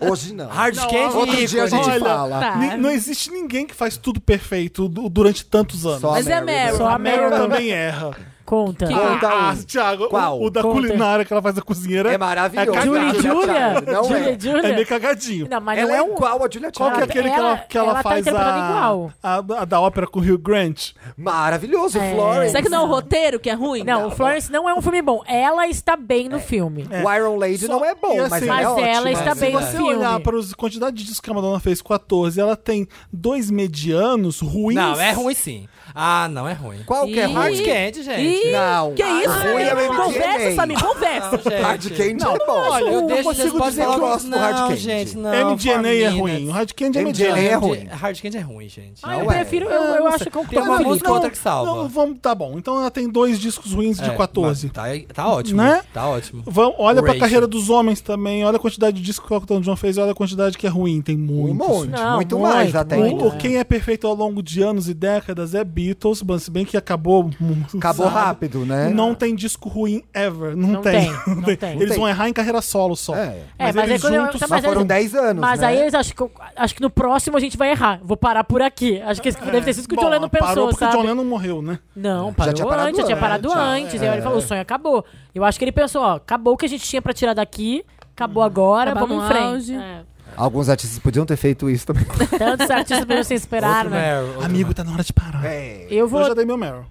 É. Hoje não. Hard Candy Outro dia a gente ícone. Olha, fala. Tá. Ni- Não existe ninguém que faz tudo perfeito du- durante tantos anos. Só Mas é Meryl. Só A Meryl Meryl. também erra. Conta. Que- Conta Ah, um. Thiago, o- é. Qual? O, da Conta. culinária que ela faz da cozinheira É maravilhoso. É Julie cagado. Julia Julia? Child, Não Julia é. É Julia? meio cagadinho. Não, mas Ela não é é um. igual a Julia Qual que é Ela- Child. aquele que ela, que ela, ela tá faz a, interpretando igual. a, a da ópera com o Hugh Grant? Maravilhoso, É. Florence. Será que não é o roteiro que é ruim? Não, o Florence não é um filme bom. Ela está bem É. no filme. O Iron Lady Só- não é bom, e mas assim- ela Mas é ela ótima. está Mas bem no se Se filme. olhar para a quantidade de discos que a Madonna fez, 14, ela tem dois medianos ruins. Não, é ruim sim. Ah, não, é ruim. Qual que é Ih. Hard Hard Candy? Candy, gente. Ih, Não. que isso? Ah, ruim é né? o conversa, MDMA. Samir, Não, conversa. gente. Hard Candy é bom. Olha, eu não deixo consigo vocês podem dizer que falar eu gosto do Hard Não, Candy. gente, não. MDNA é Forminas. ruim. O Hard Candy é MDNA mediano. é ruim. Hard Candy é ruim, gente. Ah, eu Não é. prefiro, eu, eu acho que eu Tem uma prefiro. música ou outra que salva. assim, Não, vamos, tá bom. Então ela tem dois discos ruins de É, 14. mas Tá, tá ótimo. Né? Tá ótimo. Vão, olha pra Rachel. carreira dos homens também, olha a quantidade de disco que o Elton John fez, olha a quantidade que é ruim, tem Um muito. monte, Não, muito, muito mais até. muito. então. O, quem é perfeito ao longo de anos e décadas é Beatles, mas se bem que acabou. Acabou sabe? rápido, né? Não tem disco ruim ever. Não, Não tem, não tem. Eles Não vão tem. errar em carreira solo só. É. É, Mas mas é eles quando eu- juntos tá, Só mas foram aí- 10 anos, Mas né? aí eles acham que, eu- acho que no próximo a gente vai errar. Vou parar por aqui. Acho que esse- deve ter sido que o Bom, John Lennon Parou pensou, porque sabe? o John Lennon morreu, né? Não, parou tinha parado antes, já tinha parado antes, antes. E aí ele falou, o sonho acabou. Eu acho que ele pensou, ó, acabou o que a gente tinha pra tirar daqui, acabou agora, Acabar vamos no em frente. Tá auge. É. Alguns artistas podiam ter feito isso também. Tantos artistas pra você esperar, Outro né? Meryl, outro Amigo, tá na hora de parar. É. Eu vou. Eu já dei meu Meryl.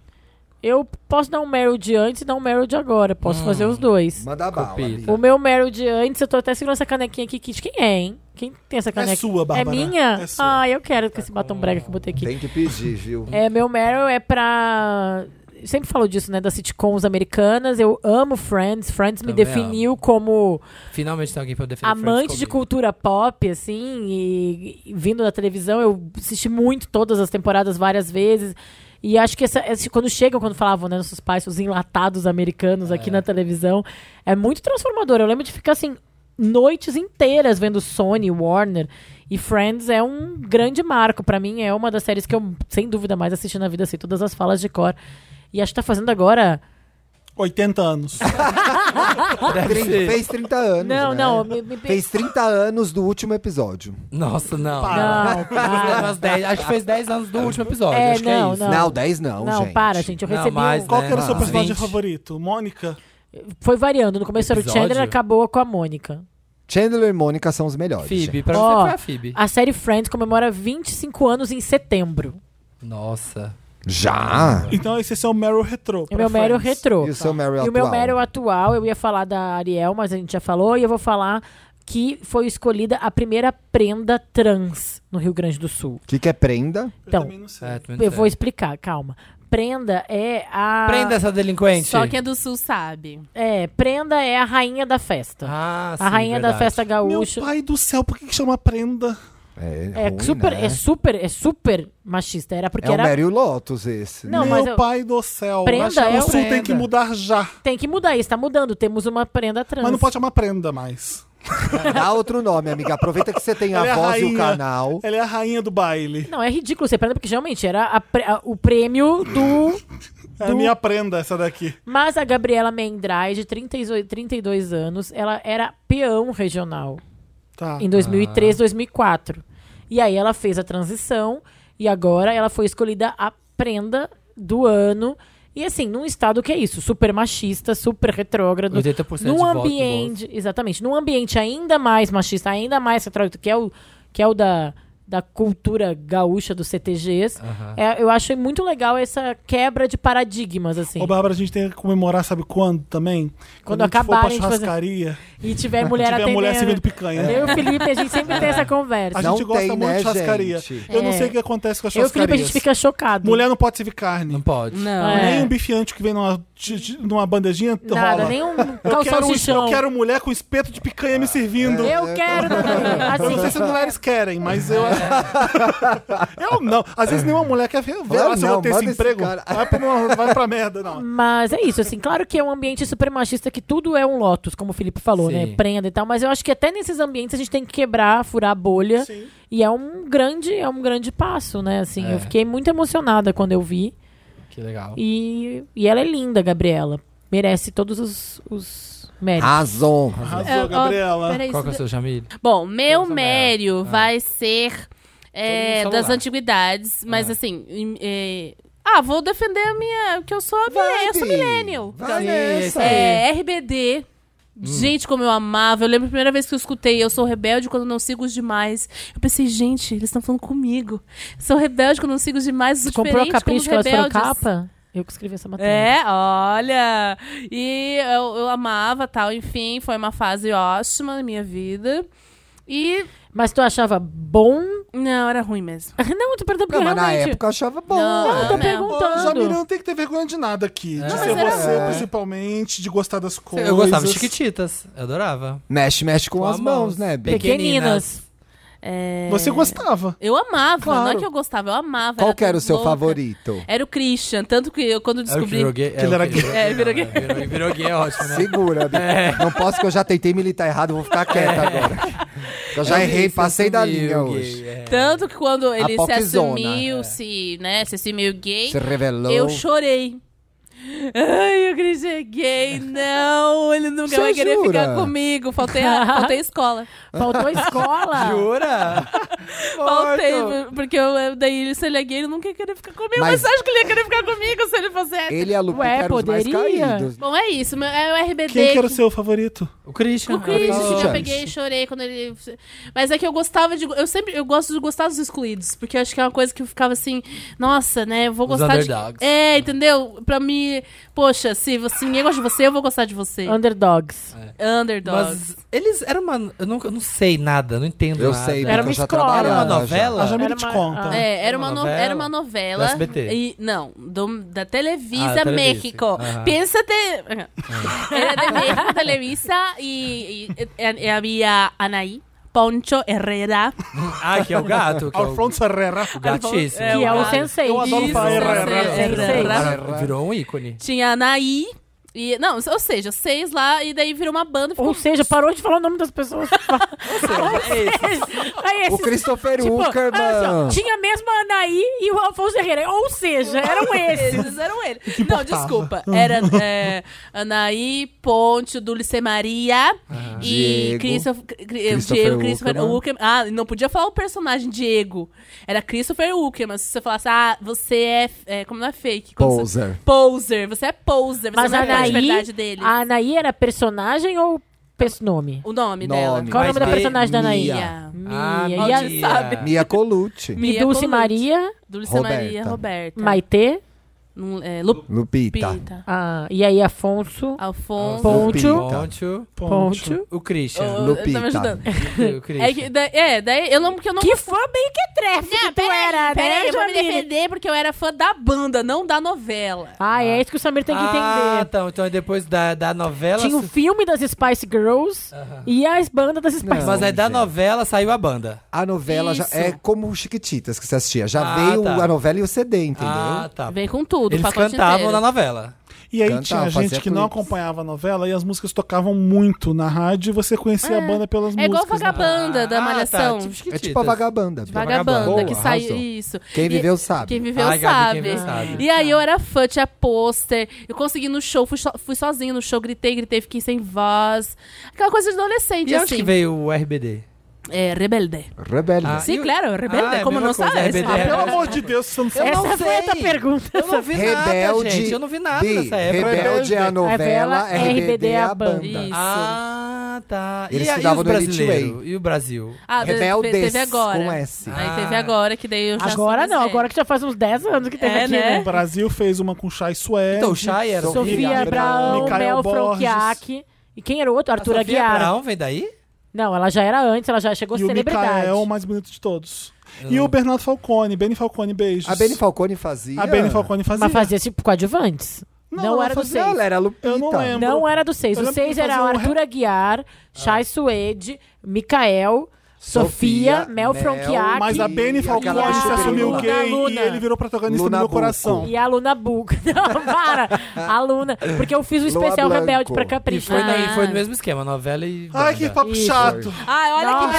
Eu posso dar um Meryl de antes e dar um Meryl de agora. Posso fazer os dois. Manda bala. Copita. amiga. O meu Meryl de antes, eu tô até segurando essa canequinha aqui. que de Quem é, hein? Quem tem essa caneca? sua, Bárbara. É minha? É sua. Ah, eu quero com esse batom brega que eu botei aqui. Tem que pedir, viu? É, meu Meryl é pra sempre falo disso, né? Das sitcoms americanas. Eu amo Friends. Friends me Também definiu como Finalmente tem alguém pra eu defender amante Friends de comigo. cultura pop, assim, e, e vindo da televisão, eu assisti muito todas as temporadas várias vezes. E acho que essa, esse- quando chegam, quando falavam, né, nossos pais, os enlatados americanos aqui na televisão, é muito transformador. Eu lembro de ficar assim, noites inteiras vendo Sony, Warner. E Friends é um grande marco. pra mim, é uma das séries que eu, sem dúvida, mais assisti na vida, sei todas as falas de cor. E acho que tá fazendo agora. 80 anos. Deve Trin- ser. Fez 30 anos. Não, né? não, me, me... Fez 30 anos do último episódio. Nossa, não. Não, Fez para. umas 10 acho que fez 10 anos do último episódio. É, acho que não, é isso. Não, não. 10 não, Não, gente. para, gente. Eu Não, recebi. um- mas, É, Qual que era o seu Ah, personagem 20. favorito? Mônica? Foi variando. No começo era o Episódio? Chandler, acabou com a Mônica. Chandler e Mônica são os melhores. Phoebe, gente. pra Ó, você foi a Phoebe. A série Friends comemora 25 anos em setembro. Nossa. Já? Então esse é o Meryl Retro. E pra meu Meryl Friends. retrô. E o seu Meryl E o meu atual? Meryl atual, eu ia falar da Ariel, mas a gente já falou, e eu vou falar que foi escolhida a primeira prenda trans no Rio Grande do Sul. O que, que é prenda? Eu Então, também não sei. É, tô eu vou entendendo. explicar, calma. Prenda é a. Prenda essa delinquente. Só quem é do Sul sabe. É, prenda é a rainha da festa. Ah, sim, a rainha da verdade. festa Meu gaúcha. pai do céu, por que, que chama prenda? É, É ruim, super, né? é super, é super machista. Era porque É o era Meryl Lotus esse. né? Não, Meu mas eu- pai do céu. Prenda Acho que é o Sul prenda. tem que mudar já. Tem que mudar isso, tá mudando. Temos uma prenda trans. Mas não pode chamar prenda mais. Dá outro nome, amiga. Aproveita que você tem a Ela é a voz e o rainha. canal. Ela é a rainha do baile. Não, é ridículo ser prenda, porque realmente era a pre- a- o prêmio do. É a Do- minha prenda essa daqui. Mas a Gabriela Mendrai, de 38 32 anos, ela era peão regional Tá. em 2003, 2004. E aí ela fez a transição e agora ela foi escolhida a prenda do ano. E assim, num estado que é isso, super machista, super retrógrado. 80% de num voto no ambiente, exatamente, num ambiente ainda mais machista, ainda mais retrógrado, que é o que é o da da cultura gaúcha dos CTGs. Aham. É, eu achei muito legal essa quebra de paradigmas assim. Ô, Bárbara, a gente tem que comemorar, sabe quando também? Quando a gente for pra acabarem de fazer- churrascaria, E tiver mulher tiver atendendo. mulher servindo picanha. Eu e o Felipe, a gente sempre tem essa conversa. A Não gente gosta tem, muito né, de churrascaria. gente? Eu não É. sei o que acontece com as Eu e o Felipe, a churrascarias. gente fica chocado. Mulher não pode servir carne. Não pode. Não. É. Nem um bife ancho que vem numa, de- de- numa bandejinha Nada, rola. nem um eu, quero um, calçalsichão. eu quero um mulher com espeto de picanha me servindo. Eu quero também. Eu não sei Assim, se as mulheres querem, mas eu acho. eu não. Às vezes nenhuma mulher quer ver. Vê Eu lá se eu não, vou ter esse manda esse emprego. cara. Vai, pra uma, vai pra merda, não. mas é isso, assim, claro que é um ambiente super machista que tudo é um lotus, como o Felipe falou, Sim. né? Prenda e tal, mas eu acho que até nesses ambientes a gente tem que quebrar, furar a bolha. Sim. E é um grande, é um grande passo, né? Assim, É. eu fiquei muito emocionada quando eu vi. Que legal. E, e ela é linda, Gabriela. Merece todos os, os méritos. Ah. Razão. Arrasou, ó, Gabriela. peraí, Qual que é o seu Jamil? Bom, meu Pensa nela. mério É. Ah. vai ser é, Todo mundo das celular. antiguidades, mas Ah. assim. em- é, ah, vou defender a minha. Que eu sou a Vai, minha, eu sou Vi. millennial. Vai Sim, nessa. É, RBD. Hum. Gente, como eu amava. Eu lembro a primeira vez que eu escutei Eu Sou Rebelde Quando Não Sigo os Demais. Eu pensei, gente, eles estão falando comigo. Sou rebelde quando não sigo os demais. Você Os comprou a diferentes como os Capricho que elas foram rebeldes. capa? Eu que escrevi essa matéria. É, olha. E eu, eu amava tal. Enfim, foi uma fase ótima na minha vida. E. Mas tu achava bom? Não, era ruim mesmo. Não, tu perguntou porque Não, mas na realmente... época eu achava bom. É. Não, Eu tô não. Pô, Jamil perguntando. não tem que ter vergonha de nada aqui. De É. ser Mas era- você, É. principalmente, de gostar das coisas. Eu gostava de Chiquititas. Eu adorava. É Mexe, mexe com, Com as a mãos, mão. né, Bi? Pequeno. Pequeninas. É, Você gostava. Eu amava, não Claro. é que eu gostava, eu amava. Qual era que era tão o seu louca. favorito? Era o Christian, tanto que eu, quando eu Era o que descobri. virou gay. ele era gay. É, virou gay. não, Virou virou gay é ótimo, né? Segura, Bi. É. Não posso que eu já tentei militar errado, vou ficar quieta agora. Eu já É errei, isso, passei da assumiu linha gay, hoje. é. Tanto que quando ele se popzona, assumiu, é. se, né, se assumiu gay, Se revelou. eu chorei. Ai, eu Christian é gay, não, ele nunca Você vai querer jura? ficar comigo. Faltei a, faltei a escola. Faltou escola. Jura? Faltei, Morto. porque eu, daí, se ele é gay, ele nunca ia querer ficar comigo. Mas- Mas, você acha que ele ia querer ficar comigo se ele fosse hétero? Ele e a Lupita Ué, eram os mais poderia? caídos. Bom, é isso, meu- é o RBD. Quem que era o que- seu favorito? O Christian. O Chris, Christian. adorava. eu peguei e chorei quando ele. Mas é que eu gostava de. Eu sempre. Eu gosto de gostar dos excluídos. Porque eu acho que é uma coisa que eu ficava assim. Nossa, né? Eu vou Os gostar de. underdogs. É, entendeu? Pra me que, poxa, se você, ninguém gosta de você, eu vou gostar de você. Underdogs. Underdogs. Mas eles eram uma. Eu não, eu não sei nada, não entendo Eu nada. sei, Era porque uma eu já escola. trabalhava. Era uma já. novela? A Jamila Era te uma- conta. ah. É, era uma, Uma no- novela? era uma novela. Do SBT. E, não, do- da Televisa, Ah, da Televisa. México. Aham. Pensa te... Era de México, Televisa e, e- e- e havia Anaí, Poncho Herrera. Ah, que é o gato. Que é o, Alfonso Herrera. o gatíssimo. Que é É, eu o adoro- sensei. eu adoro Isso, falar Herrera. Herrera. Virou um ícone. Tinha Anaí. E, não, ou seja, seis lá, e daí virou uma banda. Ficou Ou seja, parou de falar o nome das pessoas. Aí O esses- Christopher tipo, Uckerman. olha só, tinha mesmo a Anaí e o Alfonso Herrera. Ou seja, eram esses. Eles eram ele. Não, desculpa. Era é, Anaí Ponte, Dulce Maria e Diego. Christopher, Cri- Christopher Diego, Christopher Uckerman. Uckerman. Ah, não podia falar o personagem Diego. Era Christopher Uckerman. Se você falasse, ah, você é, é, como não é fake? Como você- Poser. poser. Você é poser. Você Mas não a é fã de Anaí, verdade dele. a Anaí era personagem ou pers- nome? O nome, Nome. tá. dela. Qual é o Mas nome da Mia- personagem da Anaí? Mia. Ah, Mia. E a- Mia. Mia Colucci. E Mia Dulce Colucci. Maria, Dulce Roberta. Maria Roberta. Maitê, Hum, é, Lupita. Lupita. ah, e aí Afonso, Alfonso. Pon- Poncho, Tá. Ponte, Poncho. o Oh, Christian. Tá me Lupita. ajudando. O É, que, Christian. daí- é, daí eu lembro que eu não Que fã bem que trefe que tu era, Peraí, né, eu vou me Jamile? defender porque eu era fã da banda, não da novela. Ah, é isso que o Samir tem que Ah, entender. então, então é depois da, da novela. Tinha o filme das Spice Girls e as bandas das Spice Não. Girls. Mas aí da gente. novela saiu a banda. A novela já Isso. é como o Chiquititas que você assistia. Já Ah, veio tá. a novela e o CD, entendeu? É Ah, tá. Vem com tudo, Eles pacote cantavam inteiro. na novela. E aí Cantava, tinha gente fazia que não clipes. acompanhava a novela e as músicas tocavam muito na rádio e você conhecia a banda pelas É igual músicas. né? Vagabanda da Ah, Malhação. tá, é Chiquititas. tipo a vagabanda. Bia. Vagabanda, Vagabanda. que Boa, saiu arrasou. isso. Quem E- viveu sabe. Quem viveu Ai, sabe. Gabi, quem viveu sabe. E aí eu era fã, tinha pôster. Eu consegui no show, fui, so- fui sozinho no show, gritei, gritei, fiquei sem voz. Aquela coisa de adolescente, E onde assim. que veio o RBD? É, rebelde. Rebelde. Ah, e Sim, o- claro, rebelde. Ah, é a como mesma não coisa, sabe? RBD. Ah, pelo É. amor de Deus, você não sabe. Essa foi a tua sei. pergunta. Eu não vi nada, Rebelde. gente. Eu não vi nada Bi, Ah, nessa época. Rebelde é a É novela, vela, RBD é a banda. Isso. Ah, tá. Eles e, a- e estudavam os no Elite brasileiros? E o Brasil? Ah, te- Rebeldes, teve agora. com S. Aí Ah. teve agora, que daí eu já Agora sou não, mais agora que já faz uns 10 anos que teve É, aqui, né? O né? Brasil fez uma com Chay Suede. Então, o Chay era... É, Sofia Sofia Abraão, Mikael Mel Borges. Fronkiak. E quem era o outro? A Arthur Sofia Aguiar. Abraão vem daí? Não, ela já era antes, ela já chegou E o celebridade. Micael, o mais bonito de todos. E o Bernardo Falcone. Benny Falcone, beijos. A Beni Falcone fazia. A Benny Falcone fazia. Mas fazia tipo coadjuvantes. Não, Não, era do ela Fazia, 6. Ela era Lupita. Eu não lembro. Não era do 6. Eu O lembro que 6 ele era fazia um Arthur Aguiar, Chay Suede, Mikael, Sofia, Mel Fronkiak. Mas a Benny E aquela Falcone se Luna. assumiu Luna, gay Luna. e ele virou protagonista Luna do meu Bucco. coração. E a Luna Buca. Não, para! A Luna. Porque eu fiz o Lua especial Blanco. Rebelde pra E Capricho. foi, né? na- e foi no mesmo esquema, novela e banda. Ai, que papo Isso. chato. Ai, Ah, olha Nossa.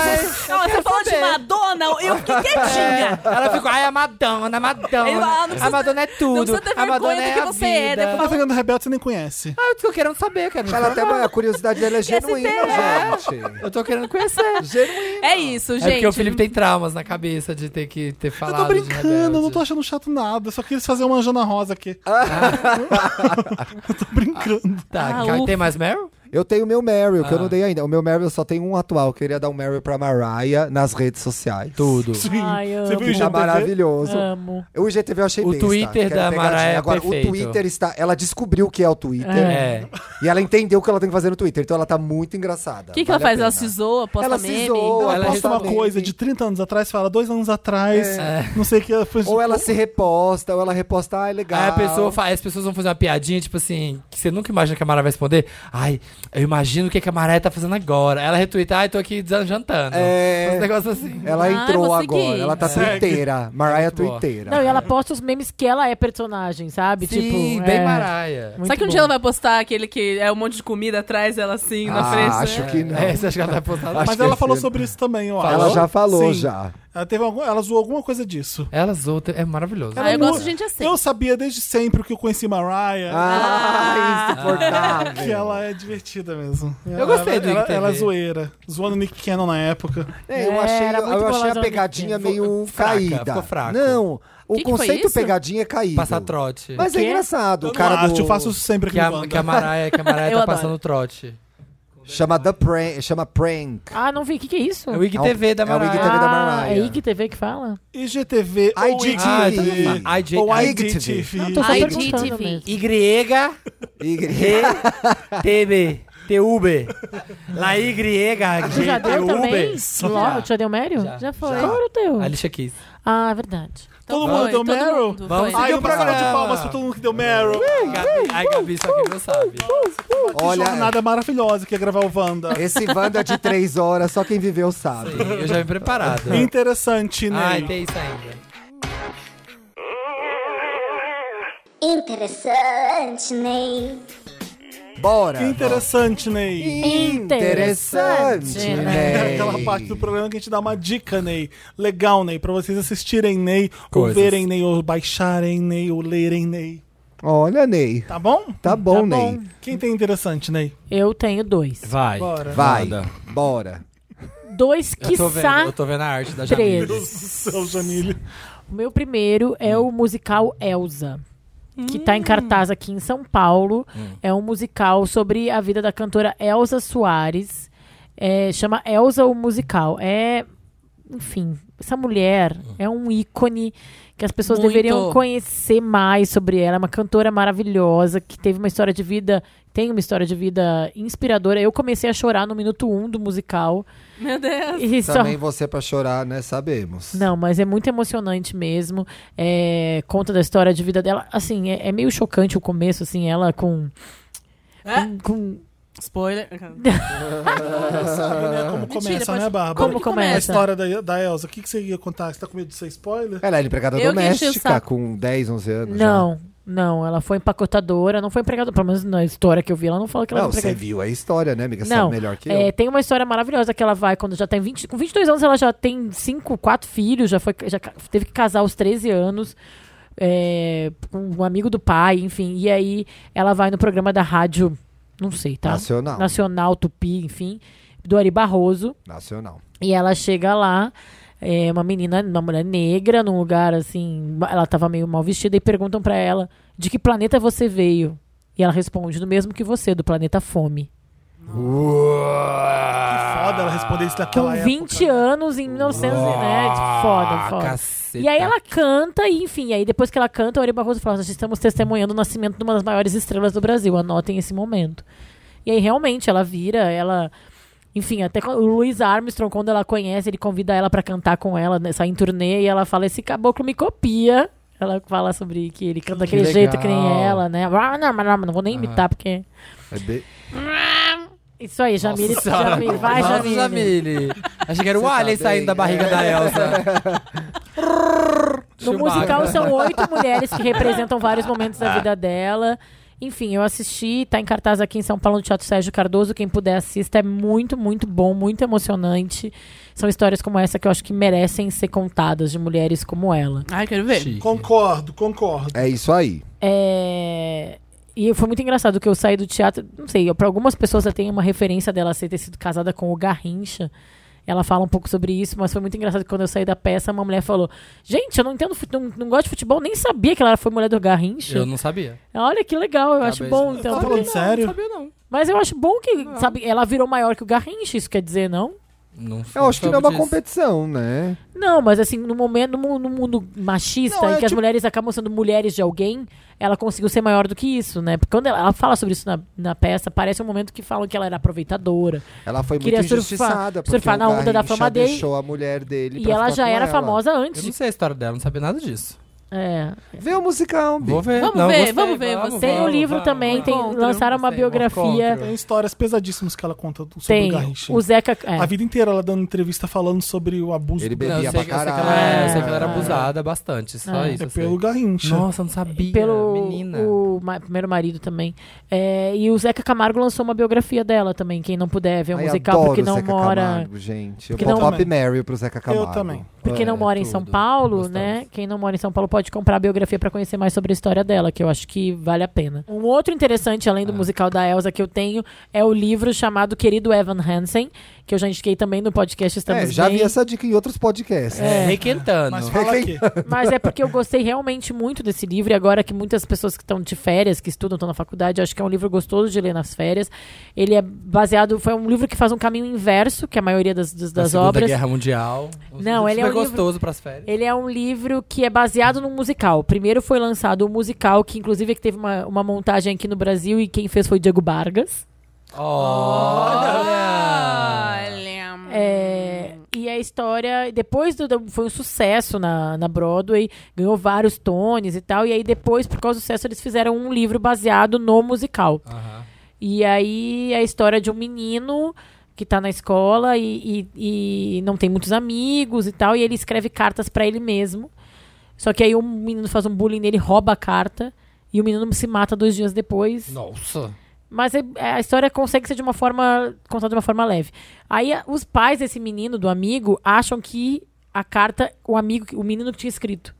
que. Não, você falou de Madonna, eu fiquei quietinha. É, Ela ficou, ai, a Madonna, a Madonna. Eu- ah, não precisa a Madonna é não tudo. precisa ter a Madonna vergonha é do a que você é, vida. Mas Fernando Tá Rebelde você nem conhece. Ah, eu tô querendo saber, cara. Ela até a curiosidade dela é Esse genuína, tema. gente. Eu tô querendo conhecer. Genuíno. É isso, É gente. porque o Felipe tem traumas na cabeça de ter que ter Ah, Eu falado tô de brincando, Rebelde. eu não tô achando chato nada. Só quis fazer uma Jana Rosa aqui. eu tô brincando. Tá, Ah, cara, ufa. tem mais Meryl? Eu tenho o meu Meryl, que eu Ah. não dei ainda. O meu Meryl eu só tem um atual. Eu queria dar um Meryl pra Mariah nas redes sociais. Tudo. Sim. Ai, Você amo. viu o Tá IGTV? maravilhoso. Amo. O IGTV eu achei O besta. Twitter Quero pegar da a dica. Mariah é Agora, perfeito. o Twitter está... Ela descobriu o que é o Twitter. É. E ela entendeu o que ela tem que fazer no Twitter. Então ela tá muito engraçada. O que, que Vale ela faz? a Ela se pena. zoa, posta Ela se meme. zoa. Ela Ela posta uma resolve. coisa de 30 anos atrás, fala, dois anos atrás, não sei o que. Foi... É. Ou ela se reposta, ou ela reposta, ai, legal. Aí a pessoa fa- as pessoas vão fazer uma piadinha, tipo assim, que você nunca imagina que a Mara vai responder. Ai, eu imagino o que que a Mara tá fazendo agora. Ela retweeta, ai, tô aqui desan- jantando. É. Um negócio assim. Ela Ah, eu entrou vou seguir. agora, ela tá Segue. twitteira. Mariah Muito boa. twitteira. Não, e ela posta os memes que ela é personagem, sabe? Tá. Sim, tipo, bem é... Maraia. Muito Só que um bom. dia ela vai postar aquele que é um monte de comida atrás dela assim, na Ah, frente. acho que não. É, você acha que ela tá postando? Acho Mas que ela é falou cedo. sobre isso também, ó. Ela já falou, Sim. já. Ela, teve algum... ela zoou alguma coisa disso. Ela zoou, é maravilhoso. Ah, eu Ela- gosto de gente assim. Eu sabia desde sempre que eu conheci Mariah. Ah, insuportável. Que ela é divertida mesmo. Eu gostei do ela, IGTV. ela é zoeira. Zoando Nick Cannon na época. É, eu É, achei, era muito eu achei bolazão a pegadinha de tempo. meio Ficou fraca, caída. ficou fraco. Não, o Que que foi conceito isso? pegadinha é caído. Passar trote. Mas O é quê? engraçado. Eu o cara não acho, do... eu faço isso sempre aqui Que no a, Wanda. que a Maraia, que a Maraia Eu tá adoro. passando trote. Chama The Prank. Chama Prank. Ah, não vi. O que, que é isso? É o IGTV da É o Mariah. IGTV da ah, é Mariah. IGTV que fala? IGTV ou IGTV. IGTV. Ah, tá. IGTV. Ou Não, IGTV. tô só IGTV. perguntando mesmo. Igriega Igre- TB. TUB. La Igriega Tu já É deu também? TUB. Logo, tu já deu Mério? Já, foi. Claro, deu. Alicia Keys. Ah, é verdade. Então Todo mundo foi, deu Meryl? mundo, Vamos foi. seguir Ai, Seguiu um programa de programa. palmas pra todo mundo que deu Meryl. Gabi, ai, Gabi, só quem não sabe. Olha, Olha, é. que jornada maravilhosa que ia gravar o Wanda. esse Wanda de três horas, só quem viveu sabe. Eu já vim preparado. É. Interessante, né? Ai, tem isso ainda. Interessante, Ney. Bora! Interessante, Ney. Interessante, Interessante, É né? aquela parte do programa que a gente dá uma dica, Ney. Legal, Ney. Pra vocês assistirem, Ney. Coisas. Ou verem, Ney. Ou baixarem, Ney. Ou lerem, Ney. Olha, Ney. Tá bom? Tá bom, Ney. Quem tem interessante, Ney? Eu tenho dois. Vai. Bora. Vai, Manda. bora. Dois, Eu tô, vendo, quiçá, eu tô vendo a arte da Jamile. três. Seu Jamile. O meu primeiro é Hum. o musical Elsa, que tá em cartaz aqui em São Paulo. Hum. É um musical sobre a vida da cantora Elsa Soares. É, chama Elsa o Musical. É, enfim, essa mulher é um ícone que as pessoas Hum. Muito. deveriam conhecer mais sobre ela. É uma cantora maravilhosa que teve uma história de vida, tem uma história de vida inspiradora. Eu comecei a chorar no minuto um do musical. Meu Deus. E só- Também você pra chorar, né? Sabemos. não, mas é muito emocionante mesmo. É, conta da história de vida dela. Assim, é, é meio chocante o começo, assim, ela com. É? com- com- Spoiler. Ah. Sabe, né? Como começa, pode- né, Bárbara? como que A começa? história da, da Elsa. O que, que você ia contar? Você tá com medo de ser spoiler? Ela é empregada Eu que enchi o doméstica saco. com 10, 11 anos. já. Não, não, ela foi empacotadora, não foi empregada, pelo menos na história que eu vi, ela não fala que ela Não, foi você empregada. viu a história, né, amiga? Você Não, sabe melhor que É, eu. tem uma história maravilhosa que ela vai quando já tem 20, com 22 anos ela já tem cinco, quatro filhos, já foi já ca- teve que casar aos 13 anos. é, com um amigo do pai, enfim, e aí ela vai no programa da rádio, não sei, tá? Nacional. Nacional Tupi, enfim, do Ari Barroso. Nacional. E ela chega lá, é uma menina, uma mulher negra, num lugar assim, ela tava meio mal vestida, e perguntam pra ela de que planeta você veio. E ela responde, do mesmo que você, do planeta Fome. Ah. Que foda ela responder isso Com naquela Ah, época. 20 anos, em 1900, né? Foda, foda. Ah, Caceta. E aí ela canta, e enfim, aí depois que ela canta, o Ari Barroso fala, nós estamos testemunhando o nascimento de uma das maiores estrelas do Brasil, anotem esse momento. E aí realmente ela vira, ela... Enfim, até quando- o Louis Armstrong, quando ela conhece, ele convida ela pra cantar com ela, né, sair em turnê, e ela fala, esse caboclo me copia. Ela fala sobre que ele canta daquele legal. jeito que nem ela, né? Ah, Não, não, não, não vou nem imitar, porque... É de- Isso aí, Jamile, Jamile, vai, Nossa, Jamile. Jamile. Achei que era o Você É. tá Alien bem. saindo da barriga da Elsa. No Chewbacca. musical são oito mulheres que representam vários momentos da vida dela. Enfim, eu assisti, tá em cartaz aqui em São Paulo no Teatro Sérgio Cardoso. Quem puder assista, é muito, muito bom, muito emocionante. São histórias como essa que eu acho que merecem ser contadas de mulheres como ela. Ai, quero ver. Chique. Concordo, concordo. É isso aí. É, E foi muito engraçado que eu saí do teatro. Não sei, pra algumas pessoas eu tenho uma referência dela ser ter sido casada com o Garrincha. Ela fala um pouco sobre isso, mas foi muito engraçado que quando eu saí da peça, uma mulher falou: Gente, eu não entendo, fut- não, não gosto de futebol, nem sabia que ela foi mulher do Garrincha. Eu não sabia. Olha que legal, eu Tá acho bem, bom. isso- Então, Tá falando porque- sério? sabia, não. Mas eu acho bom que, sabe, ela virou maior que o Garrincha, isso quer dizer, não? não Eu acho que não é soube uma disso. competição, né? Não, mas assim, no momento, no mu- no mundo machista, Não, em é que as tipo- mulheres acabam sendo mulheres de alguém, ela conseguiu ser maior do que isso, né? Porque quando ela, ela fala sobre isso na, na peça, parece um momento que falam que ela era aproveitadora. Ela foi Queria muito surfar- injustiçada. porque surfar o na onda da Garrincha fama dele. deixou a mulher dele E pra ela ficar já tá com era ela. famosa antes. Eu não sei a história dela, não sabia nada disso. É. Vê o musical, Bi. Vou ver. Vamos Não, ver, gostei, vamos ver, você- Tem o vamos, livro vamos. também, tem, Encontro. lançaram uma Gostei, biografia. encontro. Tem histórias pesadíssimas que ela conta sobre Tem o Garrincha. o Zeca. é. A vida inteira ela dando entrevista falando sobre o abuso Ele do Não, bebia eu pra sei, que- eu sei que ela, caralho. é, eu sei que ela era É. abusada bastante, só É. isso. É eu sei. pelo Garrincha. Nossa, eu não sabia. pelo Menina. o ma- primeiro marido também. É, e o Zeca Camargo lançou uma biografia dela também, quem não puder ver o Ai, um musical adoro porque o não Zeca mora, Camargo, gente. Eu porque vou não- pop Mary pro Zeca Camargo. também. porque não É, mora em São tudo. Paulo, Gostamos. né? Quem não mora em São Paulo pode comprar a biografia pra conhecer mais sobre a história dela, que eu acho que vale a pena. Um é outro interessante além do musical da Elsa que eu tenho é o livro chamado Querido Evan Hansen, que eu já indiquei também no podcast Estamos É, já Bem. vi essa dica em outros podcasts. É, requentando. Mas fala aqui. Mas é porque eu gostei realmente muito desse livro e agora que muitas pessoas que estão de férias, que estudam, estão na faculdade, eu acho que é um livro gostoso de ler nas férias. Ele é baseado, foi um livro que faz um caminho inverso que a maioria das, das, Da das Segunda obras. Guerra Mundial. Não, ele é um livro- super gostoso pras férias. Ele é um livro que é baseado num musical. Primeiro foi lançado o musical, que inclusive é que teve uma, uma montagem aqui no Brasil e quem fez foi Diego Vargas. Olha! Olha. É, e a história, depois do, do- foi um sucesso na, na Broadway, ganhou vários tones e tal. E aí depois, por causa do sucesso, eles fizeram um livro baseado no musical. Aham. E aí a história de um menino que tá na escola e, e- e não tem muitos amigos e tal, e ele escreve cartas pra ele mesmo. Só que aí o menino faz um bullying nele, rouba a carta, e o menino se mata dois dias depois. Nossa! Mas é- é- a história consegue ser de uma forma. contada de uma forma leve. Aí a- os pais desse menino, do amigo, acham que a carta, o amigo, que- o menino que tinha escrito.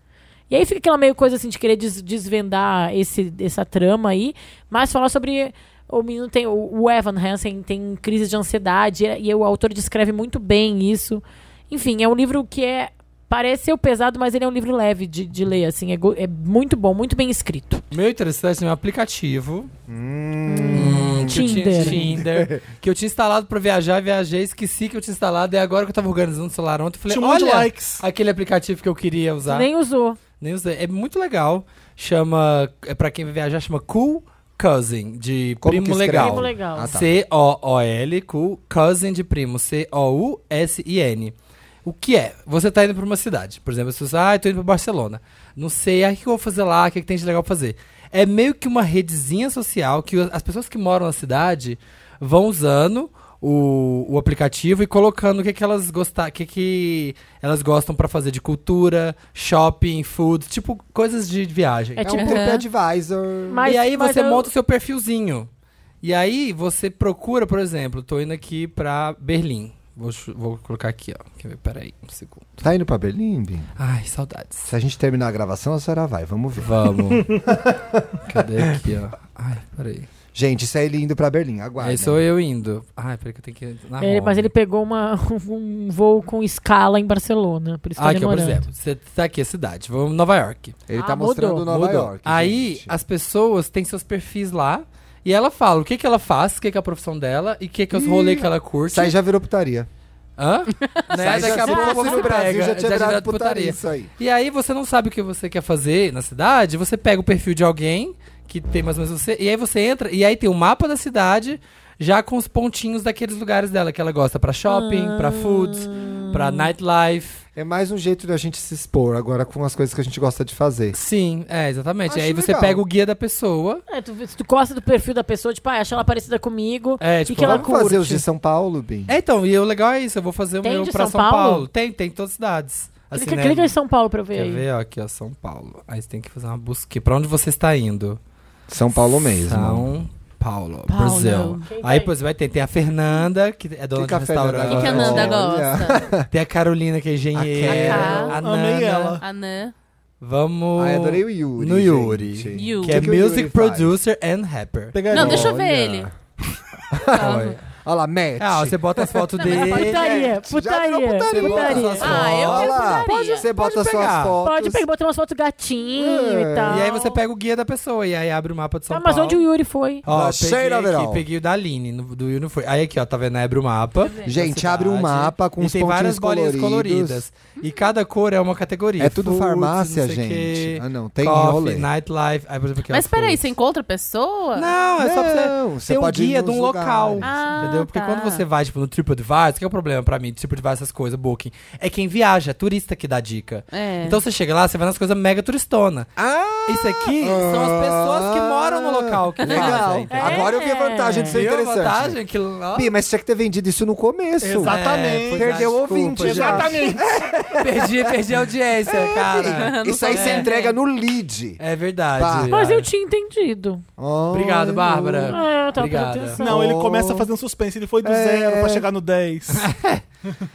E aí fica aquela meio coisa assim de querer des- desvendar esse, essa trama aí, mas falar sobre. O menino tem. O o Evan Hansen tem crise de ansiedade e, e o autor descreve muito bem isso. Enfim, é um livro que é. Pareceu pesado, mas ele é um livro leve de, de ler, assim. É, go- é muito bom, muito bem escrito. Meu interessante é um aplicativo. Hum, que eu tinha- Tinder. Tinder. Que eu tinha instalado pra viajar, viajei, esqueci que eu tinha instalado. E agora que eu tava organizando o celular ontem, eu falei, Tinha um monte de olha, likes. aquele aplicativo que eu queria usar. Nem usou. Nem usei. É muito legal. Chama, é pra quem vai viajar, chama Cool Cousin, de Como que primo escreve? legal. Primo legal. Ah, tá. C-O-O-L, cool, cousin de primo, C-O-U-S-I-N. O que é? Você tá indo pra uma cidade, por exemplo, você fala, ah, eu tô indo pra Barcelona. Não sei, ah, o que eu vou fazer lá, o que, é que tem de legal pra fazer? É meio que uma redezinha social que as pessoas que moram na cidade vão usando o, o aplicativo e colocando o que, que elas gostar, o que, que elas gostam pra fazer de cultura, shopping, food, tipo coisas de viagem. É É tipo- um TripAdvisor. Mas- e aí mas você eu- monta o seu perfilzinho. E aí você procura, por exemplo, tô indo aqui pra Berlim. Vou, chu- vou colocar aqui, ó. Quer ver? Peraí, um segundo. Tá indo pra Berlim, Bim? Ai, saudades. Se a gente terminar a gravação, a senhora vai. Vamos ver. Vamos. Cadê aqui, ó? Ai, peraí. Gente, isso é ele indo pra Berlim. Aguarda. Aí sou eu indo. Ai, peraí que eu tenho que ir na Ele- Home. É, mas ele pegou uma- um voo com escala em Barcelona. Por isso que Ah, tá aqui, ó, por demorando. exemplo. Você tá aqui, a cidade. Vamos Nova York. Ele Ah, tá mostrando mudou. Nova Mudou. York. Aí gente. as pessoas têm seus perfis lá. E ela fala o que que ela faz, o que que é a profissão dela e o que que é os Ih, rolês que ela curte. Isso aí já virou putaria. Hã? Né? Isso aí Daqui já- a se pouco fosse você no Brasil pega, já tinha virado virado putaria. Isso aí. E aí você não sabe o que você quer fazer na cidade, você pega o perfil de alguém que tem mais ou menos você, e aí você entra, e aí tem o mapa da cidade já com os pontinhos daqueles lugares dela que ela gosta pra shopping, pra Ah. foods, pra nightlife. É mais um jeito da gente se expor agora com as coisas que a gente gosta de fazer. Sim, é, exatamente. Acho e aí você legal. pega o guia da pessoa. É, tu, se tu gosta do perfil da pessoa, tipo, ah, acha ela parecida comigo. É, E tipo, que ela Vamos fazer curte. os de São Paulo, Bim? É, então, e o legal é isso, eu vou fazer o Tem meu de pra São São, Paulo? Paulo. Tem, tem em todas as cidades. Assim, clica, né? clica em São Paulo pra eu ver Quer aí. ver, ó, aqui, ó, São Paulo. Aí você tem que fazer uma busca aqui. Pra onde você está indo? São Paulo mesmo. São Paulo, Paulo. Brasil. Quem Aí tem? pois, vai ter, tem a Fernanda, que é dona Que de café restaurante. da Que a Nanda Olha. gosta. Tem a Carolina, que é engenheira. A Ká. A Amei Nana. ela. A Nan. Vamos. Ai, adorei o é Yuri. No Yuri. gente. Yuri. Que é Que que o Yuri music faz? producer and rapper. Pegaria. Não, deixa eu ver Olha. ele. Oi. Olha lá, Matt. Ah, você bota as fotos dele. Putaria, virou putaria, putaria. putaria. Nossa, Ah, eu Olha quero lá. putaria. Você bota Pode suas pegar. fotos. Pode pegar, botar umas fotos gatinho É. e tal. E aí você pega o guia da pessoa e aí abre o mapa de São Tá, mas Paulo. onde o Yuri foi? Ó, Da peguei Sheila Verão. aqui, peguei o da Aline, no- do Yuri não foi. Aí aqui, ó, tá vendo? Abre o mapa. Gente, da abre um cidade. mapa com e os tem várias pontinhos bolinhas coloridos. coloridas. E cada cor é uma categoria. É tudo Foods, farmácia, não sei o quê, gente. Ah, não, tem coffee, rolê. nightlife. Aí, por exemplo, aqui, ó, Mas peraí, foods. você encontra a pessoa? Não, é só pra Não, você, você ter um pode ir guia de nos um local. lugares. Ah, entendeu? Porque tá. quando você vai, tipo, no TripAdvisor, que é o problema pra mim, TripAdvisor, essas coisas, Booking, é quem viaja, é turista que dá dica. É. Então você chega lá, você vai nas coisas mega turistona. Ah! Isso aqui são as pessoas que moram no local que Legal. fazem. É. Agora eu vi a vantagem de ser Viu a é interessante. vantagem que... ó, Pi, mas tinha que ter vendido isso no começo. Exato. Exatamente. pois é. Perdeu o desculpa, ouvinte, gente. Exatamente. É, Perdi, perdi a audiência, cara. Isso aí você entrega no lead. É verdade. Bah. Mas eu tinha entendido. Obrigado, Olha. Bárbara. Ah, eu tava Obrigada. prestando atenção. Não, ele começa fazendo suspense. Ele foi do É. zero pra chegar no 10.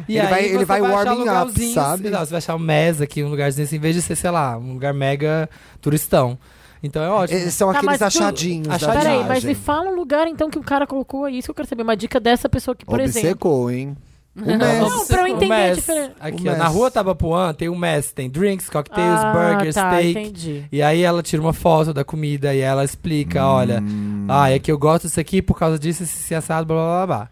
E Ele aí vai- ele você vai achar um warming up, lugarzinhos, sabe? assim, sei lá, você vai achar um mesa aqui, um lugarzinho assim, em vez de ser, sei lá, um lugar mega turistão. Então é ótimo. Esses são Tá, aqueles mas tu- achadinhos. da Achadinho. Peraí, viagem. mas me fala um lugar então que o cara colocou isso que eu quero saber. Uma dica dessa pessoa que, por exemplo. Obcecou, hein? O Então, Não, Messi. pra eu O entender a Mess, diferença. Aqui, O ó, na Mess. rua Tabapuã tem o Mess, tem drinks, cocktails, Ah, burgers, tá, steak. entendi. E aí ela tira uma foto da comida e ela explica, olha, Hum. ah, é que eu gosto disso aqui por causa disso, esse assado, blá blá blá. blá.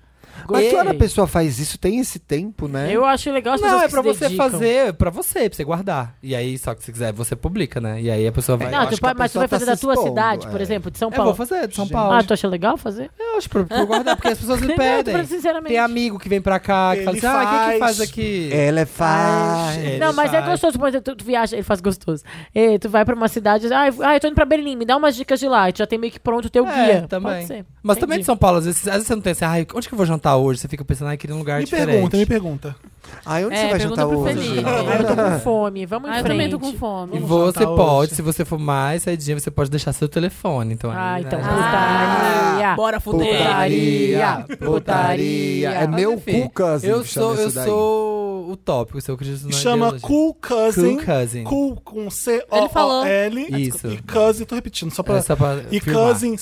Mas que hora a Gostei. pessoa? pessoa faz isso? Tem esse tempo, né? Eu acho legal as Não, pessoas é que pra se você dedicam. fazer, pra você, pra você guardar. E aí, só que se quiser, você publica, né? E aí a pessoa vai. eu Não, acho tu que pode- a mas tu pessoa vai tá fazer se da tua expondo, cidade, é. por exemplo, de São eu Paulo. vou fazer, de São Gente. Paulo. Ah, tu acha legal fazer? Eu acho pra, pra guardar, porque as pessoas me Nem pergunto pra- pedem. sinceramente. Tem amigo que vem pra cá, que fala Ele assim, ah, o que que faz. É. faz aqui? Ela é faz. Ai, Não, Ele mas é faz. gostoso, por exemplo, tu, tu viaja, ele faz gostoso. É, tu vai pra uma cidade, ah, eu- ah, eu tô indo pra Berlim, me dá umas dicas de lá, e tu já tem meio que pronto o teu É, guia. também. Pode ser. Mas também Entendi. de São Paulo, às vezes, às vezes você não tem assim, ai, onde que eu vou jantar hoje? Você fica pensando, ai, queria um lugar Me diferente. pergunta, me pergunta. Ai, onde É, você vai pergunta jantar pro hoje? Felipe. Ah, eu tô com fome, vamos em Ah, eu frente. também tô com fome. E Vamos você jantar pode, hoje. se você for mais saidinha, você pode deixar seu telefone. Então, Ah, aí, então, né? tá. putaria. Ah, Bora fuder. Putaria, putaria. É meu Enfim, cucas. Eu sou, eu sou utópico, se eu acredito na E chama é ideologia. Cool Cousin. Cool Cousin. Cool com Ele falou. C-O-O-L. Isso. E Cousin, tô repetindo, só pra... É só pra E filmar. Cousin,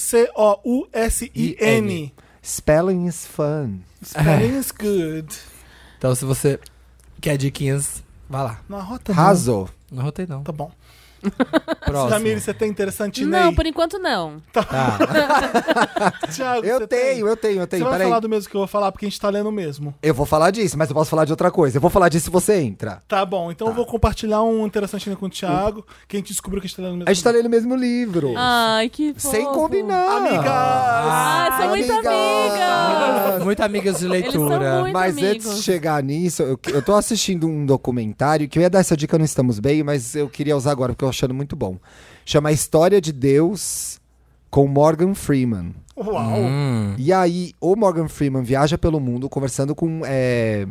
C-O-U-S-I-N. Spelling is fun. Spelling is good. Então, se você quer diquinhas, vai lá. Não arrota não. Arrasou. Não rotei, não. Tá bom. Jamile, Próximo. você tem interessante Não, Ney? por enquanto não. Tá. Thiago, Eu você tenho, tem? eu tenho, eu Você tenho. vai Peraí. falar do mesmo que eu vou falar, porque a gente tá lendo o mesmo. Eu vou falar disso, mas eu posso falar de outra coisa. Eu vou falar disso se você entra. Tá bom, então eu vou compartilhar um interessante Ney, com o Thiago, que a gente descobriu que a gente tá lendo o mesmo. A gente tá lendo o mesmo livro. Ai, que fofo. sem combinar. Amigas! Ah, são muito amigas. Muito amigas de Eles são leitura. muito Mas amigos. antes de chegar nisso, eu, eu tô assistindo um documentário que eu ia dar essa dica no Estamos Bem, mas eu queria usar agora porque eu tô achando muito bom. Chama História de Deus com Morgan Freeman. Uau! Hum. E aí, o Morgan Freeman viaja pelo mundo conversando com é,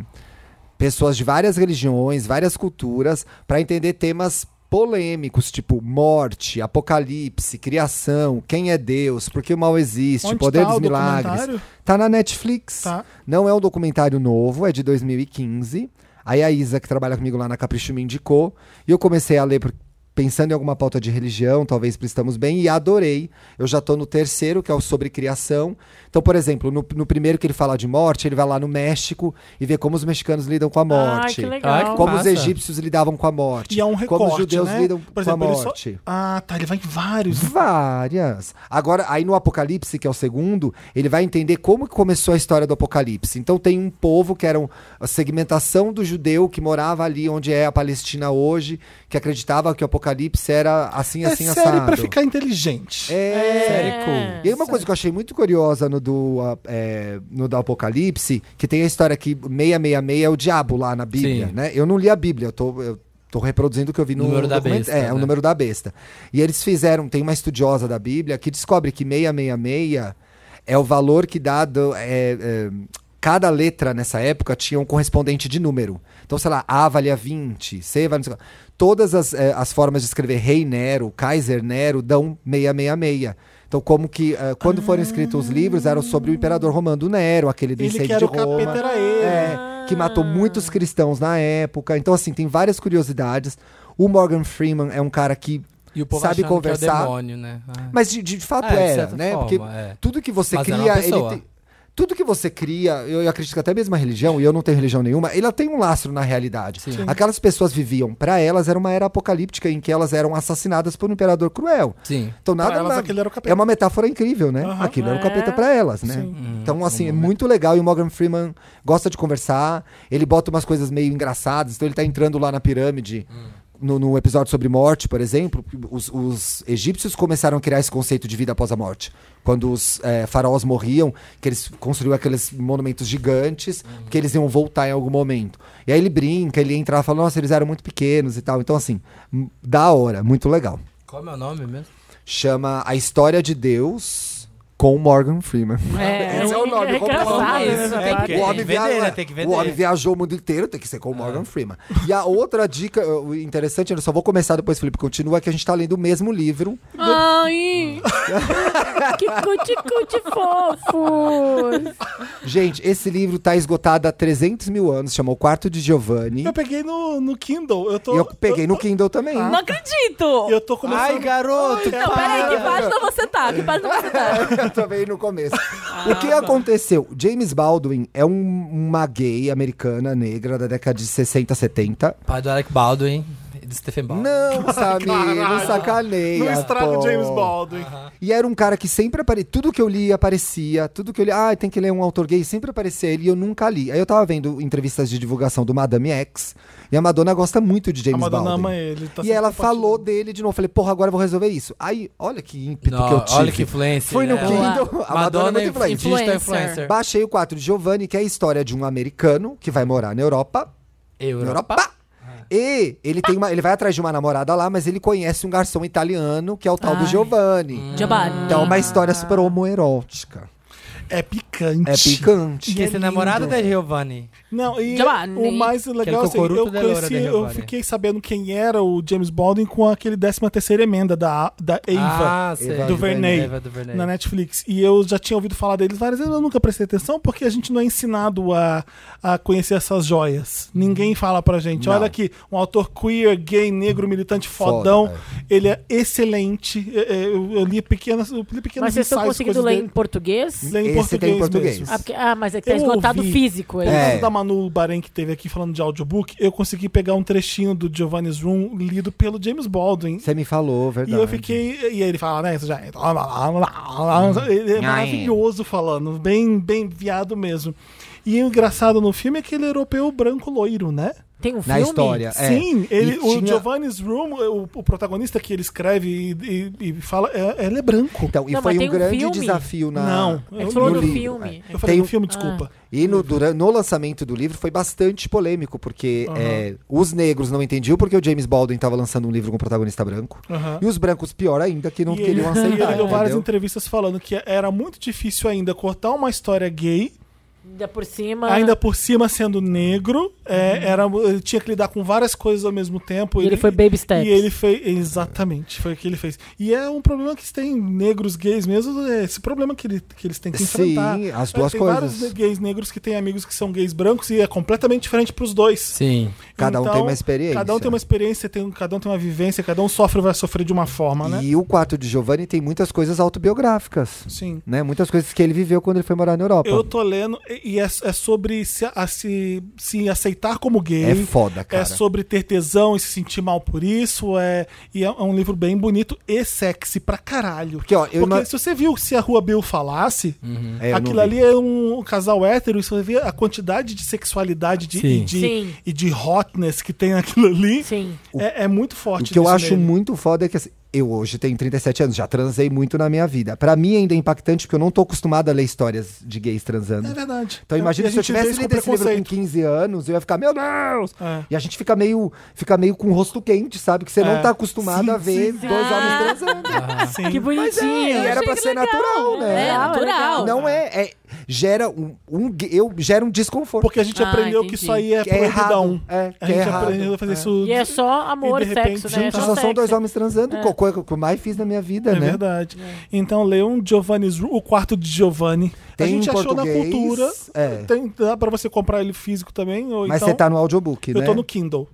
pessoas de várias religiões, várias culturas, para entender temas polêmicos, tipo morte, apocalipse, criação, quem é Deus, por que o mal existe, Onde poder tá dos o milagres. documentário? Tá na Netflix. Tá. Não é um documentário novo, é de 2015. Aí a Isa, que trabalha comigo lá na Capricho, me indicou. E eu comecei a ler por- pensando em alguma pauta de religião, talvez por Estamos Bem, e adorei. Eu já tô no terceiro, que é o sobre criação. Então, por exemplo, no, no primeiro que ele fala de morte, ele vai lá no México e vê como os mexicanos lidam com a morte. Ai, Ah, que Ai, que legal. bom. Como os Massa. egípcios lidavam com a morte. E é um Tipo, como os recorte, judeus né? lidam Por com exemplo, a ele só- morte. Ah, tá, ele vai em vários. Várias. Agora, aí no Apocalipse, que é o segundo, ele vai entender como que começou a história do Apocalipse. Então tem um povo que era um- a segmentação do judeu que morava ali onde é a Palestina hoje, que acreditava que o Apocalipse era assim, assim, é série assado. pra ficar inteligente. É. Série cool. E aí uma coisa que eu achei muito curiosa no do, ah, é, no do Apocalipse, que tem a história que 666 é o diabo lá na Bíblia, Sim. né? Eu não li a Bíblia, eu tô, eu tô reproduzindo o que eu vi no Número da document- besta, É, né? o número da besta. E eles fizeram, tem uma estudiosa da Bíblia que descobre que 666 é o valor que dá do, é, é, cada letra nessa época tinha um correspondente de número. Então, sei lá, A valia 20, C valia... não sei o quê. Todas as, eh, as formas de escrever Rei Nero, Kaiser Nero, dão 666. Então, como que... eh, quando Ah. foram escritos os livros, eram sobre o imperador romano Nero, aquele do Ele que incêndio era de o Roma. capeta, era ele. É, que matou muitos cristãos na época. Então, assim, tem várias curiosidades. O Morgan Freeman é um cara que... E o povo Sabe achando que é o conversar. demônio, né? Ah. Mas, de, de fato, É, de era, certa né? forma, Porque é. tudo que você Mas era uma cria... pessoa. tem- tudo que você cria, eu eu acredito que até mesmo a religião, e eu não tenho religião nenhuma, ela tem um lastro na realidade. Sim. Aquelas pessoas viviam, pra elas era uma era apocalíptica em que elas eram assassinadas por um imperador cruel. Sim. Então nada Pra elas, na- aquele era o capeta. é uma metáfora incrível, né? Aham. Aquilo era o É. capeta pra elas, né? Então assim, é muito legal e o Morgan Freeman gosta de conversar, ele bota umas coisas meio engraçadas, então ele tá entrando lá na pirâmide. No, no episódio sobre morte, por exemplo, os, os egípcios começaram a criar esse conceito de vida após a morte. Quando os eh, faraós morriam, que eles construíram aqueles monumentos gigantes, que eles iam voltar em algum momento. E aí ele brinca, ele entra lá e fala, nossa, eles eram muito pequenos e tal. Então, assim, m- da hora, muito legal Qual é o meu nome mesmo? chama A História de Deus com Morgan Freeman. É, Esse é o nome, É como engraçado, isso, né? é porque- O homem, vender, via- né? Tem que vender. Ah. o homem viajou o mundo inteiro, tem que ser com o Morgan Freeman. E a outra dica eh, interessante, eu só vou começar depois, Felipe, continua, é que a gente tá lendo o mesmo livro. Ai! Que cuti-cuti fofo! Gente, esse livro tá esgotado há 300 mil anos, chama O Quarto de Giovanni. Eu peguei no, no Kindle. Eu tô. E eu peguei no Kindle também. Ah. Não acredito! Eu tô começando. Ai, garoto! Não, peraí, que página você tá? Que página você tá? eu também no começo. Ah, o tá. que aconteceu? James Baldwin é um- uma gay americana negra da década de 60, 70. Pai do Alec Baldwin e do Stephen Baldwin. Não, Samir, não Caralho. sacaneia. No estrago pô. James Baldwin. E era um cara que sempre aparecia. Tudo que eu li aparecia. Tudo que eu li. Ah, tem que ler um autor gay. Sempre aparecia ele e eu nunca li. Aí eu tava vendo entrevistas de divulgação do Madame X. E a Madonna gosta muito de a James Madonna Baldwin. ama ele. tá e sempre ela compartilhando. falou dele de novo. Eu Falei, porra, agora eu vou resolver isso. Aí, olha que ímpeto Não, que eu tive. Olha que influência. Fui no né? Kindle. A Madonna, é muito Madonna influente. digital Influencer. um influencer. Baixei o quadro de Giovanni, que é a história de um americano que vai morar na Europa. Na Europa. E ele tem uma, ele vai atrás de uma namorada lá, mas ele conhece um garçom italiano que é o tal do Ai. Giovanni. Hum. Giovanni. Então é uma história super homoerótica. É picante. É picante. Quem é namorado da Giovanni? Não, e Giovanni. o mais legal assim, cocoruto eu da Laura conheci, Dern eu agora. fiquei sabendo quem era o James Baldwin com aquele 13 terceira emenda da, da Eva Ah, né. sei. Eva do Verney. Eva do Verney. né? na Netflix. E eu já tinha ouvido falar deles várias vezes, eu nunca prestei atenção, porque a gente não é ensinado a, a conhecer essas joias. Ninguém fala pra gente. Não. Olha aqui, um autor queer, gay, negro, militante, Foda, fodão. é. Ele é excelente. É, é, Eu, eu li pequenas, eu li pequenos Mas vocês estão ensaios, conseguindo coisas ler em dele. português? Lê em Esse português, tem em português. mesmo. Ah, porque- ah, mas é que tá Eu esgotado ouvi. físico aí. Por É. causa da Manu Bahrein que teve aqui falando de audiobook, eu consegui pegar um trechinho do Giovanni's Room lido pelo James Baldwin. Você me falou, E é verdade. eu fiquei. E aí ele fala, né? Isso já. Hum. Ele é maravilhoso falando, bem, bem viado mesmo. E o engraçado no filme é aquele europeu branco loiro, né? Tem um Na filme? história. É. Sim, ele, E o tinha- Giovanni's Room, o, o protagonista que ele escreve e, e- e fala, é- ele é branco. Então, e Não, foi mas um tem um grande filme? desafio na. Não. É que você falou do No livro, filme. Eu falei Tem- um- no filme, desculpa. E no, dura- no lançamento do livro foi bastante polêmico, porque é, os negros não entendiam porque o James Baldwin estava lançando um livro com protagonista branco. Aham. E os brancos, pior ainda, que não E ele, queriam e ele aceitar. deu várias entendeu? entrevistas falando que era muito difícil ainda cortar uma história gay Ainda por cima. Ainda por cima sendo negro, é, era, ele tinha que lidar com várias coisas ao mesmo tempo. E ele foi baby steps. E ele fez. Exatamente, foi o que ele fez. E é um problema que tem negros gays mesmo, é esse problema que, ele- que eles têm que Sim, enfrentar. as É, duas tem coisas. vários gays negros que têm amigos que são gays brancos e é completamente diferente pros dois. Sim. Cada um Então, tem uma experiência. Cada um tem uma experiência, tem, um- cada um tem uma vivência, cada um sofre vai sofrer de uma forma, né? E o quarto de Giovanni tem muitas coisas autobiográficas. Sim. Né? Muitas coisas que ele viveu quando ele foi morar na Europa. Eu tô lendo e e é, é sobre se, a- se, se aceitar como gay. É foda, cara. É sobre ter tesão e se sentir mal por isso. É, e é, é um livro bem bonito e sexy pra caralho. Porque, ó, eu Porque ima- se você viu se a Rua Bill falasse, É, eu não aquilo vi. ali é um casal hétero e você vê a quantidade de sexualidade de, e, Sim. de, Sim. e de hotness que tem naquilo ali. Sim. É, é muito forte. O que eu nisso acho nele. muito foda é que assim, eu hoje tenho 37 anos, já transei muito na minha vida. Pra mim ainda é impactante porque eu não tô acostumado a ler histórias de gays transando. É verdade. Então E imagina a se eu gente vê tivesse isso lido esse livro com preconceito. 15 anos, eu ia ficar, meu Deus! É. E a gente fica meio, fica meio com o rosto quente, sabe? Que você É. não tá acostumado Sim, a ver sim, sim. dois homens transando. Sim. Ah, Que bonitinho. E era pra ser natural, né? É, natural. Não é, é- gera um, um eu gera um desconforto. Porque a gente Ah, aprendeu que entendi. isso aí é Que é errado, proibidão. é, que a é gente errado, aprendeu a fazer é. isso. E é só amor E e, de repente sexo, né? É juntos só, só são sexo. dois homens transando, co- coisa que eu mais fiz na minha vida, É né? verdade. Então leiam Giovanni's Room, o quarto de Giovanni. a Tem gente em achou na português, cultura. é. Tem, dá pra você comprar ele físico também. Ou Mas então, você tá no audiobook, né? Eu tô no Kindle.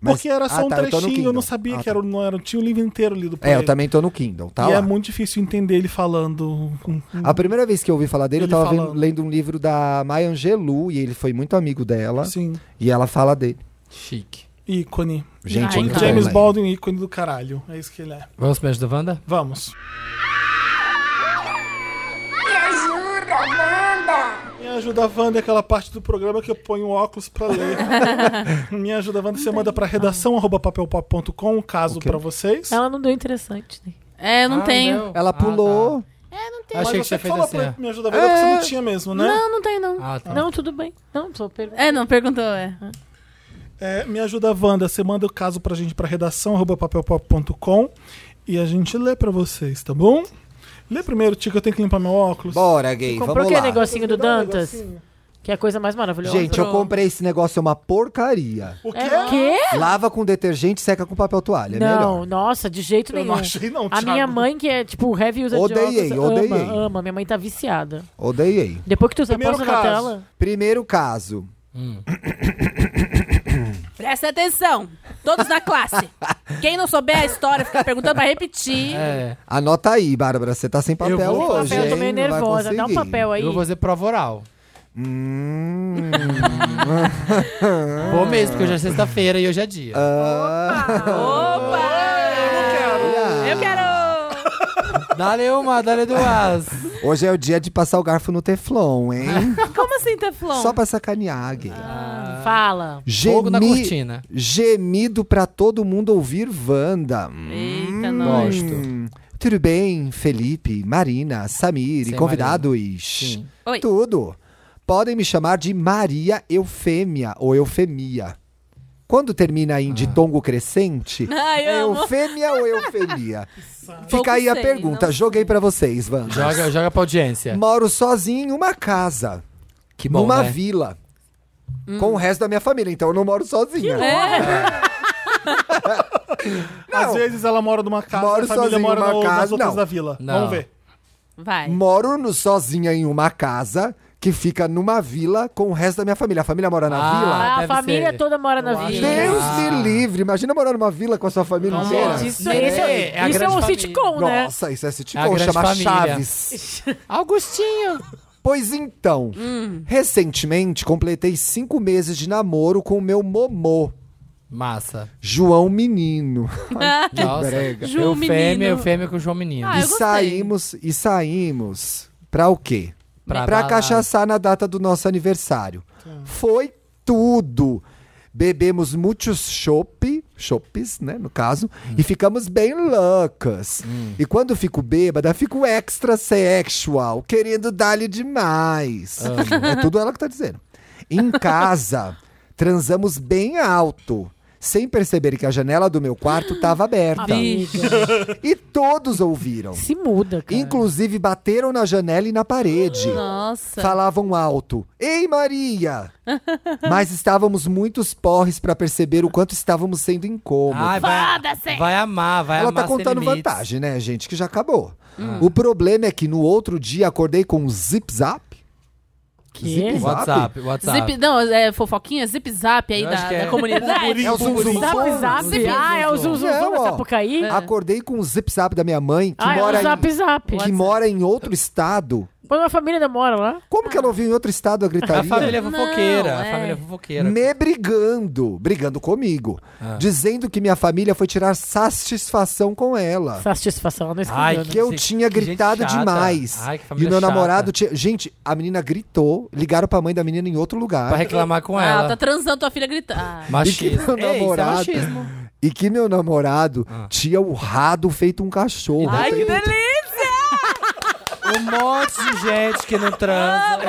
Mas- Porque era só Ah, um tá, eu tô no trechinho, eu, Kindle. não sabia Ah, que era, um, não era, tinha o livro inteiro lido por É, ele. eu também tô no Kindle, tá e lá. Ah, tá. é muito difícil entender ele falando. com- com- A primeira vez que eu ouvi falar dele, Ele eu tava vendo- falando. lendo um livro da Maya Angelou, e ele foi muito amigo dela, Assim, e ela fala dele. Chique. ícone. Gente, Ai, ele cara. James fala. Baldwin, ícone do caralho. É isso que ele é. Vamos pro Beijo da Wanda? Vamos. Me ajuda, Wanda! Me ajuda, Wanda, é aquela parte do programa que eu ponho o óculos pra ler. Me ajuda, Wanda, você manda pra redação arroba papelpop.com, o caso pra vocês. Ela não deu interessante. Né? É, eu não Ah, tenho. não. Ela Ah, pulou. tá. Achei que você fez falou assim. pra ó. Me ajuda, Wanda, que você não tinha mesmo, né? Não, não tenho, não. Ah, tá. Não, tudo bem. Não, só pergunta. É, não, perguntou, é. É, me ajuda, Wanda, você manda o caso pra gente pra redação arroba papelpop.com e a gente lê pra vocês, tá bom? Lê primeiro, Tico, eu tenho que limpar meu óculos. Bora, gay, Comprou vamos aquele lá. negocinho do Dá um Dantas? negocinho. Que é a coisa mais maravilhosa. Gente, eu Comprou. comprei esse negócio, é uma porcaria. O quê? É o quê? Lava com detergente, seca com papel toalha, é Não, melhor. nossa, de jeito Eu nenhum. não achei, não, A Thiago. minha mãe, que é tipo heavy user Odiei, de óculos, odiei. ama, ama. Minha mãe tá viciada. Odeiei. Depois que tu Primeiro aposta na caso. tela... Primeiro caso. Presta atenção, todos na classe. Quem não souber a história, fica perguntando pra repetir. É, Anota aí, Bárbara, você tá sem papel vou- hoje, Papel, eu tô hein? meio Não vai nervosa. Dá um conseguir. papel aí. eu vou fazer prova oral. Hum, Vou mesmo, porque hoje é sexta-feira e hoje é dia. Opa! Eu quero! Dá-lhe uma, dá-lhe duas. hoje é o dia de passar o garfo no teflon, hein? Como assim, Teflon? Só pra sacanear, gay. Ah. Fala. Fogo na Gemi- cortina. Gemido pra todo mundo ouvir Wanda. Eita, Hum, nós. Tudo bem, Felipe, Marina, Samir e Sem convidados. Sim. Oi. Tudo. Podem me chamar de Maria Eufêmia ou Eufemia. Quando termina em Ah. ditongo crescente, Ai, é amo. eufêmia ou eufemia? Pouco Fica aí a sei, pergunta, não joguei pra vocês, Wanda. Joga, joga pra audiência. Moro sozinho em uma casa, Que bom, numa né? vila, Hum. com o resto da minha família, então eu não moro sozinho. É, Às Não. vezes ela mora numa casa, Moro a família sozinho mora numa no, nas casa, outras não. da vila. Não. Vamos ver. É. vai. Moro no- sozinha em uma casa que fica numa vila com o resto da minha família. A família mora na Ah, vila? Ah, deve a família ser. toda mora na acho vila. Deus Ah. me livre! Imagina morar numa vila com a sua família inteira. Gente, isso, É, isso é, é a isso é grande um família. sitcom, né? Nossa, isso é É a sitcom, grande chama família. Chaves. Augustinho. Pois então, Hum. recentemente completei cinco meses de namoro com o meu momô, Massa. João Menino. Nossa. brega. Ju, eu menino. fêmea, eu fêmea com o João Menino. Ah, e eu gostei. saímos, e saímos pra o quê? Pra pra balada. cachaçar na data do nosso aniversário. Foi tudo. Bebemos muitos chopp, chopps, né, no caso, e ficamos bem loucas. E quando fico bêbada, fico extra sexual, querendo dar-lhe demais. É tudo ela que tá dizendo. Em casa, transamos bem alto, sem perceber que a janela do meu quarto tava aberta. Ah, Amiga, E todos ouviram. se muda, cara. Inclusive, bateram na janela e na parede. Nossa. Falavam alto. Ei, Maria! Mas estávamos muitos porres pra perceber o quanto estávamos sendo incômodos. Ai, vai, Foda-se. vai amar, vai Ela amar. tá sem contando limites. vantagem, né, gente? Que já acabou. Hum. O problema é que no outro dia acordei com um zip-zap. Que? WhatsApp, WhatsApp. Zip, não, é fofoquinha, zip zap aí Eu da, acho que é. da comunidade. É o zum, zum, Zap, zum. zap. Zip, ah, é o Zum zum, Zum zum. Zum da Não, ó. Sapucaí? Acordei com um zip-zap da minha mãe, que, ah, é mora, o É. Zap em, Zap. que mora em outro estado. Quando a família demora lá. Como que ela ouviu em outro estado a gritaria? É A família Não, fofoqueira, a é. família fofoqueira. Me brigando, brigando comigo, Ah. dizendo que minha família foi tirar satisfação com ela. Satisfação, ela não escreveu. Ai, né? Que eu Gente, tinha que gente gritado chata. demais. Ai, que e família o meu chata. namorado tinha. Gente, a menina gritou, ligaram pra mãe da menina em outro lugar. Pra reclamar com Ah, ela. tá transando, tua filha gritando. Ah, E que Machismo. meu Ei, isso é namorado, machismo. e que meu namorado tinha urrado feito um cachorro. Ah. Ai, Eu que tenho- Um monte de gente que não transa.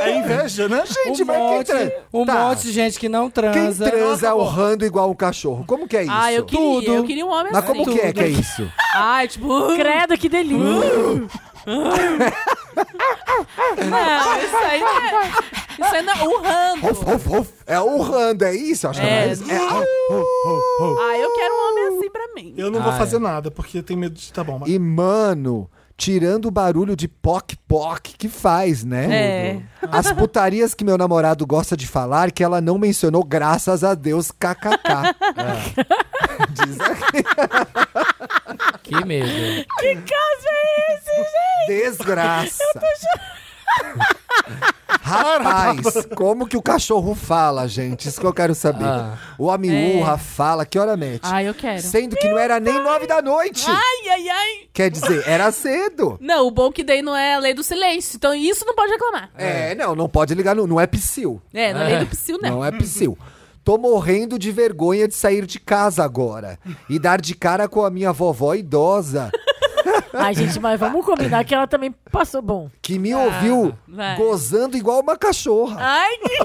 É inveja, né? Gente, um mas quem monte, transa? um Tá. monte de gente que Quem não transa. transa urrando igual um cachorro? Como que é isso? ah eu queria, Tudo. eu queria um homem Mas assim. como que é que é isso? Ai, tipo... Ah, Credo, que delícia. Não, isso aí não é... Isso aí não é Of, urrando. of, of. É urrando, é isso? Acho que É. é, isso. é, au. Ah, eu quero um homem assim pra mim. Eu não vou Ah, fazer é. nada, porque eu tenho medo de. Tá bom, mas. E, mano, tirando o barulho de poc-poc que faz, né? É. As putarias que meu namorado gosta de falar que ela não mencionou, graças a Deus, kkk. Diz aqui. Que medo. Desgraça. Rapaz, como que o cachorro fala, gente? Isso que eu quero saber. Ah. O É. homem urra, fala, que hora mete? Ah, eu quero. Sendo que não era nem nove da noite. Ai, ai, ai. Quer dizer, era cedo. Não, o bom que daí não é a lei do silêncio. Então isso não pode reclamar. É, não, não pode ligar, no, não é psil. É, na É. lei do psil, não. Não é psil. Tô morrendo de vergonha de sair de casa agora e dar de cara com a minha vovó idosa Ai, gente, mas vamos combinar que ela também passou bom. que me ouviu Ah, vai. gozando igual uma cachorra. Ai, que...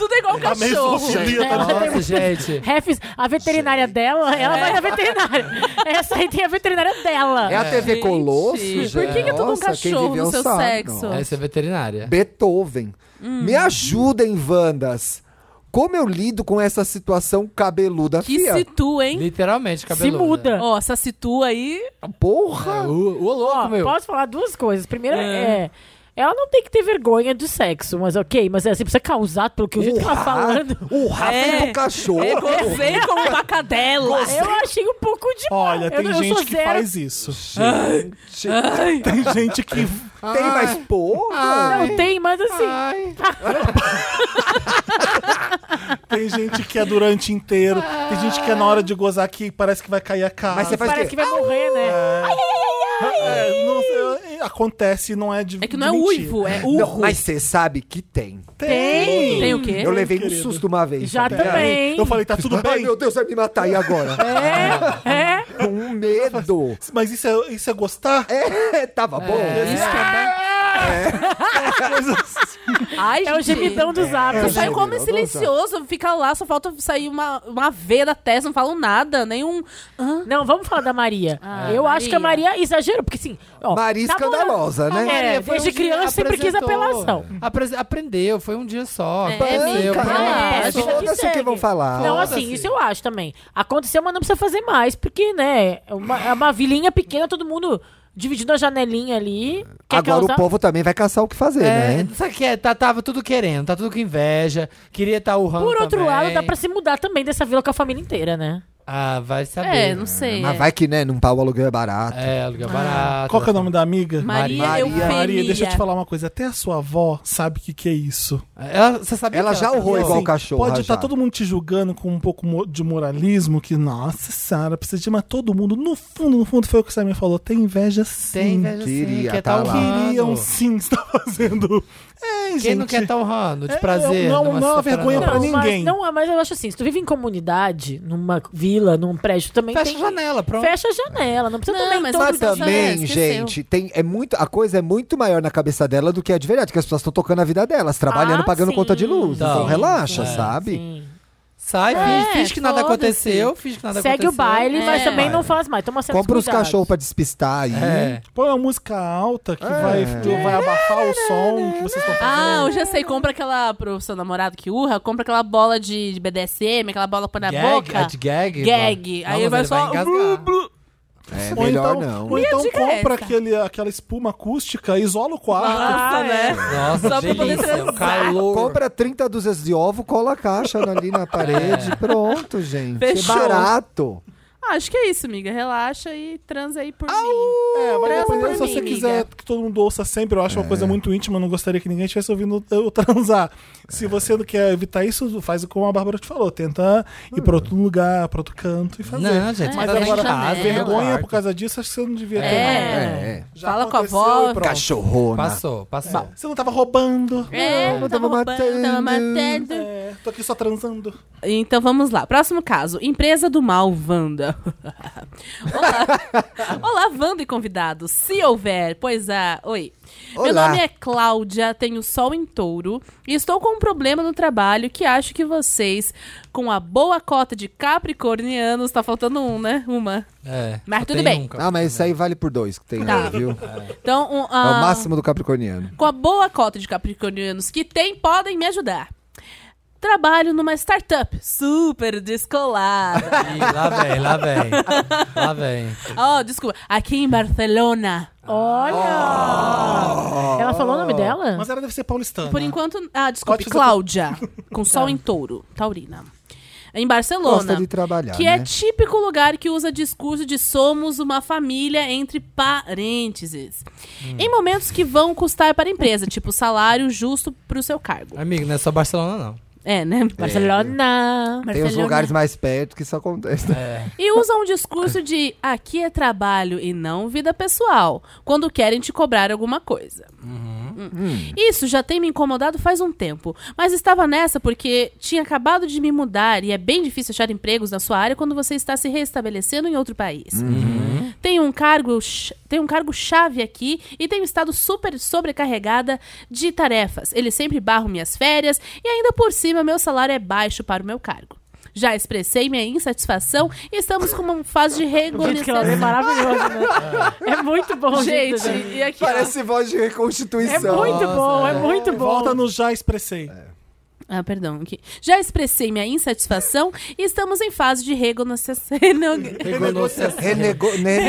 Tudo é igual um Amei cachorro. fofilia, É tá Ela tem Nossa, gente. Refs, a veterinária dela, ela vai na veterinária. Essa aí tem a veterinária dela. É a TV Ah, Gente, Colosso, gente. por que que eu tô com um Nossa, quem cachorro viveu no seu sabe. sexo? Hum. Nossa. Essa é veterinária. Beethoven. Me ajudem, Vandas. Como eu lido com essa situação cabeluda? Que Fia, situ, hein? Literalmente, Se cabeluda. muda. Ó, essa situ aí. Porra! O, o louco, Ó, meu. posso falar duas coisas. Primeiro é. Ela não tem que ter vergonha do sexo, mas ok, mas assim, precisa causar pelo que o jeito que ela tá falando. O rato É. do cachorro. É, gozei com uma cadela. Eu achei um pouco demais. Olha, eu, tem não- eu sou gente que zero. faz isso. Gente, Tem gente que. Tem Ah. mais porra? Não tem, mas assim. Ai. Tem gente que é durante inteiro. Tem gente que é na hora de gozar que parece que vai cair a cara. Mas você faz parece o que quê? vai morrer, né? Ah, É, não sei, acontece, não é de. É que não é de mentir. uivo, é Não, urro. mas você sabe que tem. Tem! Tem o quê? eu levei querido. um susto uma vez. Já sabia? também. Eu falei, tá tudo Ai, bem. meu Deus, vai me matar aí agora. É, é. Com um medo. Mas isso é, isso é gostar? É, tava bom. É. Isso também. Ai, É o gente. gemidão dos Você hábitos. sai como é gemidão dos silencioso, fica lá, só falta sair uma, uma V da testa, não falam nada, um, "Ah, nenhum. Hã? Não, vamos falar da Maria. Ah, eu acho que a Maria exagerou, porque assim. Ó, Maria namorando- escandalosa, né? É, Maria, foi desde um dia- criança sempre quis apresentou. apelação. Apres- Aprendeu, foi um dia só. É, Aprendeu, amiga. foi uma É, parte. vida que né? Foda-se o que segue. vão falar. Não, assim, isso eu acho também. Aconteceu, mas não precisa fazer mais, porque, né, é uma, é uma vilinha pequena, todo mundo dividindo a janelinha ali. Quer Agora causar... o povo também vai caçar o que fazer, É, né? sabe o que é? Tá, tava tudo querendo, tá tudo com inveja. Queria estar tá urrando Por outro também. lado, dá pra se mudar também dessa vila com a família inteira, né? Ah, vai saber. É, não sei. Mas é. vai que, né, num pau o aluguel é barato. É, aluguel Ah. barato. Qual que é o nome da amiga? Maria, Maria, Eufemia. Maria, deixa eu te falar uma coisa. Até a sua avó sabe o que, que é isso. Ela, você sabia Ela que já urrou E, assim, igual cachorro, Pode estar já. todo mundo te julgando com um pouco mo- de moralismo, que, nossa senhora, precisa de mas todo mundo. No fundo, no fundo, foi o que o Samir falou. Tem inveja sim. Tem inveja sim, queria, quer tá tá lá. urrando. Queriam um sim, está fazendo. É, Quem gente. não quer estar tá urrando? De É, prazer. não- numa não é uma sexta-feira vergonha à pra noite. Mas, ninguém. não, mas eu acho assim, se tu vive em comunidade, numa vila, num prédio, também Fecha tem a que- janela, pronto. Fecha a janela, não precisa Não, também mas todo Mas Todo dia também, esqueceu. gente, tem, é muito, a coisa é muito maior na cabeça dela do que a de verdade, que as pessoas estão tocando a vida delas, trabalhando, Ah, pagando sim, conta de luz. Então, sim, relaxa, sim, sabe? Sim. Sai, É, finge, finge que nada foda-se. aconteceu, finge que nada Segue aconteceu. o baile, mas É. também não faz mais. Toma certos Compra os cuidados. cachorros pra despistar aí. É. Põe uma música alta É. que vai, vai abafar o som que vocês estão Ah, fazendo. eu já sei. Compra aquela pro seu namorado que urra, compra aquela bola de, de BDSM, aquela bola pra na Gag, boca. é de gag? Gag. Não, Aí mas vai ele só- engasgar. Blu, blu. É, ou melhor então, não. Ou então dica é compra essa? aquele, aquela espuma acústica, isola o quarto. Nossa, né? Nossa, Só pra poder delícia, um transar. calor. Compra 30 dúzias de ovo, cola a caixa ali na parede, É. pronto, gente. Fechou. É barato. Ah, acho que é isso, amiga. Relaxa e transa aí por mim. É, vai depender Transa por se mim, você amiga. quiser que todo mundo ouça sempre. Eu acho uma É. coisa muito íntima, eu não gostaria que ninguém estivesse ouvindo eu transar. É. Se você não quer evitar isso, faz como a Bárbara te falou. Tenta ir pra outro lugar, pra outro canto e fazer. Uhum. Não, gente, Mas tá agora, em casa, vergonha é quarto. por causa disso, acho que você não devia ter. É. não. É. Já Fala com a aconteceu avó. e pronto. Cachorrona. Passou, passou. Você não tava roubando. É, tava Não, tava roubando, tava matando. matando. É, tô aqui só transando. Então vamos lá. Próximo caso. Empresa do mal, Wanda. Olá. Olá, Wanda e convidados. Se houver, pois ah, oi. Meu Olá. nome é Cláudia, tenho sol em touro e estou com um problema no trabalho que acho que vocês, com a boa cota de capricornianos, tá faltando um, né? Uma. É, Mas só tudo tem bem. um, cara. Ah, mas isso aí vale por dois que tem Tá. aí, viu? Então, um, É ah, o máximo do capricorniano. com a boa cota de capricornianos que tem, podem me ajudar. Trabalho numa startup super descolada. Ih, lá vem, lá vem. Lá vem. Oh, desculpa. Aqui em Barcelona. Oh. Olha! Ela falou o nome dela? Mas ela deve ser paulistana. Ah. Por enquanto. Ah, desculpe. Pode fazer- Cláudia. Com sol em touro. Taurina. Em Barcelona. Tá. Gosta de trabalhar, que né? é típico lugar que usa discurso de somos uma família entre parênteses. Hum. Em momentos que vão custar para a empresa, tipo salário justo para o seu cargo. Amigo, não é só Barcelona, não. É, né? Barcelona! Tem os lugares mais perto que isso acontece. É. E usam um discurso de aqui é trabalho e não vida pessoal, quando querem te cobrar alguma coisa. Isso já tem me incomodado faz um tempo, mas estava nessa porque tinha acabado de me mudar e é bem difícil achar empregos na sua área quando você está se restabelecendo em outro país. Tem um cargo, ch- tem um cargo chave aqui e tenho estado super sobrecarregada de tarefas. Eles sempre barram minhas férias e ainda por cima meu salário é baixo para o meu cargo. Já expressei minha insatisfação e estamos com uma fase de Gente, que ela é regularização. maravilhosa, né? É muito bom, gente. Gente, e aqui ó. Parece voz de É reconstituição. muito bom, é muito bom. Volta no já expressei. É. Ah, perdão. aqui. Já expressei minha insatisfação e estamos em fase de renegociação. Então É é Regonociação. Renego... né? Deixa que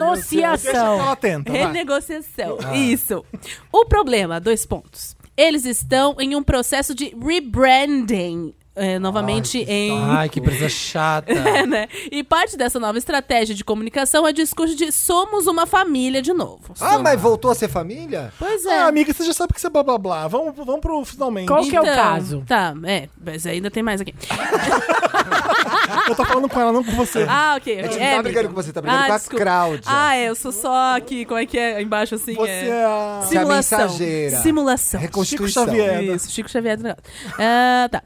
Renegociação. ela tenta. vai. Renegociação. Isso. O problema, dois pontos. Eles estão em um processo de rebranding. é, novamente em. Ai, que presa chata. né? E parte dessa nova estratégia de comunicação é o discurso de somos uma família de novo. Ah, mas voltou a ser família? Pois é. Ah, amiga, você já sabe que você é blá blá blá. Vamos, vamos pro finalmente. Qual- que é o caso? Tá, é, mas ainda tem mais aqui. Eu tô falando com ela, não com você. Ah, ok. A ok. gente É, não tá brigando amigo. com você, tá brigando Ah, com a desculpa. Cláudia. Ah, é, eu sou só aqui, como é que é? Embaixo assim. Você é... é a... Você é a Simulação. mensageira. Simulação. Chico Reconstituição. Xavier. né? Isso, Chico Xavier. do negócio. Ah, tá.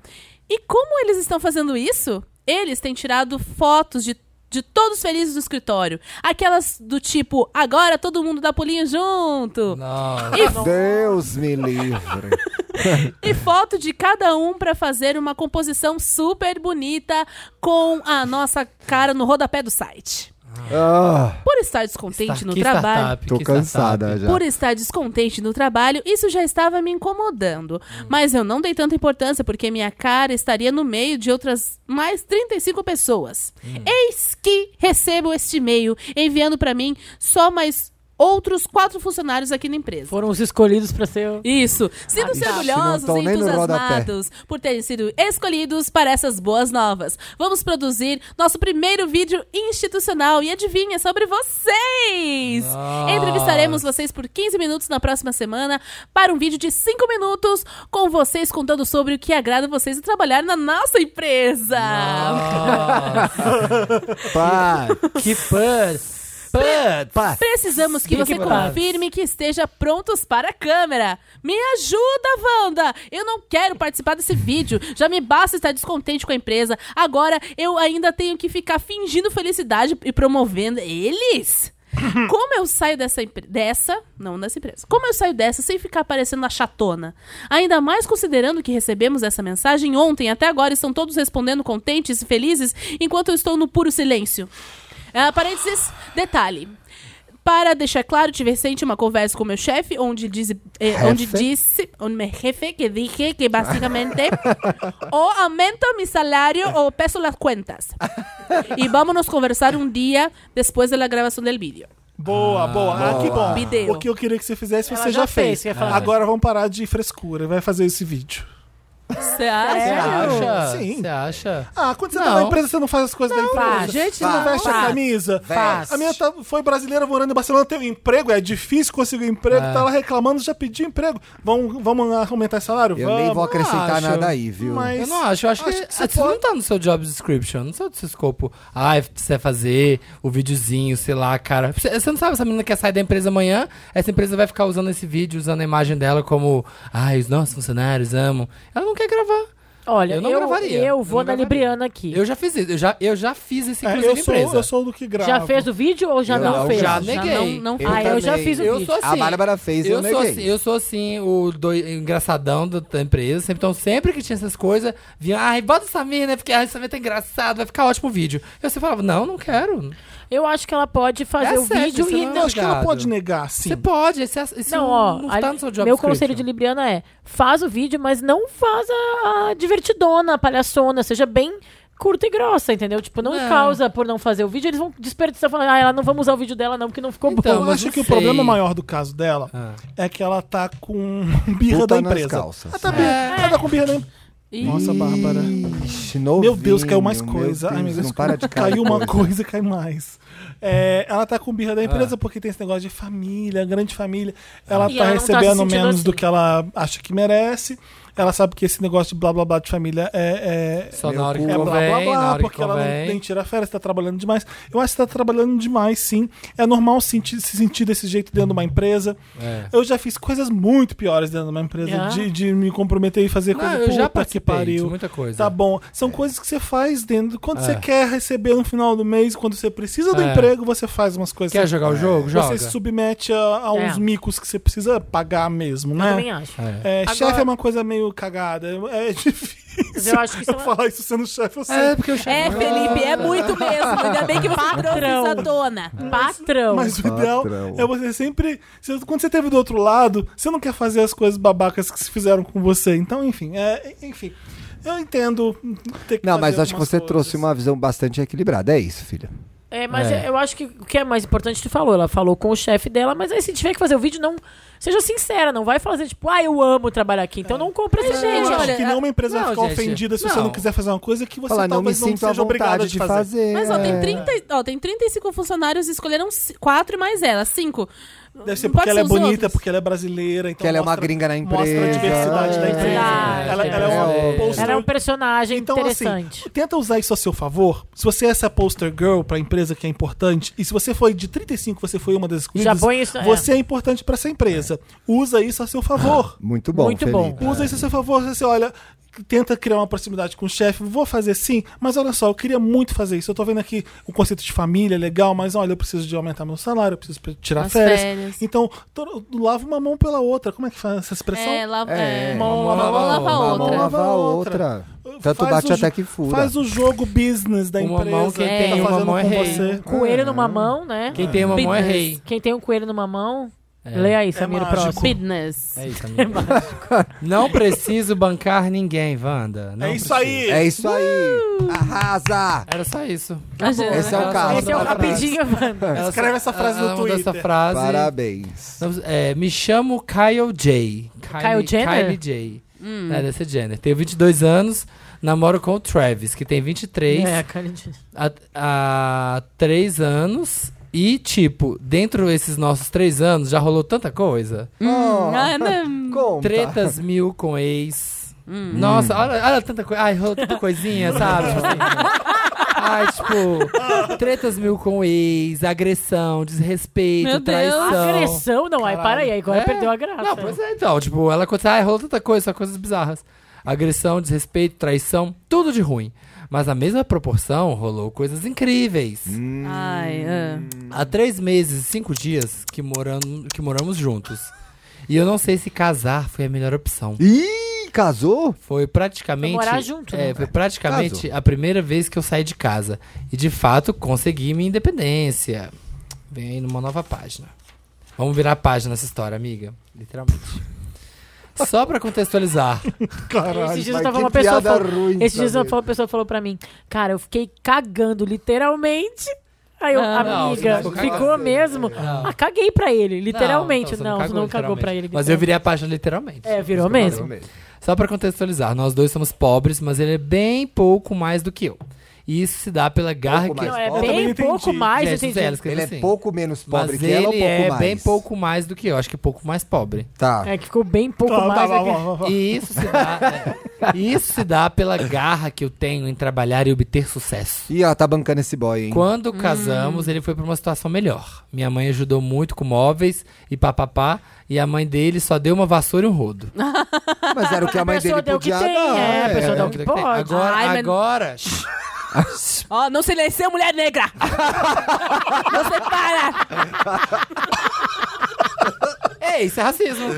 E como eles estão fazendo isso? Eles têm tirado fotos de, de todos felizes do escritório. Aquelas do tipo, agora todo mundo dá pulinho junto. Nossa. E, Deus me livre. e foto de cada um pra fazer uma composição super bonita com a nossa cara no rodapé do site. Ah, Por estar descontente no Que trabalho. startup, tô que cansada startup. já. Por estar descontente no trabalho, isso já estava me incomodando. Mas eu não dei tanta importância porque minha cara estaria no meio de outras mais 35 pessoas. Eis que recebo este e-mail enviando para mim só mais outros quatro funcionários aqui na empresa. Foram os escolhidos pra ser. o- Isso. Sinto-se Ixi, orgulhosos Ah, não e tão nem no entusiasmados por terem sido escolhidos para essas boas novas. Vamos produzir nosso primeiro vídeo institucional e adivinha sobre vocês! Nossa. Entrevistaremos vocês por 15 minutos na próxima semana para um vídeo de 5 minutos com vocês contando sobre o que agrada vocês e trabalhar na nossa empresa. Nossa, Pá, que put. Put. pá. Precisamos que você Big Brother. confirme que esteja prontos para a câmera. Me ajuda, Wanda! Eu não quero participar desse vídeo. Já me basta estar descontente com a empresa. Agora eu ainda tenho que ficar fingindo felicidade e promovendo eles. Como eu saio dessa empre- dessa, não dessa empresa. Como eu saio dessa sem ficar parecendo a chatona? Ainda mais considerando que recebemos essa mensagem ontem, até agora estão todos respondendo contentes e felizes, enquanto eu estou no puro silêncio. Ah, parênteses, detalhe. Para deixar claro, tive recente uma conversa com meu chefe, onde, diz, eh, Jefe? onde disse, onde meu chefe, que dije que basicamente, ou aumento mi salário ou peço las cuentas. E vamos conversar um dia depois da gravação do vídeo. Boa, boa. Ah, que bom. Me deu. O que eu queria que você fizesse, Ela você já já, fez, fez. você ia falar. Agora vamos parar de frescura. e Vai fazer esse vídeo. Você acha? Você acha? Sim. Você acha? Ah, quando você Não. tá na empresa, você não faz as coisas da empresa. faz, gente, você não faz. veste a Faz. camisa. Faz. A minha tá- foi brasileira morando em Barcelona, teve emprego, é difícil conseguir emprego, tá lá reclamando, já pediu emprego. Vamos, vamos aumentar esse salário? Eu vamos. nem vou acrescentar acho. nada aí, viu? Mas- Eu não acho, eu Acho acho, que, que você você não tá no seu job description, no seu, seu escopo. Ah, precisa fazer o videozinho, sei lá, cara. Você você não sabe se a menina quer sair da empresa amanhã, essa empresa vai ficar usando esse vídeo, usando a imagem dela como, ai, os nossos funcionários amam. Ela não quer gravar. Olha, eu, Eu não gravaria. eu vou Eu não na gravaria. Libriana aqui. Eu já fiz isso, eu já, eu já fiz isso, É, inclusive, eu, em sou, empresa. eu sou do que grava. Já fez o vídeo ou já Eu não, não, fez? já não- neguei. não- Eu ah, eu já também. fiz o Eu vídeo. sou assim. A Bárbara fez, eu, Eu né, sou, neguei. assim, eu sou assim, o do, engraçadão do- da empresa. Sempre, então, sempre que tinha essas coisas, vinha, ai, bota essa mina, porque ai, essa mina tá engraçada, vai ficar ótimo o vídeo. Eu sempre falava, não, não quero. Eu acho que ela pode fazer É o sério, vídeo você e não- Não, acho que ela Obrigado. pode negar, sim. Você pode, esse, é- esse Não, ó, não a- tá no seu job meu description. conselho de Libriana é: faz o vídeo, mas não faz a, a divertidona, a palhaçona, seja bem curta e grossa, entendeu? Tipo, não, Não. causa por não fazer o vídeo, eles vão desperdiçar falando, ah, ela não vamos usar o vídeo dela, não, porque não ficou Então, bom. Eu mas acho não que o sei. problema maior do caso dela Ah. é que ela tá com birra Puta da nas empresa. calças. Ela tá, birra- É. ela tá com birra da empresa. Nossa, Bárbara. Ixi, novinho, Meu Deus, caiu mais meu coisa. Ai, Deus, meu Deus, não para de cair. caiu uma coisa, cai mais. É, ela tá com birra da Ah. empresa porque tem esse negócio de família, grande família. Ela E tá ela não tá se recebendo sentindo menos assim. do que ela acha que merece. Ela sabe que esse negócio de blá blá blá de família é. é Só Meu na hora que cu. é convém, blá blá na blá, hora que porque ela não convém. nem tira férias, tá trabalhando demais. Eu acho que tá trabalhando demais, sim. É normal sentir- se sentir desse jeito dentro de uma empresa. É. Eu já fiz coisas muito piores dentro de uma empresa, Ah. de, de me comprometer e fazer Não, coisa eu já puta que participei de pariu. muita coisa. Tá bom. São coisas que você faz dentro. Quando É. você quer receber no final do mês, quando você precisa do É. emprego, você faz umas coisas. Quer jogar o jogo? Joga. é. Você se submete a, a uns É. micos que você precisa pagar mesmo, Eu também né? acho. É. É, Agora- Chefe é uma coisa meio cagada. É difícil. Mas eu acho que isso é eu uma- falar isso sendo chefe, eu sei. É, porque eu chego. É, Felipe, é muito mesmo. Ainda bem que você trouxe Patrão. essa dona. Patrão. Mas o ideal Patrão. é você sempre. você- Quando você teve do outro lado, você não quer fazer as coisas babacas que se fizeram com você. Então, enfim, é, enfim. Eu entendo ter que Não, fazer mas acho que algumas você coisas. trouxe uma visão bastante equilibrada. É isso, filha. É, mas É. eu acho que o que é mais importante tu falou. Ela falou com o chefe dela, mas aí se tiver que fazer o vídeo, não. Seja sincera, não vai fazer tipo, ah, eu amo trabalhar aqui, É. então não compra esse Eu vídeo. acho olha, que nenhuma empresa não, vai ficar gente, ofendida se você não. não quiser fazer uma coisa que você Falar, não me talvez não, sinto à seja obrigada vontade de de fazer. fazer. Mas ó, é. tem, 30, ó, tem 35 funcionários e escolheram 4 e mais ela, 5. Deve ser porque ela é bonita, porque ela é brasileira. Então Que ela é uma mostra- gringa na Mostra a empresa. diversidade da É, empresa. verdade, ela, ela é. é uma É. poster- Era um personagem Então, interessante. assim, tenta usar isso a seu favor. Se você é essa poster girl pra empresa que é importante, e se você foi de 35, você foi uma das Já excluídas, põe isso. é. você é importante pra essa empresa. Usa isso a seu favor. Muito bom, Muito bom. Felipe. Usa isso a seu favor, você olha, tenta criar uma proximidade com o chefe, vou fazer sim, mas olha só, eu queria muito fazer isso. Eu tô vendo aqui o conceito de família, legal, mas olha, eu preciso de aumentar meu salário, eu preciso pe- tirar As tá férias. férias. Então, to- lava uma mão pela outra. Como é que faz essa expressão? É, lava, É, é, uma uma lava mão lava outra. a Uma outra. mão lava a outra. Tanto Faz bate o até jo- que fura. Faz o jogo business da Uma empresa. mão quem que tem, tá uma fazendo mão é com rei. você. Coelho numa Uhum. então, mão, né? Quem tem mamão é Business. rei. Quem tem um coelho numa mão, É. lê aí, Samir, o mágico. próximo. Fitness. É isso, amigo. não preciso bancar ninguém, Wanda. Não É isso preciso. aí. É isso aí. Arrasa. Era só isso. Imagina, Esse é o Ela só caso. mandou Esse é o essa frase. rapidinho, mano. Ela só- Escreve essa frase ela no mandou Twitter. essa frase. Parabéns. É, me chamo Kyle J. Kyle Jenner? Hum. Kylie J. É, deve ser Jenner. Tenho 22 anos, namoro com o Travis, que tem 23, É, cara, gente. há- há 3 anos. E, tipo, dentro desses nossos 3 anos já rolou tanta coisa. Ó, Ah, não. Conta. Tretas mil com ex. Hum, Nossa, olha, olha tanta coisa. Ai, rolou tanta coisinha, sabe? Tipo assim. Ai, tipo, tretas mil com ex, agressão, desrespeito, Meu Deus. traição. Agressão, não. Aí, para aí, agora É. perdeu a graça. Não, pois é, então. Tipo, ela conta, ai, rolou tanta coisa, só coisas bizarras. Agressão, desrespeito, traição, tudo de ruim. Mas na mesma proporção, rolou coisas incríveis. Hum. Ai, ah. Há três meses e cinco dias que, morando, que moramos juntos. E eu não sei se casar foi a melhor opção. Ih, casou? Foi praticamente. Foi morar junto, é, né? foi praticamente a primeira vez que eu saí de casa. E de fato consegui minha independência. Vem aí numa nova página. Vamos virar a página nessa história, amiga. Literalmente. Só pra contextualizar. Caralho, Esses dias eu mas tava que uma pessoa piada falou- ruim, Esses dias sabe? uma pessoa falou pra mim, cara, eu fiquei cagando, literalmente. Aí eu, Ah, não, amiga, você não ficou ficou cagando. mesmo? Não. Ah, caguei pra ele, literalmente. você Não, você não cagou pra ele. Mas eu virei a página literalmente. É, virou Isso que eu mesmo. falei. Só pra contextualizar, nós dois somos pobres, mas ele é bem pouco mais do que eu. E isso se dá pela garra Pouco que Não, mais. é Eu também bem não pouco entendi. mais, Gente, eu entendi. Zé, ela escreveu Ele assim. é pouco menos Mas pobre que ele ela ou pouco é mais? bem pouco mais do que eu. Acho que pouco mais pobre. Tá. É que ficou bem pouco Tá, tá, mais. é tá, aqui. tá, tá. E isso se dá, é, isso se dá pela garra que eu tenho em trabalhar e obter sucesso. Ih, ó, tá bancando esse boy, hein? Hum. Quando casamos, ele foi pra uma situação melhor. Minha mãe ajudou muito com móveis e papapá, e a mãe dele só deu uma vassoura e um rodo. Mas era o que a, A mãe pessoa dele deu o que podia tem, dar. é, a pessoa deu É o que tem. pode. Agora, Ai, mas- agora. Ó, não silencia a mulher negra! não separa! Ei, isso é racismo.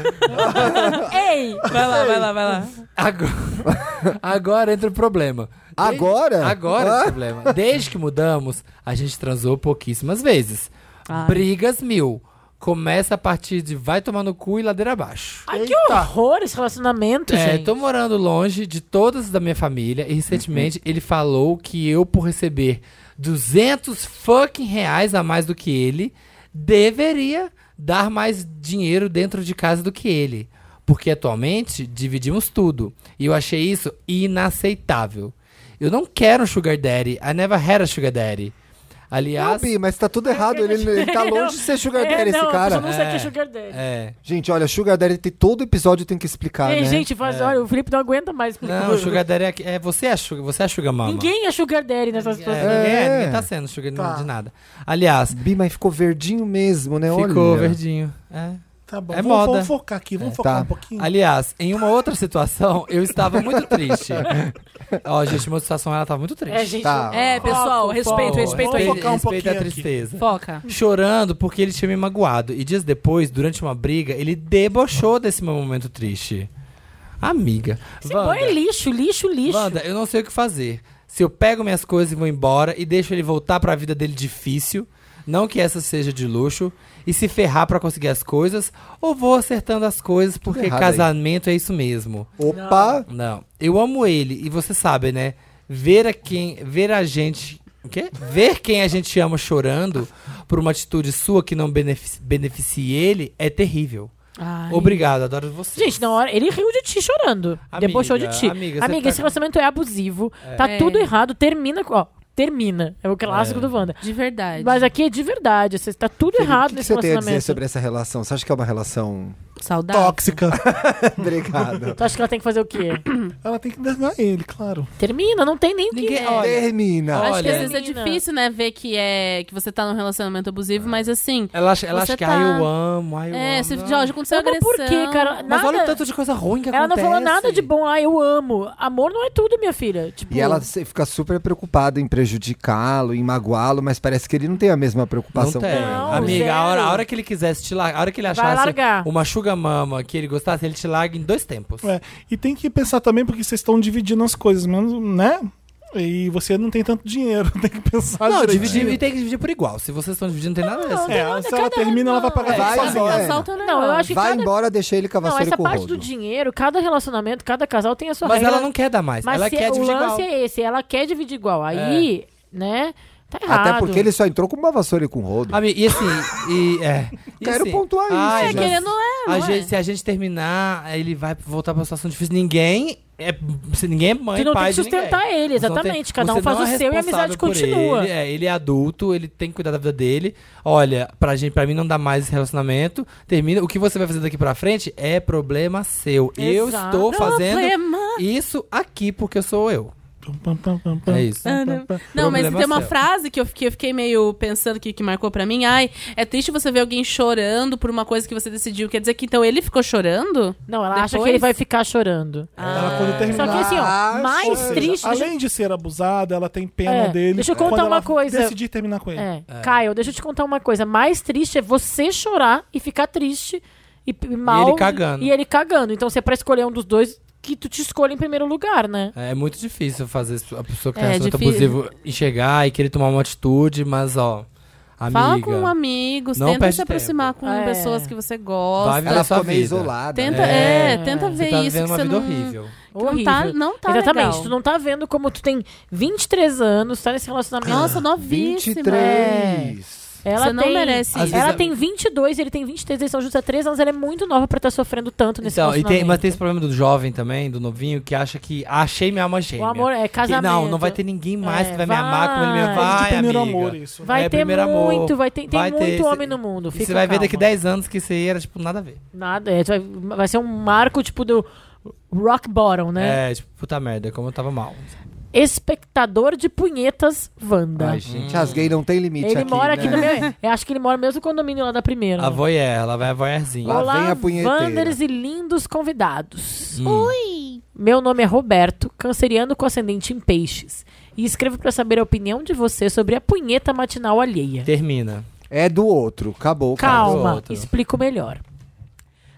Ei! Vai lá, vai lá, vai lá. Agora, agora entra o problema. Desde- Agora? Agora entra Ah. o problema. Desde que mudamos, a gente transou pouquíssimas vezes. Ai. Brigas mil. Começa a partir de vai tomar no cu e ladeira abaixo. Ai, que horror esse relacionamento, É, gente. tô morando longe de todas da minha família e recentemente ele falou que eu, por receber 200 fucking reais a mais do que ele, deveria dar mais dinheiro dentro de casa do que ele. Porque atualmente dividimos tudo. E eu achei isso inaceitável. Eu não quero um sugar daddy. I never had a sugar daddy. Não, Aliás, Bi, mas tá tudo errado. Ele, ele tá longe de ser Sugar Daddy, não, esse cara. Eu não sei o que é É. sugar daddy. é. Gente, olha, Sugar Daddy tem todo episódio tem que explicar, Ei, né? gente, faz, olha, o Felipe não aguenta mais. É. Não, Sugar Daddy é que- é. Você é Sugar, você é Sugar Mama. Ninguém é sugar daddy nessa é, situação. ninguém, é, É. ninguém tá sendo Sugar Tá. de nada. Aliás, Bi, mas ficou verdinho mesmo, né? ficou olha. verdinho. É. Tá bom, É vamos, moda. vamos focar aqui, É, vamos focar tá. um pouquinho. Aliás, em uma outra situação, eu estava muito triste. Ó, gente, uma situação, ela tava muito triste. É, gente. Tá. É, pessoal, Foco, respeito, foco. respeito aí. Vamos respeita, focar um respeita a pouquinho aqui. tristeza. Foca. Chorando porque ele tinha me magoado. E dias depois, durante uma briga, ele debochou desse meu momento triste. Amiga. Esse Wanda, boy é lixo, lixo, lixo. Wanda, eu não sei o que fazer. Se eu pego minhas coisas e vou embora e deixo ele voltar pra vida dele difícil, não que essa seja de luxo, e se ferrar pra conseguir as coisas, ou vou acertando as coisas porque errado aí. casamento é isso mesmo. Opa! Não. Eu amo ele e você sabe, né? Ver a quem, ver a gente, o quê? Ver quem a gente ama chorando por uma atitude sua que não benefici- beneficie ele é terrível. Ai. Obrigado, adoro você. Gente, na hora, ele riu de ti chorando. Amiga, debochou de ti. amiga, você tá- esse relacionamento é abusivo. Tá É. tudo errado. Termina. com- Ó, termina. É o clássico É. do Wanda. De verdade. Mas aqui é de verdade. Você tá tudo O errado que que, nesse você tem a relacionamento. dizer sobre essa relação? Você acha que é uma relação. Tá. Saudade. Tóxica. Obrigado. Tu acha que ela tem que fazer o quê? Ela tem que enganar ele, claro. Termina, não tem nem o que. Ninguém, olha, Termina. Olha. Acho que às vezes é Menina. difícil, né, ver que, é, que você tá num relacionamento abusivo, mas assim. ela acha, ela Você acha que tá- ai, eu amo, ai, eu É, amo. se, não. Jorge, aconteceu Mas agressão. por quê, cara? Mas Nada- olha o tanto de coisa ruim que Ela não acontece. falou nada de bom. Ah, eu amo. Amor não é tudo, minha filha. Tipo, E ela se- fica super preocupada em prejudicá-lo, em magoá-lo, mas parece que ele não tem a mesma Não preocupação tem. com ela. Não, Amiga, a zero. hora, a hora que ele quisesse te largar, a hora que ele achasse largar. uma sugar mama que ele gostasse, ele te larga em dois tempos. É, e tem que pensar também porque vocês estão dividindo as coisas, mas, né? E você não tem tanto dinheiro, tem que pensar Não, direitinho. dividir, e tem que dividir por igual. Se vocês estão dividindo, não tem nada disso. É, se ela um termina, ela vai é, pagar Vai tudo sozinha. embora. Assalta Não, eu acho que Vai cada... embora, deixa ele com a Não, vassoura e essa com o parte do rodo. dinheiro, cada relacionamento, cada casal tem a sua Mas regra. ela não quer dar mais. Mas ela se- quer o dividir lance igual. é esse, ela quer dividir igual. Aí, né, tá errado. Até porque ele só entrou com uma vassoura e com um rodo. Ami- e assim, e, é, e Quero assim, pontuar isso, tá ai, gente. mas Querendo Ah, é, não a é. gente- Se a gente terminar, aí ele vai voltar pra uma situação difícil. Ninguém é, se ninguém é mãe, Tu não tem pai que de ninguém. sustentar ele, Você não tem- exatamente. Cada você um faz não o é seu e a amizade responsável por continua. Ele é, ele é adulto, ele tem que cuidar da vida dele. Olha, pra, gente, pra mim não dá mais esse relacionamento. Termina. O que você vai fazer daqui pra frente é problema seu. Eu Exato. estou fazendo Problema. isso aqui porque eu sou eu. Pam, pam, pam, pam, Hum. É isso. Não, mas Problema tem uma seu. frase que eu, fiquei, eu fiquei meio pensando que, que marcou pra mim. Ai, é triste você ver alguém chorando por uma coisa que você decidiu. Quer dizer que então ele ficou chorando? Não, ela acha que Depois- ele vai ficar chorando. Ela quando Só terminar. que assim, ó, mais Ou seja, triste... deixa- além de ser abusada, ela tem pena É, dele. deixa eu contar quando uma ela coisa. decidir terminar com ele. É. Caio, deixa eu te contar uma coisa. Mais triste é você chorar e ficar triste e p- mal. ele cagando. E ele cagando. Então, se é pra escolher um dos dois, que tu te escolha em primeiro lugar, né? É muito difícil fazer isso- a pessoa que É, tem assunto difí- abusivo enxergar e querer tomar uma atitude, mas ó, amiga. Fala com amigos, Não tenta perde se aproximar com É. pessoas que você Vai gosta. viver Ela sua ficou meio vida. isolada. Tenta, né? é, É. tenta Você ver tá isso vivendo que uma você vida não... horrível. que Não tá, não tá Exatamente. legal. Tu não tá vendo como tu tem 23 anos, tá nesse relacionamento. Nossa, novíssima. 23. Ela Você não tem, merece Às isso. vezes é- Ela a- tem 22, ele tem 23, eles são juntos há 3 anos, ela é muito nova pra estar sofrendo tanto nesse Então, e relacionamento. tem, mas tem esse problema do jovem também, do novinho, que acha que ah, achei minha alma gêmea. O amor é Que casamento. não, não vai ter ninguém mais É, que vai, me amar como ele me vai. ama. Vai, de Tipo, primeiro amiga. amor, isso. Vai é ter primeiro amor, muito, vai ter, tem vai ter muito esse- homem no mundo. E Fica você vai ver calma. daqui 10 anos que isso aí era, tipo, nada a ver. Nada, é, tu vai, vai ser um marco, tipo, do rock bottom, né? É, tipo, puta merda, como eu tava mal. Espectador de punhetas Wanda. Ai, gente, as gays não tem limite ele aqui, mora aqui né? no meu... Eu acho que ele mora no mesmo condomínio lá da primeira. A né? voyeur, ela vai a é voyeurzinha. Lá vem Olá, a punheteira. Wanders e lindos convidados. Hum. Meu nome é Roberto, canceriano com ascendente em peixes. E escrevo pra saber a opinião de você sobre a punheta matinal alheia. Termina. É do outro, acabou. acabou. do Calma, um outro. explico melhor.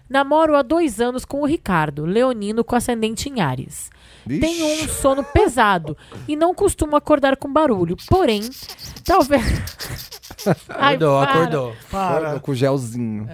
Namoro há dois anos com o Ricardo, leonino com ascendente em Ares. Tenho um sono pesado e não costumo acordar com barulho. Porém, talvez. Ai, Acordou, para. acordou. Olha, Com o gelzinho.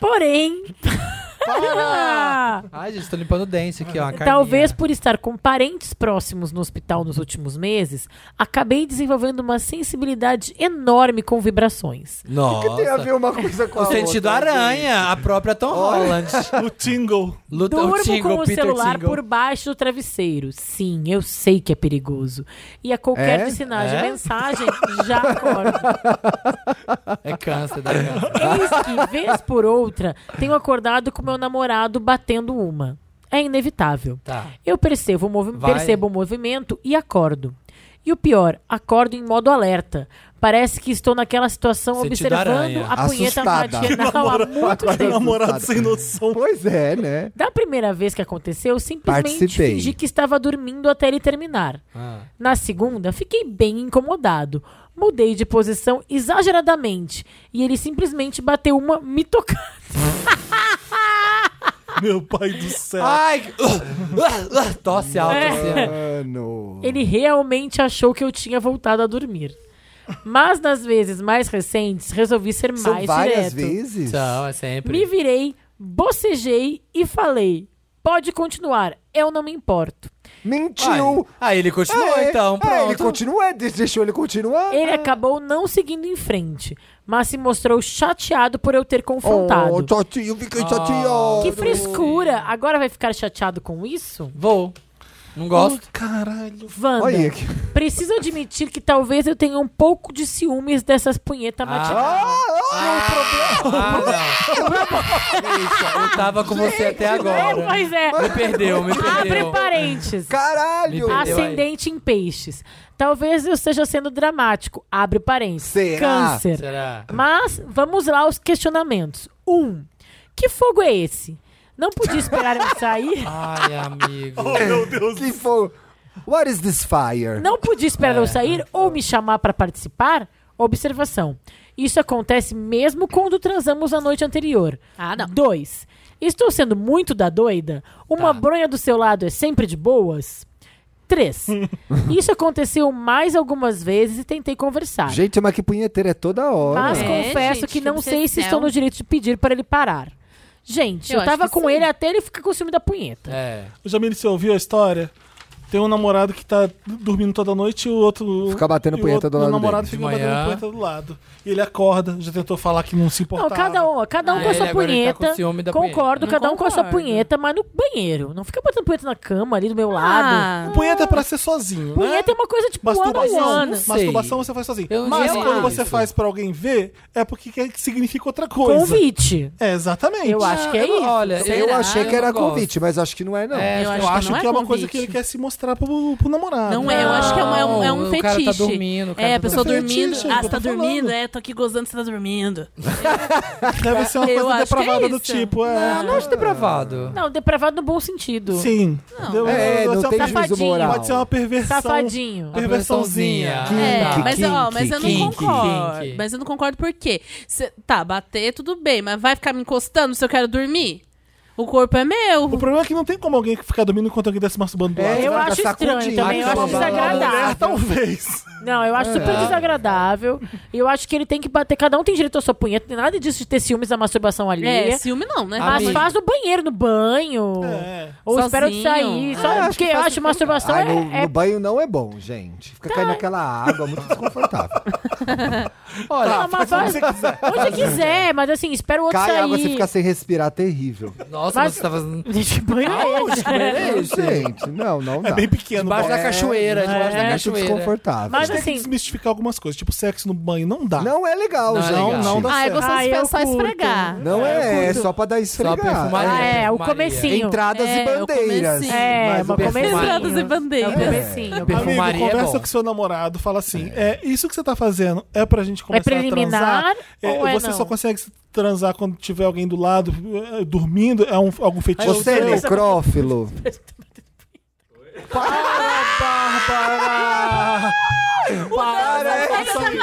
Porém, Ah! Ai, gente, tô limpando o dente aqui, ó. a Talvez carninha. por estar com parentes próximos no hospital nos últimos meses, acabei desenvolvendo uma sensibilidade enorme com vibrações. Nossa. Tem a ver uma coisa com a O sentido outra, aranha, a própria Tom Holland. O Tingle. Luta Durmo Tingle, com o Peter celular Tingle. por baixo do travesseiro. Sim, eu sei que é perigoso. E a qualquer É? sinagem, É? mensagem, já acordo. É câncer, dá câncer. Eis que, vez por outra, tenho acordado com meu namorado batendo uma. É inevitável. Tá. Eu percebo o, movi- Vai. percebo o movimento e acordo. E o pior, acordo em modo alerta. Parece que estou naquela situação Sentido observando aranha. a punheta Assustada. vaginal há muito Agora tempo. Namorado assustado. sem noção. Pois é, né? Da primeira vez que aconteceu, simplesmente Participei. fingi que estava dormindo até ele terminar. Ah. Na segunda, fiquei bem incomodado. Mudei de posição exageradamente e ele simplesmente bateu uma me tocando. Meu pai do céu. Ai, Ah, tosse alta. É. Assim. Mano. Ele realmente achou que eu tinha voltado a dormir. Mas nas vezes mais recentes, resolvi ser São mais várias direto. vezes. Então, é sempre. Me virei, bocejei e falei: pode continuar, eu não me importo. Mentiu. Aí ele continuou, É, então. Pronto. É, ele continua, de- deixou ele continuar. Ele é acabou não seguindo em frente, mas se mostrou chateado por eu ter confrontado. Oh, chatinho, Ah. fiquei chateado. Que frescura! Agora vai ficar chateado com isso? Vou. Não gosto. Caralho. Wanda, Olha aqui. preciso admitir que talvez eu tenha um pouco de ciúmes dessas punheta matinal. é um Ah, não. Isso, eu tava com você até É, agora. pois é. Me perdeu, me Abre perdeu. parênteses. Caralho. Me perdeu. Ascendente em peixes. Talvez eu esteja sendo dramático. Abre parênteses. Será? Câncer. Será? Mas vamos lá aos questionamentos. Um. Que fogo é esse? Não podia esperar eu sair? Ai, amigo. Que for... What is this fire? Não podia esperar eu sair ou me chamar para participar? Observação. Isso acontece mesmo quando transamos a noite anterior. Ah, não. Dois. Estou sendo muito da doida? Uma Tá. bronha do seu lado é sempre de boas? Três. Isso aconteceu mais algumas vezes e tentei conversar. Gente, mas que punheteira é toda hora. Mas É, confesso gente, que não que sei se obsessão. estou no direito de pedir para ele parar. Gente, eu, Eu acho tava que com sim. ele até ele ficar com ciúme da punheta. É. Jamile, você ouviu a história? Tem um namorado que tá dormindo toda noite e o outro. Fica batendo e o punheta outro- do lado O namorado dele. fica De manhã. batendo punheta do lado. E ele acorda, já tentou falar que não se Não, importava. cada um, cada um Ah, com a ele sua agora ele tá punheta. com ciúme da concordo, punheta. cada Não um com a sua concordo. punheta, mas no banheiro. Não fica botando punheta na cama ali do meu lado. Ah, Punheta é pra ser sozinho, Punheta é né? uma coisa tipo one on Masturbação, one. sei. masturbação você faz sozinho. Eu não Mas sei quando isso. você faz pra alguém ver, é porque quer- significa outra coisa. Convite. É, exatamente. Eu acho que é eu- isso. Olha, Eu será? né? achei que Eu não era gosto. convite, mas acho que não é, não. É, Eu acho eu acho. Acho que é uma coisa convite. que ele quer se mostrar pro, pro namorado. Não é, eu acho que é, uma, é um, é um Não, o fetiche. cara tá dormindo, o cara é, tá a pessoa dormindo. dormindo. Fetiche, é o ah, que você eu tá tô falando. dormindo? É, tô aqui gozando, você tá dormindo. Deve ser uma Eu coisa acho que é depravada do isso. tipo. É. Eu não acho depravado. Não, depravado no bom sentido. Sim. Deu- É, deu- não deu- tem pode, juízo safadinho. moral. ser uma perversão. Safadinho. Perversãozinha. Ah, Kink, É, kink, mas, ó, mas eu não kink, concordo. kink. Mas eu não concordo por quê? Cê- tá, bater tudo bem, mas vai ficar me encostando se eu quero dormir? O corpo é meu. O problema é que não tem como alguém ficar dormindo enquanto alguém tá se masturbando do É, lado. Eu vai acho ficar estranho sacudindo. também, eu Vai acho tomar banho. Mulher, desagradável. talvez. Não, eu acho super É. desagradável. E eu acho que ele tem que bater. Cada um tem direito à sua punheta. Tem nada disso de ter ciúmes da masturbação É, alheia. ciúme não, né? Ah, mas Amigo. faz no banheiro, no banho. É. Ou espera eu Sozinho. sair. Só É, acho porque que eu faz- um acho masturbação Ai, é- no, é, Tá. no banho não é bom, gente. Fica caindo aquela água, muito desconfortável. Não, mas faz onde quiser, mas assim, espera o outro Cai água, você sair. fica sem respirar, terrível. Nossa, Mas- você tá fazendo. Gente, banho é esse, né? gente, não, não dá. É bem pequeno. Debaixo bom. da cachoeira, debaixo da muito cachoeira. é, desconfortável. Mas é- Tem que assim, desmistificar algumas coisas. Tipo, sexo no banho não dá. Não é legal, Não é gente. legal. Não dá Ah, é certo. gostoso Ah, eu de só curto. esfregar. Não é, é só pra dar Só esfregar. perfumaria. Ah, é, o perfumaria. comecinho. Entradas É, e eu bandeiras. comecei. É, Mas o uma perfume- comecinho. Entradas e É o bandeiras. assim, comecinho. É. Amigo, Perfumaria é conversa bom. com seu namorado, fala assim: é. isso que você tá fazendo é pra gente começar a preliminar transar? É, ou é você não? só consegue transar quando tiver alguém do lado eh, dormindo? É um, algum fetiche? Você é seu? necrófilo. Para,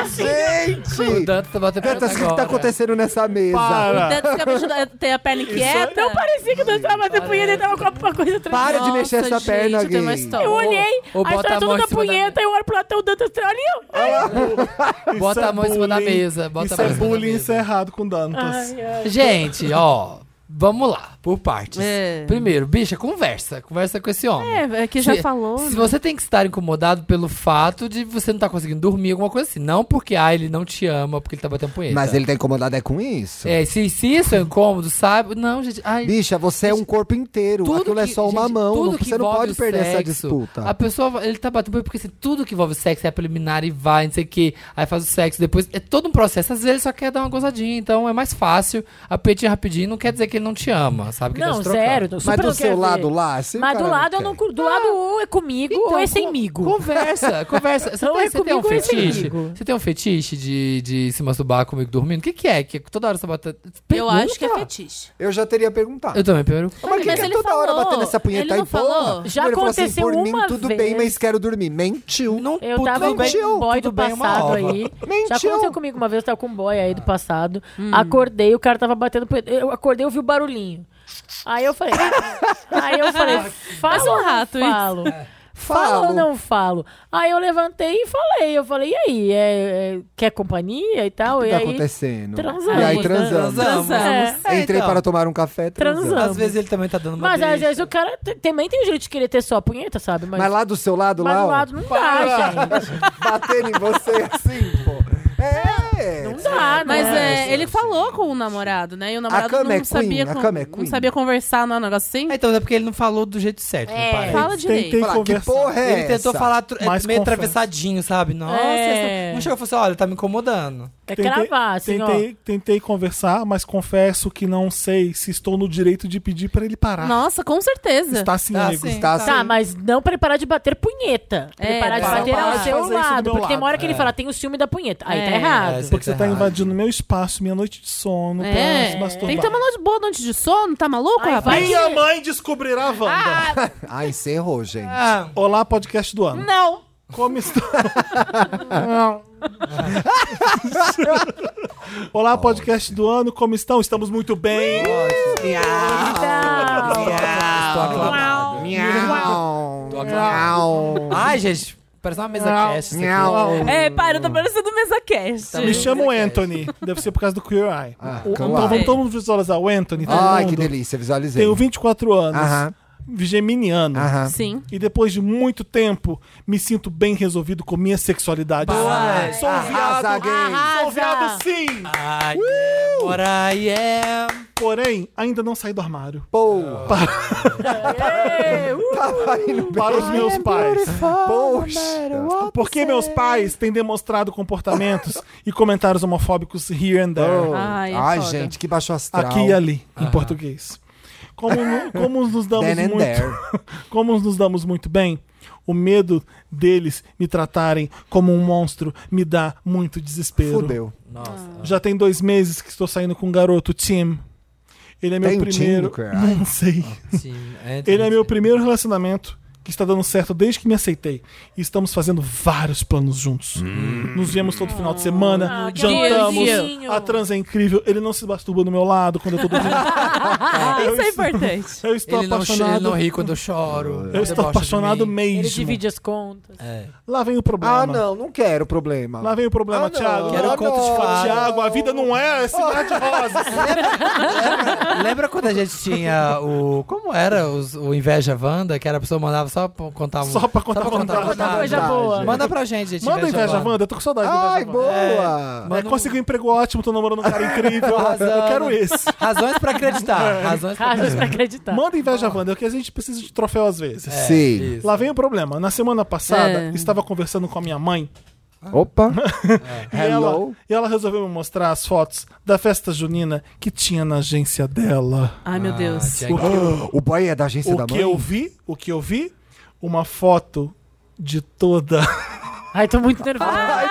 assim, O Gente! Dantas tá batendo Canta, o que que tá agora. acontecendo nessa mesa? Para! é. Deve ficar me ajudando a ter a perna quieta. Não Parecia que eu tava batendo punheta e tava com uma coisa atrás. Para de Nossa, mexer essa gente, perna, eu tenho uma gay. história. Eu olhei, Ou aí bota tá a tudo mão em na cima da punheta, eu olho pro Latel Dantas, ali, ó. Bota Isso é a mão em cima da bullying. mesa, bota Isso a mão é em cima da bullying mesa. encerrado com Dantas. Ai, ai. Gente, ó. Vamos lá, por partes. É. Primeiro, bicha, conversa. Conversa com esse homem. É, é que já Se- falou. Se né? você tem que estar incomodado pelo fato de você não estar conseguindo dormir, alguma coisa assim. Não porque, ah, ele não te ama, porque ele tá batendo punheta. Mas ele tá incomodado é com isso. É, se, se isso é incômodo, sabe? Não, gente. Ai, Bicha, você é um corpo inteiro. tudo Aquilo é que- só uma gente, mão. tudo não- que você não envolve pode o perder essa sexo, A disputa. pessoa, ele tá batendo punheta porque assim, tudo que envolve sexo é preliminar e vai, não sei o quê. Aí faz o sexo, depois é todo um processo. Às vezes ele só quer dar uma gozadinha, então é mais fácil. A petinha rapidinho não quer dizer que ele não te ama, sabe? Que ele tá Não, se trocando. sério. Super Mas não do quero seu ver. lado lá, se o Mas do cara não lado eu quer. não curto. Do lado Ah. ou é comigo ou é sem con- migo. Então, Conversa, conversa. Você, Ou tem, é você tem um comigo ou é fetiche? comigo. Você tem um fetiche de, de se masturbar comigo dormindo? O que, que é? Que toda hora você bota. Eu acho que é Pergunta. fetiche. Eu já teria perguntado. Eu também, primeiro. Mas por que, Mas que é ele toda hora falou. batendo essa punheta Ele aí, não falou. porra? Já Ele falou aconteceu assim, por mim uma tudo bem, vez. mas quero dormir. Mentiu. Não, Eu puto, tava tudo com um boy do tudo é bem, uma passado hora. aí. Já Mentiu. aconteceu comigo uma vez, eu tava com um boy aí do passado. Hum. Acordei, o cara tava batendo. punheta. Eu acordei, eu vi o barulhinho. Aí eu falei. aí eu falei, falo um ou não rato isso. falo? Falo ou não falo? Aí eu levantei e falei. Eu falei, e aí? É, é, quer companhia e tal? O que e tá aí, acontecendo? transamos, e aí né? transamos. Transamos. Transamos. É, Entrei então. para tomar um café, transamos. Transamos. Às vezes ele também tá dando uma Mas às deixa. vezes o cara t- também tem o direito de querer ter só a punheta, sabe? Mas, Mas lá do seu lado, mas lá, do ó, lado não dá, gente. batendo em você assim, pô. É. Não dá, Mas né? é, ele falou com o namorado, né? E o namorado cama não é queen, sabia a con- cama é não queen. Tá, sabia conversar, não é um negócio assim? Ah, então é porque ele não falou do jeito certo, É. me parece. Fala Tem, direito. tem que Falar, que conversar. porra é Ele tentou essa? falar tr- é, meio Mas confesso. atravessadinho, sabe? Nossa, É. essa- não chegou e falou assim: olha, tá me incomodando. É cravar, assim, ó. tentei, tentei conversar, mas confesso que não sei se estou no direito de pedir pra ele parar. Nossa, com certeza. Está sim, Tá amigo. sim. tá. Está Tá, mas não pra ele parar de bater punheta. Pra ele É, parar de para bater parar ao de seu fazer isso do lado. meu Porque tem uma lado. hora que ele fala, tem o ciúme da punheta. Aí tá É. errado. É, Porque você tá errado. invadindo meu espaço, minha noite de sono, pra É. se masturbar. Tem que tomar noite boa noite de sono, tá maluco, Ai, rapaz? vai. Minha mãe descobrirá a Wanda. Ah, encerrou, gente. Ah, Olá, podcast do ano. Não. Como estou? Não. Olá, podcast do ano. Como estão? Estamos muito bem. Tá. tô aclamado. Miau. Miau. Ai, gente, parece uma mesa cast. isso aqui. Miau. É, para, tá parecendo mesa cast. Tá Me bem. chamam Anthony. Deve ser por causa do Queer Eye. Ah, O- claro. Então vamos todo mundo visualizar o Anthony. todo Ai, que mundo. delícia, visualizei. Tenho 24 anos. Aham, Geminiano. aham. Sim. E depois de muito tempo, me sinto bem resolvido com minha sexualidade. Boa. Sou um viado. Arrasa, gay. Sou um viado sim. Uh! Ai, Débora, yeah. Porém, ainda não saí do armário. Boa. Para os meus é pais. Poxa. Porque meus pais têm demonstrado comportamentos e comentários homofóbicos here and there. Oh. Ai, Ai, é foda. gente, que baixo astral. aqui e ali, em português. Como, nu- como nos damos Then and there. muito, como nos damos muito bem, o medo deles me tratarem como um monstro me dá muito desespero. Fudeu. Nossa. Já tem dois meses que estou saindo com um garoto, Tim. Ele é meu Tem um o Tim Ah, tá. primeiro. do Queer Eye? não sei. Ah. Sim, entra, Ele é meu entra. primeiro relacionamento que está dando certo desde que me aceitei. E estamos fazendo vários planos juntos. Hum. Nos vemos todo final de semana, Ah, que jantamos, amorzinho. a transa é incrível. Ele não se masturba do meu lado quando eu tô dormindo. Ah, Ah, eu, Isso é estou- importante. eu estou Ele não, cho- apaixonado. ele não ri quando eu choro. eu estou debocha de apaixonado mim. mesmo. Ele divide as contas. É. Lá vem o problema. Ah, não, não quero problema. Lá vem o problema, Ah, não. Thiago. Quero Ah, conto de não, fada. Thiago, a vida não é esse mar de rosas. Lembra quando a gente tinha o. Como era os- o Inveja Wanda? Que era a pessoa mandava só pra contar um- Só pra contar vantagem. Outra coisa verdade. boa. Manda pra gente, gente. Manda inveja, Wanda. Wanda. Eu tô com saudade do Ai, inveja, Wanda. boa. É, consegui um emprego ótimo, tô namorando um cara incrível. eu Arrasando. quero esse. Razões pra É. acreditar. Razões pra Razões pra acreditar. acreditar. Manda inveja, Wanda, que a gente precisa de troféu às vezes. É, Sim. isso. Lá vem o problema. Na semana passada, É. estava conversando com a minha mãe É. Opa. e ela, Hello. e ela resolveu me mostrar as fotos da festa junina que tinha na agência dela. Ai, meu Deus. Ah, tinha O que- que, O boy é da agência o da que mãe? eu vi, o que eu vi, uma foto de toda. Ai, tô muito nervosa. Para,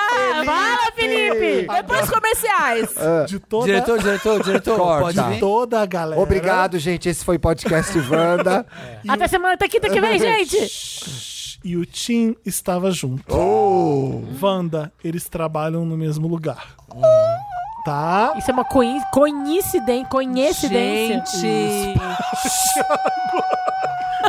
Felipe! Ah, Depois comerciais. Ah. De toda. Diretor, diretor, diretor, Corta. pode vir. Toda a galera. Obrigado, gente. Esse foi o podcast Wanda. Até semana, tá quinta que vem, gente! E o Tim estava junto. Oh. Wanda, eles trabalham no mesmo lugar. Tá? Isso é uma coin- coincidência. Coincidência. Gente.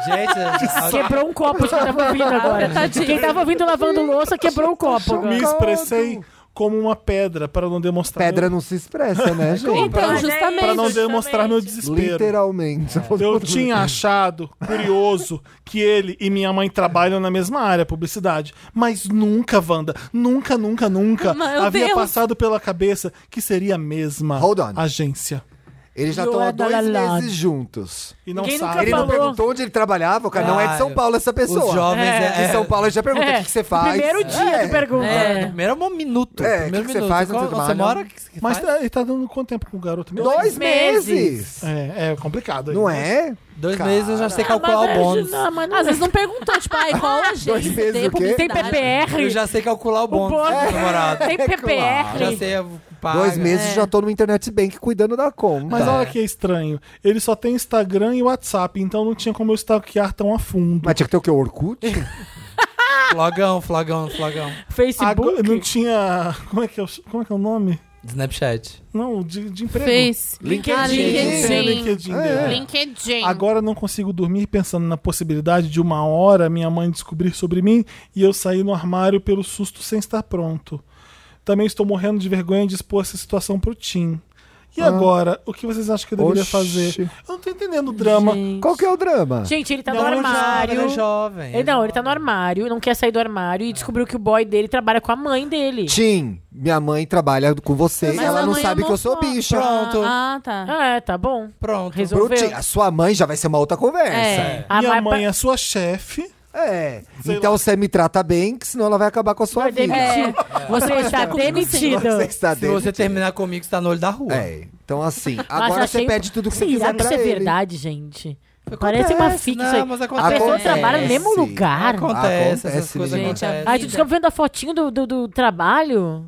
Gente, a- Quebrou um copo de quem tava ouvindo agora. Tadinho. Quem tava ouvindo lavando louça quebrou o copo. Me agora. expressei como uma pedra para não demonstrar. Pedra não se expressa, né, gente? Então, Mas é justamente. Para não Justamente. demonstrar meu desespero. Literalmente. Eu tinha achado curioso que ele e minha mãe trabalham na mesma área, publicidade. Mas nunca, Wanda, nunca, nunca, nunca Meu havia Deus. passado pela cabeça que seria a mesma Hold on. agência. Eles já You estão há are the dois la la. meses juntos. E não Ninguém nunca sabe. Ele não falou. perguntou onde ele trabalhava, o cara não é de São Paulo essa pessoa. Os jovens é, De São Paulo ele já pergunta o que, que você faz. Primeiro dia é. tu pergunta. É, no primeiro mo- minuto. É, primeiro o que que você minuto. faz, onde Qual- você você trabalha? mora? o que você Mas faz? tá- ele tá dando quanto tempo com o garoto? mesmo? Dois meses. É, é complicado. aí. Não é? Dois meses eu já sei calcular o Mas, bônus. não, mas não- Às vezes não perguntou, tipo, ai, qual a agência meses de o quê? tem publicidade? PPR. Eu já sei calcular o bônus bônus. é do namorado. Tem PPR. Já sei a paga. Dois meses já tô no Internet Bank cuidando da conta. Mas olha que é estranho. Ele só tem Instagram e WhatsApp, então não tinha como eu stalkear tão a fundo. Mas tinha que ter o quê? O Orkut? Flogão, flogão, flogão. Facebook. Agora- não tinha. Como é, que é, o- como é que é o nome? Snapchat. Não, de, de emprego. Face. LinkedIn. Ah, É, LinkedIn. LinkedIn dele. LinkedIn. Agora não consigo dormir pensando na possibilidade de uma hora minha mãe descobrir sobre mim e eu sair no armário pelo susto sem estar pronto. Também estou morrendo de vergonha de expor essa situação pro Tim. E agora, o que vocês acham que eu deveria Ah. Oxi. fazer? Eu não tô entendendo o drama. Qual que é o drama? Gente, ele tá Não, no ele é armário. jovem, ele é jovem. Ele, não, ele tá no armário, não quer sair do armário e descobriu que o boy dele trabalha com a mãe dele. Tim, minha mãe trabalha com você e Mas é? ela a não mãe é sabe que eu sou almoçou. bicha. Pronto. Ah, tá. Ah, é, tá bom. Pronto. Pro Tim. Resolveu. A sua mãe já vai ser uma outra conversa. É. A Minha mãe mãe Ah, pa- é sua chefe. É. Então você me trata bem, que senão ela vai acabar com a sua vai vida. demitir. É. Você está Você demitido. está Se você demitido. terminar comigo, você tá no olho da rua. É. Então assim, Mas agora achei- você pede tudo que você Será quiser que pra isso é ele. verdade, gente? Parece uma Acontece, fic não, isso aí. mas A pessoa acontece. trabalha no mesmo lugar. Acontece, essas Acontece, coisas menina. Gente, a acontecem. Aí tu descobre vendo a fotinho do, do, do trabalho.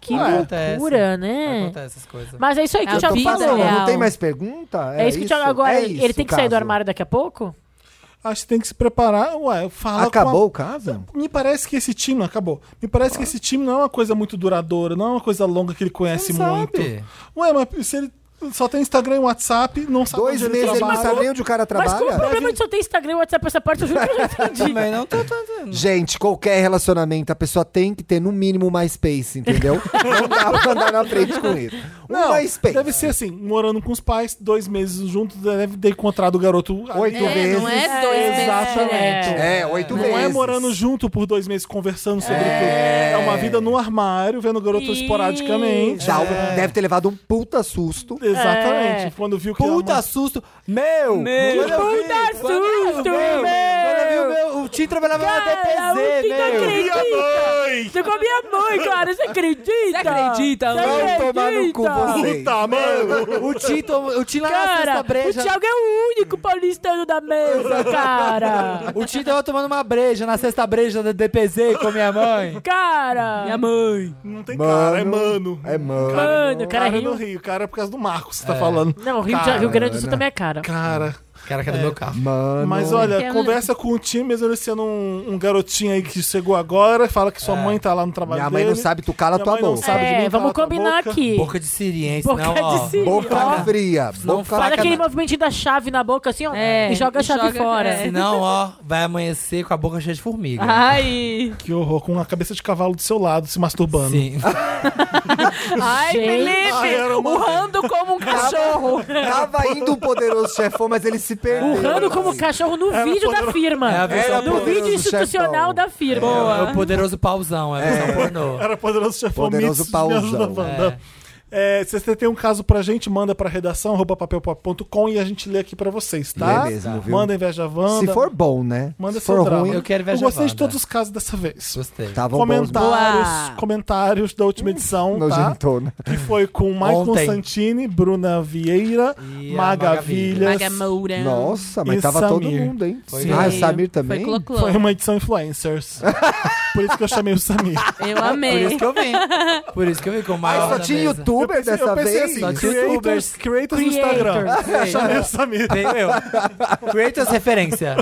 Que Ué, loucura, acontece. né? Acontece essas coisas. Mas é isso aí que É o a Thiago vida falou. Falou, real. não tem mais pergunta? É, isso que o Thiago agora. É ele isso tem que o sair do caso. armário daqui a pouco? Acho que tem que se preparar. Ué, fala Acabou com o caso? a... Me parece que esse time... Acabou. Me parece que esse time não é uma coisa muito duradoura, não é uma coisa longa que ele conhece Não muito. sabe. Ué, mas se ele só tem Instagram e WhatsApp, não sabe Dois onde ele meses ele não trabalha. sabe nem onde o cara Mas qual o trabalha? problema de só ter Instagram e WhatsApp essa parte? Eu juro que eu não entendi. Também não tô tentando. Gente, qualquer relacionamento, a pessoa tem que ter no mínimo um MySpace, entendeu? não dá pra andar na frente com isso. Um Não, MySpace. deve ser assim, morando com os pais, dois meses juntos, deve ter encontrado o garoto. ali. Oito É, vezes. não é dois meses exatamente. direto. É, oito Não meses. é morando junto por dois meses conversando sobre É. tudo. É uma vida no armário, vendo o garoto Isso. esporadicamente. Já Deve ter levado um puta susto. Exatamente. É. Quando viu que era Puta uma- susto! Meu! Meu! Quando eu vi- Puta quando eu susto, vi- Quando eu vi o meu, o Tim trabalhava na Cara, o DPZ, Tim tá meu! acredita. Você com a minha mãe, cara. Você acredita? Você acredita, Vão tomar no cu vocês. Puta, mano! O Tim, tom- o Tim lá na Cara, sexta o breja. Thiago é o único paulistano da mesa, cara. O Tim tava tomando uma breja na sexta breja da DPZ com minha mãe. Cara. Minha mãe. Não tem Mano. cara, é mano. É, mano. Mano, o cara é Cara no Rio. Rio, cara é por causa do Marcos, você tá falando. Não, Rio, de- Cara, Rio Grande do Sul né? também é cara. Cara. Cara, cadê meu carro? Mano. Mas Que olha, é um- conversa com o time, mesmo ele sendo um, um garotinho aí que chegou agora, fala que sua mãe tá lá no trabalho É. Minha mãe não dele. sabe, tu cala Minha tua mãe não boca. sabe de É, mim, vamos cala tua combiria boca. aqui. É. Boca de siriense, Boca não, ó. de siri. Boca Ó. fria. não Boca fala Faz aquele Sacanagem. movimentinho da chave na boca, assim, ó. É, e joga a e chave joga- fora. é. Senão, ó, vai amanhecer com a boca cheia de formiga. Ah, Ai. Que horror, com a cabeça de cavalo do seu lado, se masturbando. Sim. Ai, Gente. Ai, Felipe! era uma- Urrando como um cachorro. Tava indo o poderoso chefão, mas ele se perdeu. Urrando como cachorro no vídeo da firma. É a versão no poderoso vídeo do institucional chefão. da firma. É o poderoso pauzão, é a versão pornô. Era poderoso chefão Poderoso Mitz, me pauzão. ajuda, Wanda. É, se você tem um caso pra gente, manda pra redação, arroba papelpop.com e a gente lê aqui pra vocês, tá? Lê É mesmo, viu? Manda inveja Wanda. Se for bom, né? manda Se seu for drama. ruim, um Eu quero inveja gostei de Wanda. todos os casos dessa vez. Gostei. estavam bons. Comentários, Boa. comentários da última edição, tá? Nojentona. Que foi com Maicon Ontem. Santini, Bruna Vieira, E a Magavilhas. Maga Moura. Nossa, mas E tava todo Samir. mundo, hein? Foi. Ah, Sim. o Foi Samir também? cloclô. Foi uma edição influencers. Por isso que eu chamei o Samir. Eu Por amei. isso que eu vim. Por isso que eu vim com o Aí maior Ah, só da tinha Eu mesa. youtuber pensei, dessa eu pensei vez? Só assim, tinha creators, youtubers. creators no Creators. Instagram. tá Eu né? chamei o Samir. Veio eu. Creators referência.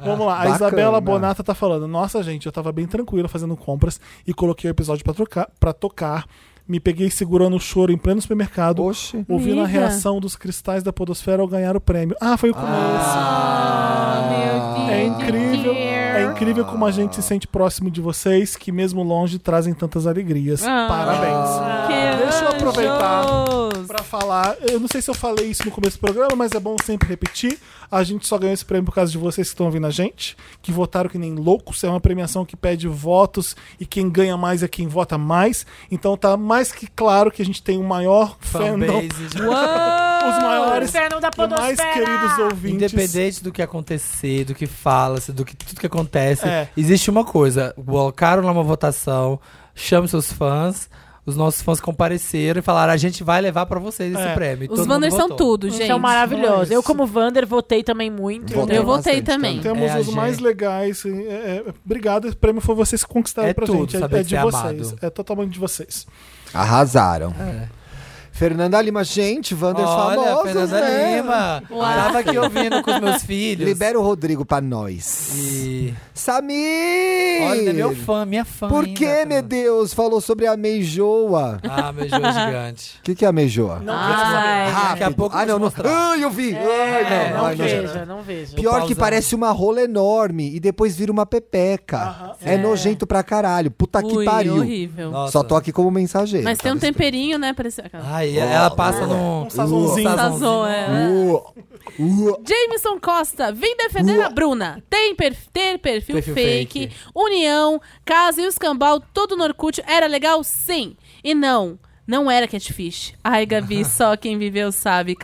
Vamos lá, a Bacana. Isabela Bonata tá falando. Nossa, gente, eu tava bem tranquila fazendo compras e coloquei o episódio pra, trocar, pra tocar. Me peguei segurando o choro em pleno supermercado, Oxi. ouvindo a Amiga. reação dos cristais da podosfera ao ganhar o prêmio. Ah, foi o começo. Ah, É incrível, é Dear. incrível como a gente se sente próximo de vocês, que mesmo longe trazem tantas alegrias. Ah. Parabéns. Que Deixa eu aproveitar anjos. Pra falar, eu não sei se eu falei isso no começo do programa, mas é bom sempre repetir. A gente só ganhou esse prêmio por causa de vocês que estão ouvindo a gente, que votaram que nem loucos. É uma premiação que pede votos e quem ganha mais é quem vota mais. Então tá mais que claro que a gente tem o maior é um fandom, Fanbase. de- os maiores Inferno da e mais podosfera! queridos ouvintes. Independente do que acontecer, do que fala, do que tudo que acontece, É. existe uma coisa: colocaram lá uma votação, chame seus fãs, os nossos fãs compareceram e falaram: a gente vai levar pra vocês esse É. prêmio. E todo Os mundo Wanders são votou. tudo, Gente, é gente. um são maravilhosos. nossa. Eu, como Vander, votei também muito. então Votou Eu votei bastante também. Temos É a os gente. mais legais. é, é, é, obrigado. O prêmio foi vocês que conquistaram É pra tudo, gente. É, saber é de ser vocês. amado. É totalmente de vocês. Arrasaram. É. Fernanda Lima, gente, Wander Olha, famosos, Fernanda né? Lima. Uau. Tava aqui ouvindo com os meus filhos. Libera o Rodrigo pra nós. E... Samir! Olha, ele é meu fã, minha fã. Por ainda, que, Fernanda. meu Deus? Falou sobre a meijoa. Ah, meu jogo gigante. O que, que é a meijoa? Ai, Rápido. Daqui a pouco ah, eu não, vou te não. mostrar. Ai, eu vi. Ai, não, Não ai, não. veja, não veja. Pior que pausando. parece uma rola enorme e depois vira uma pepeca. é, nojento pra caralho. Puta que Ui, pariu. horrível. Nossa. Só tô aqui como mensageiro. tá Mas tem um Talvez- temperinho, né? Pra esse... Ah, aquela- Ai, ela passa num. Um sazonzinho. Um sazonzinho. Sazon, é. Uh, uh. Jameson Costa, vem defender a Bruna. Tem per- ter perfil, Perfil fake, fake. união, casa e o escambau, tudo no Orkut. Era legal? Sim. E não, não era catfish. Ai, Gabi, só quem viveu sabe. É.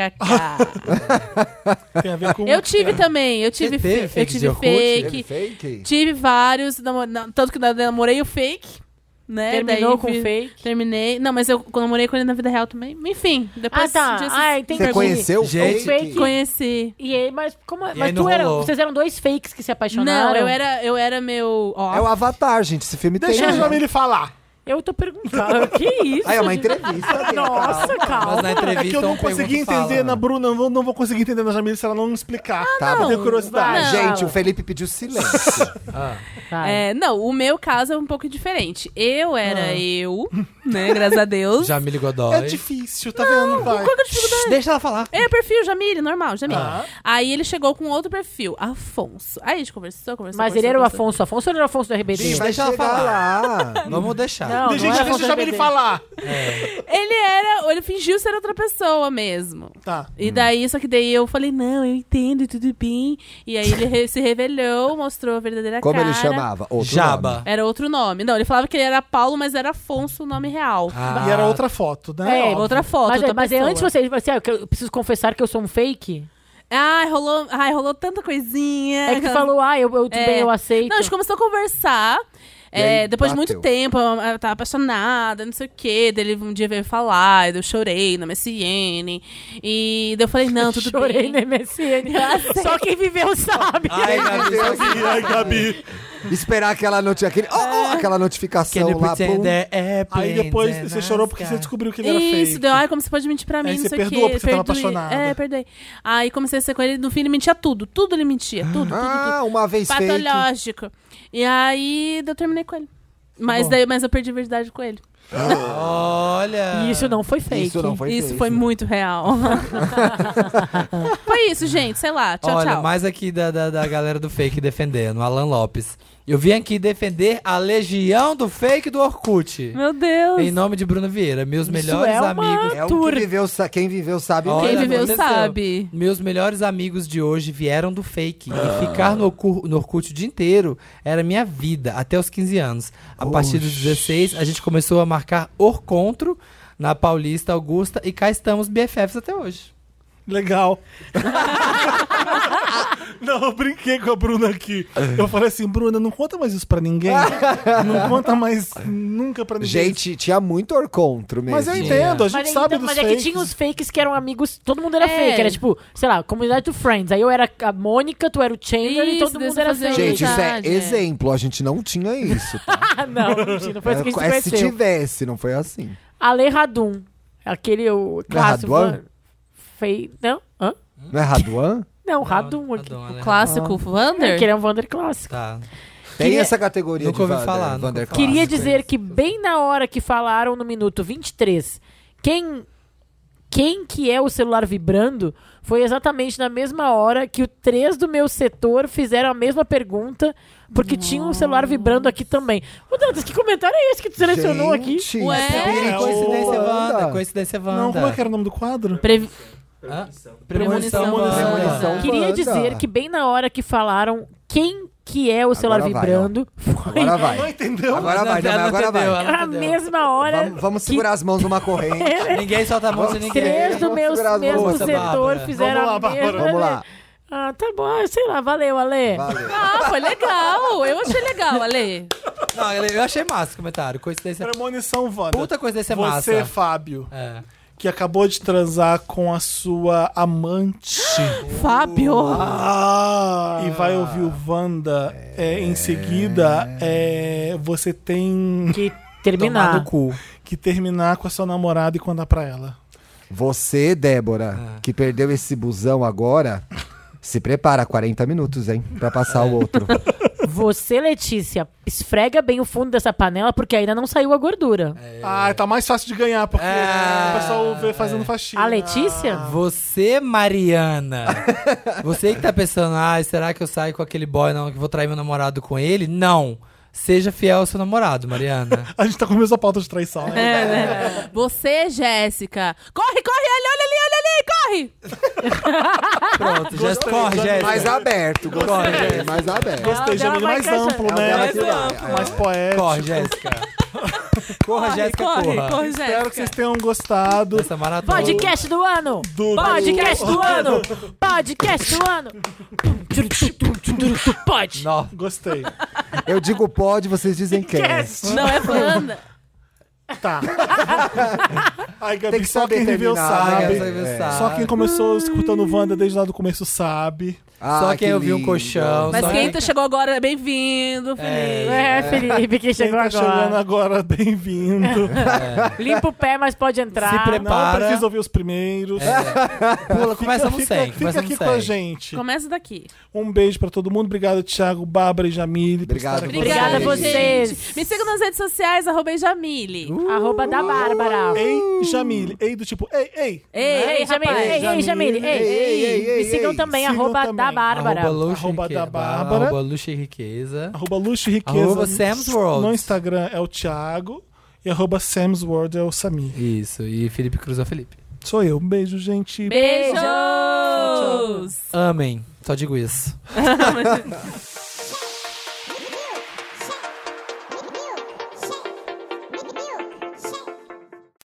KKKKK. Tem a ver com. Eu tive também, eu tive, É, teve fe- eu fake de tive Orkut? Teve fake. é Tipo, fake? Tive vários, namo- na- tanto que namorei o fake, né? Terminou Daí com vi- fake. Terminei. Não, mas eu namorei com ele na vida real também. Enfim, Ah, depois tá. disso, Ah, entendi. Você conheceu o Gente, fake? conheci. E aí, mas como. é? aí mas não tu era. rolou. Vocês eram dois fakes que se apaixonaram? Não, eu era, eu era meu. Ó, É o Avatar, gente. Esse filme Deixa tem. a Jamile falar. Eu tô perguntando. que isso? Ah, é uma gente? entrevista. gente. Nossa, Mas na calma. entrevista. É que eu não uma pergunta consegui fala. entender na Bruna, não vou, não vou conseguir entender na Jamile se ela não me explicar. Tá bom. Eu tenho curiosidade. Ah, Não. Gente, o Felipe pediu silêncio. Vai. é, não, o meu caso é um pouco diferente. Eu era Ah. eu, né? Graças a Deus. Jamile É Godoy. difícil, né? tá vendo? Vai. Qual que é a dificuldade? Shh, Deixa ela falar. É perfil, Jamile, normal, Jamile. Ah. Aí ele chegou com outro perfil, Afonso. Aí a gente conversou, conversou. Mas ele era o conversou, Afonso Afonso ou ele era o Afonso do Sim, RBD? vai Vai deixar ela chegar falar. lá. Vamos deixar. Não, não Gente, era deixa Afonso a Jamile é RBD. falar. conversou. Ele era, ele fingiu ser outra pessoa mesmo. Tá. Hum. E daí, só que daí eu falei, não, eu entendo, tudo bem. E aí ele re- se revelou, mostrou a verdadeira Como cara. ele chamava? Outro Jaba. nome. Era outro nome. Não, ele falava que ele era Paulo, mas era Afonso o nome real. Ah, E era outra foto, né? É, Óbvio. Outra foto, Mas, outra mas é pessoa. antes você, você ah, eu quero- eu preciso confessar que eu sou um fake. Ai, rolou, ai, rolou tanta coisinha. É que tu falou, ah, eu, eu tudo É. bem, eu aceito. Não, a gente começou a conversar. E é, aí, depois de bateu. muito tempo, eu, eu tava apaixonada, não sei o quê. Daí ele um dia veio falar, e daí eu chorei na MSN. E daí eu falei, não, tudo Chorei bem. no MSN. Só quem viveu sabe. Ai, Gabi, Deus. só que- Ai, Gabi. Esperar aquela, noti aquele, oh, oh, aquela notificação Can you lá. pretend pum. that airplanes Aí depois and você chorou porque você Alaska? descobriu que ele era fake. Isso, deu, ai, como você pode mentir pra mim, Aí não você sei o quê. perdoa porque você tava Perdoei. apaixonada. É, perdoei. Aí comecei a ser com ele, no fim ele mentia tudo, tudo ele mentia, tudo, tudo, tudo. Ah, uma vez fake. Patológico. E aí eu terminei com Tá ele. Mas, daí, mas eu perdi a verdade com ele. Olha. E isso não foi fake. Isso não foi isso fake. foi muito real. foi isso, gente. Sei lá. Tchau, Olha, tchau. mais aqui da, da, da galera do fake defendendo, Alan Lopes. Eu vim aqui defender a legião do fake do Orkut. Meu Deus. Em nome de Bruno Vieira, meus melhores é uma- amigos. É o que viveu, sa- quem viveu sabe. Olha, Quem viveu aconteceu. sabe. Meus melhores amigos de hoje vieram do fake. E ficar no, Orku- no Orkut o dia inteiro era minha vida, até os 15 anos. A partir dos 16, a gente começou a marcar Orcontro na Paulista Augusta e cá estamos BFFs até hoje. Legal. não, eu brinquei com a Bruna aqui. Eu falei assim, Bruna, não conta mais isso pra ninguém. não conta mais nunca pra ninguém. Gente, né? tinha muito orcontro mesmo. mas eu entendo, a gente Mas, sabe então, dos mas é fakes. que tinha os fakes que eram amigos, todo mundo era É. fake. Era tipo, sei lá, comunidade do Friends. Aí eu era a Mônica, tu era o Chandler e Isso, todo daí mundo você era fazia fake. Gente, isso é Verdade, é. exemplo. A gente não tinha isso. Ah, não, mentira, não foi assim que a gente se É, se conheceu. tivesse, não foi assim. Ale Radum. Aquele o Não é clássico. Raduan? Fei... Não? Hã? Não é Raduan? Não, Radum. Adão, um aqui. Alejandro. Clássico Wander? Que ele é um Wander clássico. Tá. Tem Queria- essa categoria Nunca de ouvi Vander- falar, nunca Vander ouvi falar. Queria Clássicos. dizer que bem na hora que falaram no minuto 23, quem quem que é o celular vibrando foi exatamente na mesma hora que o três do meu setor fizeram a mesma pergunta, porque tinha um celular vibrando aqui também. Ô, Dantas, que comentário é esse que tu selecionou aqui? Gente, Ué? espírito É o- Coincidência Wanda. Wanda, coincidência Wanda. Não, como é que era o nome do quadro? Previ- Hã? Premonição, Wanda. premonição. Wanda. Queria dizer que bem na hora que falaram quem que é o celular Agora vai, vibrando, foi Agora vai. Entendeu? Agora vai, não, Ela mas agora entendeu, vai. ela a entendeu. mesma hora Vamos, vamos segurar as mãos numa corrente. Ninguém solta a mão sem ninguém. Três do meu Vamos segurar as mesmo bolsas, setor Bárbara. fizeram Vamos lá, a Bárbara. mesma. Vamos lá. Ah, tá bom, ah, sei lá, valeu, Ale. Valeu. Ah, foi legal. Eu achei legal, Ale. Não, eu eu achei massa o comentário. Coincidência. Premonição, Wanda. Puta coincidência Você, massa. Fábio, É. que acabou de transar com a sua amante Fábio. Ah. e vai ouvir o Wanda é, em seguida, é, você tem Que Tomar terminar. no cu. que terminar com a sua namorada e contar pra ela. Você, Débora, que perdeu esse busão agora, se prepara 40 minutos, hein? Pra passar o outro. Você, Letícia, esfrega bem o fundo dessa panela porque ainda não saiu a gordura. Ah, tá mais fácil de ganhar, porque É. o pessoal vê fazendo faxina. A Letícia? Ah. Você, Mariana. Você que tá pensando, ah, será que eu saio com aquele boy não, que vou trair meu namorado com ele? Não. Seja fiel ao seu namorado, Mariana. A gente tá com a mesma pauta de traição, né? É, né? Você, Jéssica. Corre, corre, ali, olha ali, olha ali, corre! Pronto, já corre, Mais Jéssica. aberto, Corre, gostei. Jéssica. Mais aberto. Gostei, já dela muito vai mais encaixar. amplo, É o né? dela Mais, que vai. mais poético. É. Corre, Jéssica. Corra, Jéssica, corre, corra. corre, Espero que Jéssica. vocês tenham gostado. Essa é maratona. Podcast do ano! Do- Podcast do ano! Podcast do ano! Pode! Nossa. Gostei. Eu digo pode, vocês dizem quer. Não é Wanda. Tá. Ai, Gabi, Tem que só saber quem viveu terminar, sabe. né, Sabe, Gabi? sabe, É. sabe. Só quem começou escutando o Wanda desde lá do começo sabe. Ah, Só quem que ouviu um lindo. colchão. Mas só quem tá- chegou agora, bem-vindo, Felipe. É, Felipe, que Quem chegou tá chegando agora. agora, bem-vindo. Limpa o pé, mas pode entrar. Se Não prepara. precisa ouvir os primeiros. Pula, começa no fica, 100. fica começa no aqui 100. com a gente. Começa daqui. Um beijo pra todo mundo. Obrigado, Thiago, Bárbara e Jamile. por Obrigado estarem aqui. Obrigada a gente. vocês. Me sigam nas redes sociais, arroba Jamile. Arroba da Bárbara. Ei, Jamile. Ei, do tipo, ei, ei. Ei, ei, Ei, é, Jamile, rapaz. ei, ei, Jamile, ei, ei, ei, ei, Me sigam ei. também, Sigam arroba também. da Bárbara. Arroba luxo Arroba e riqueza. da Bárbara. Arroba luxo e riqueza. Arroba Luxo e Riqueza. Arroba Sam's World. No Instagram é o Thiago. E arroba Sam's World é o Samir. Isso. E Felipe Cruz é o Felipe. Sou eu. Um beijo, gente. Beijos! Amém. Só digo isso.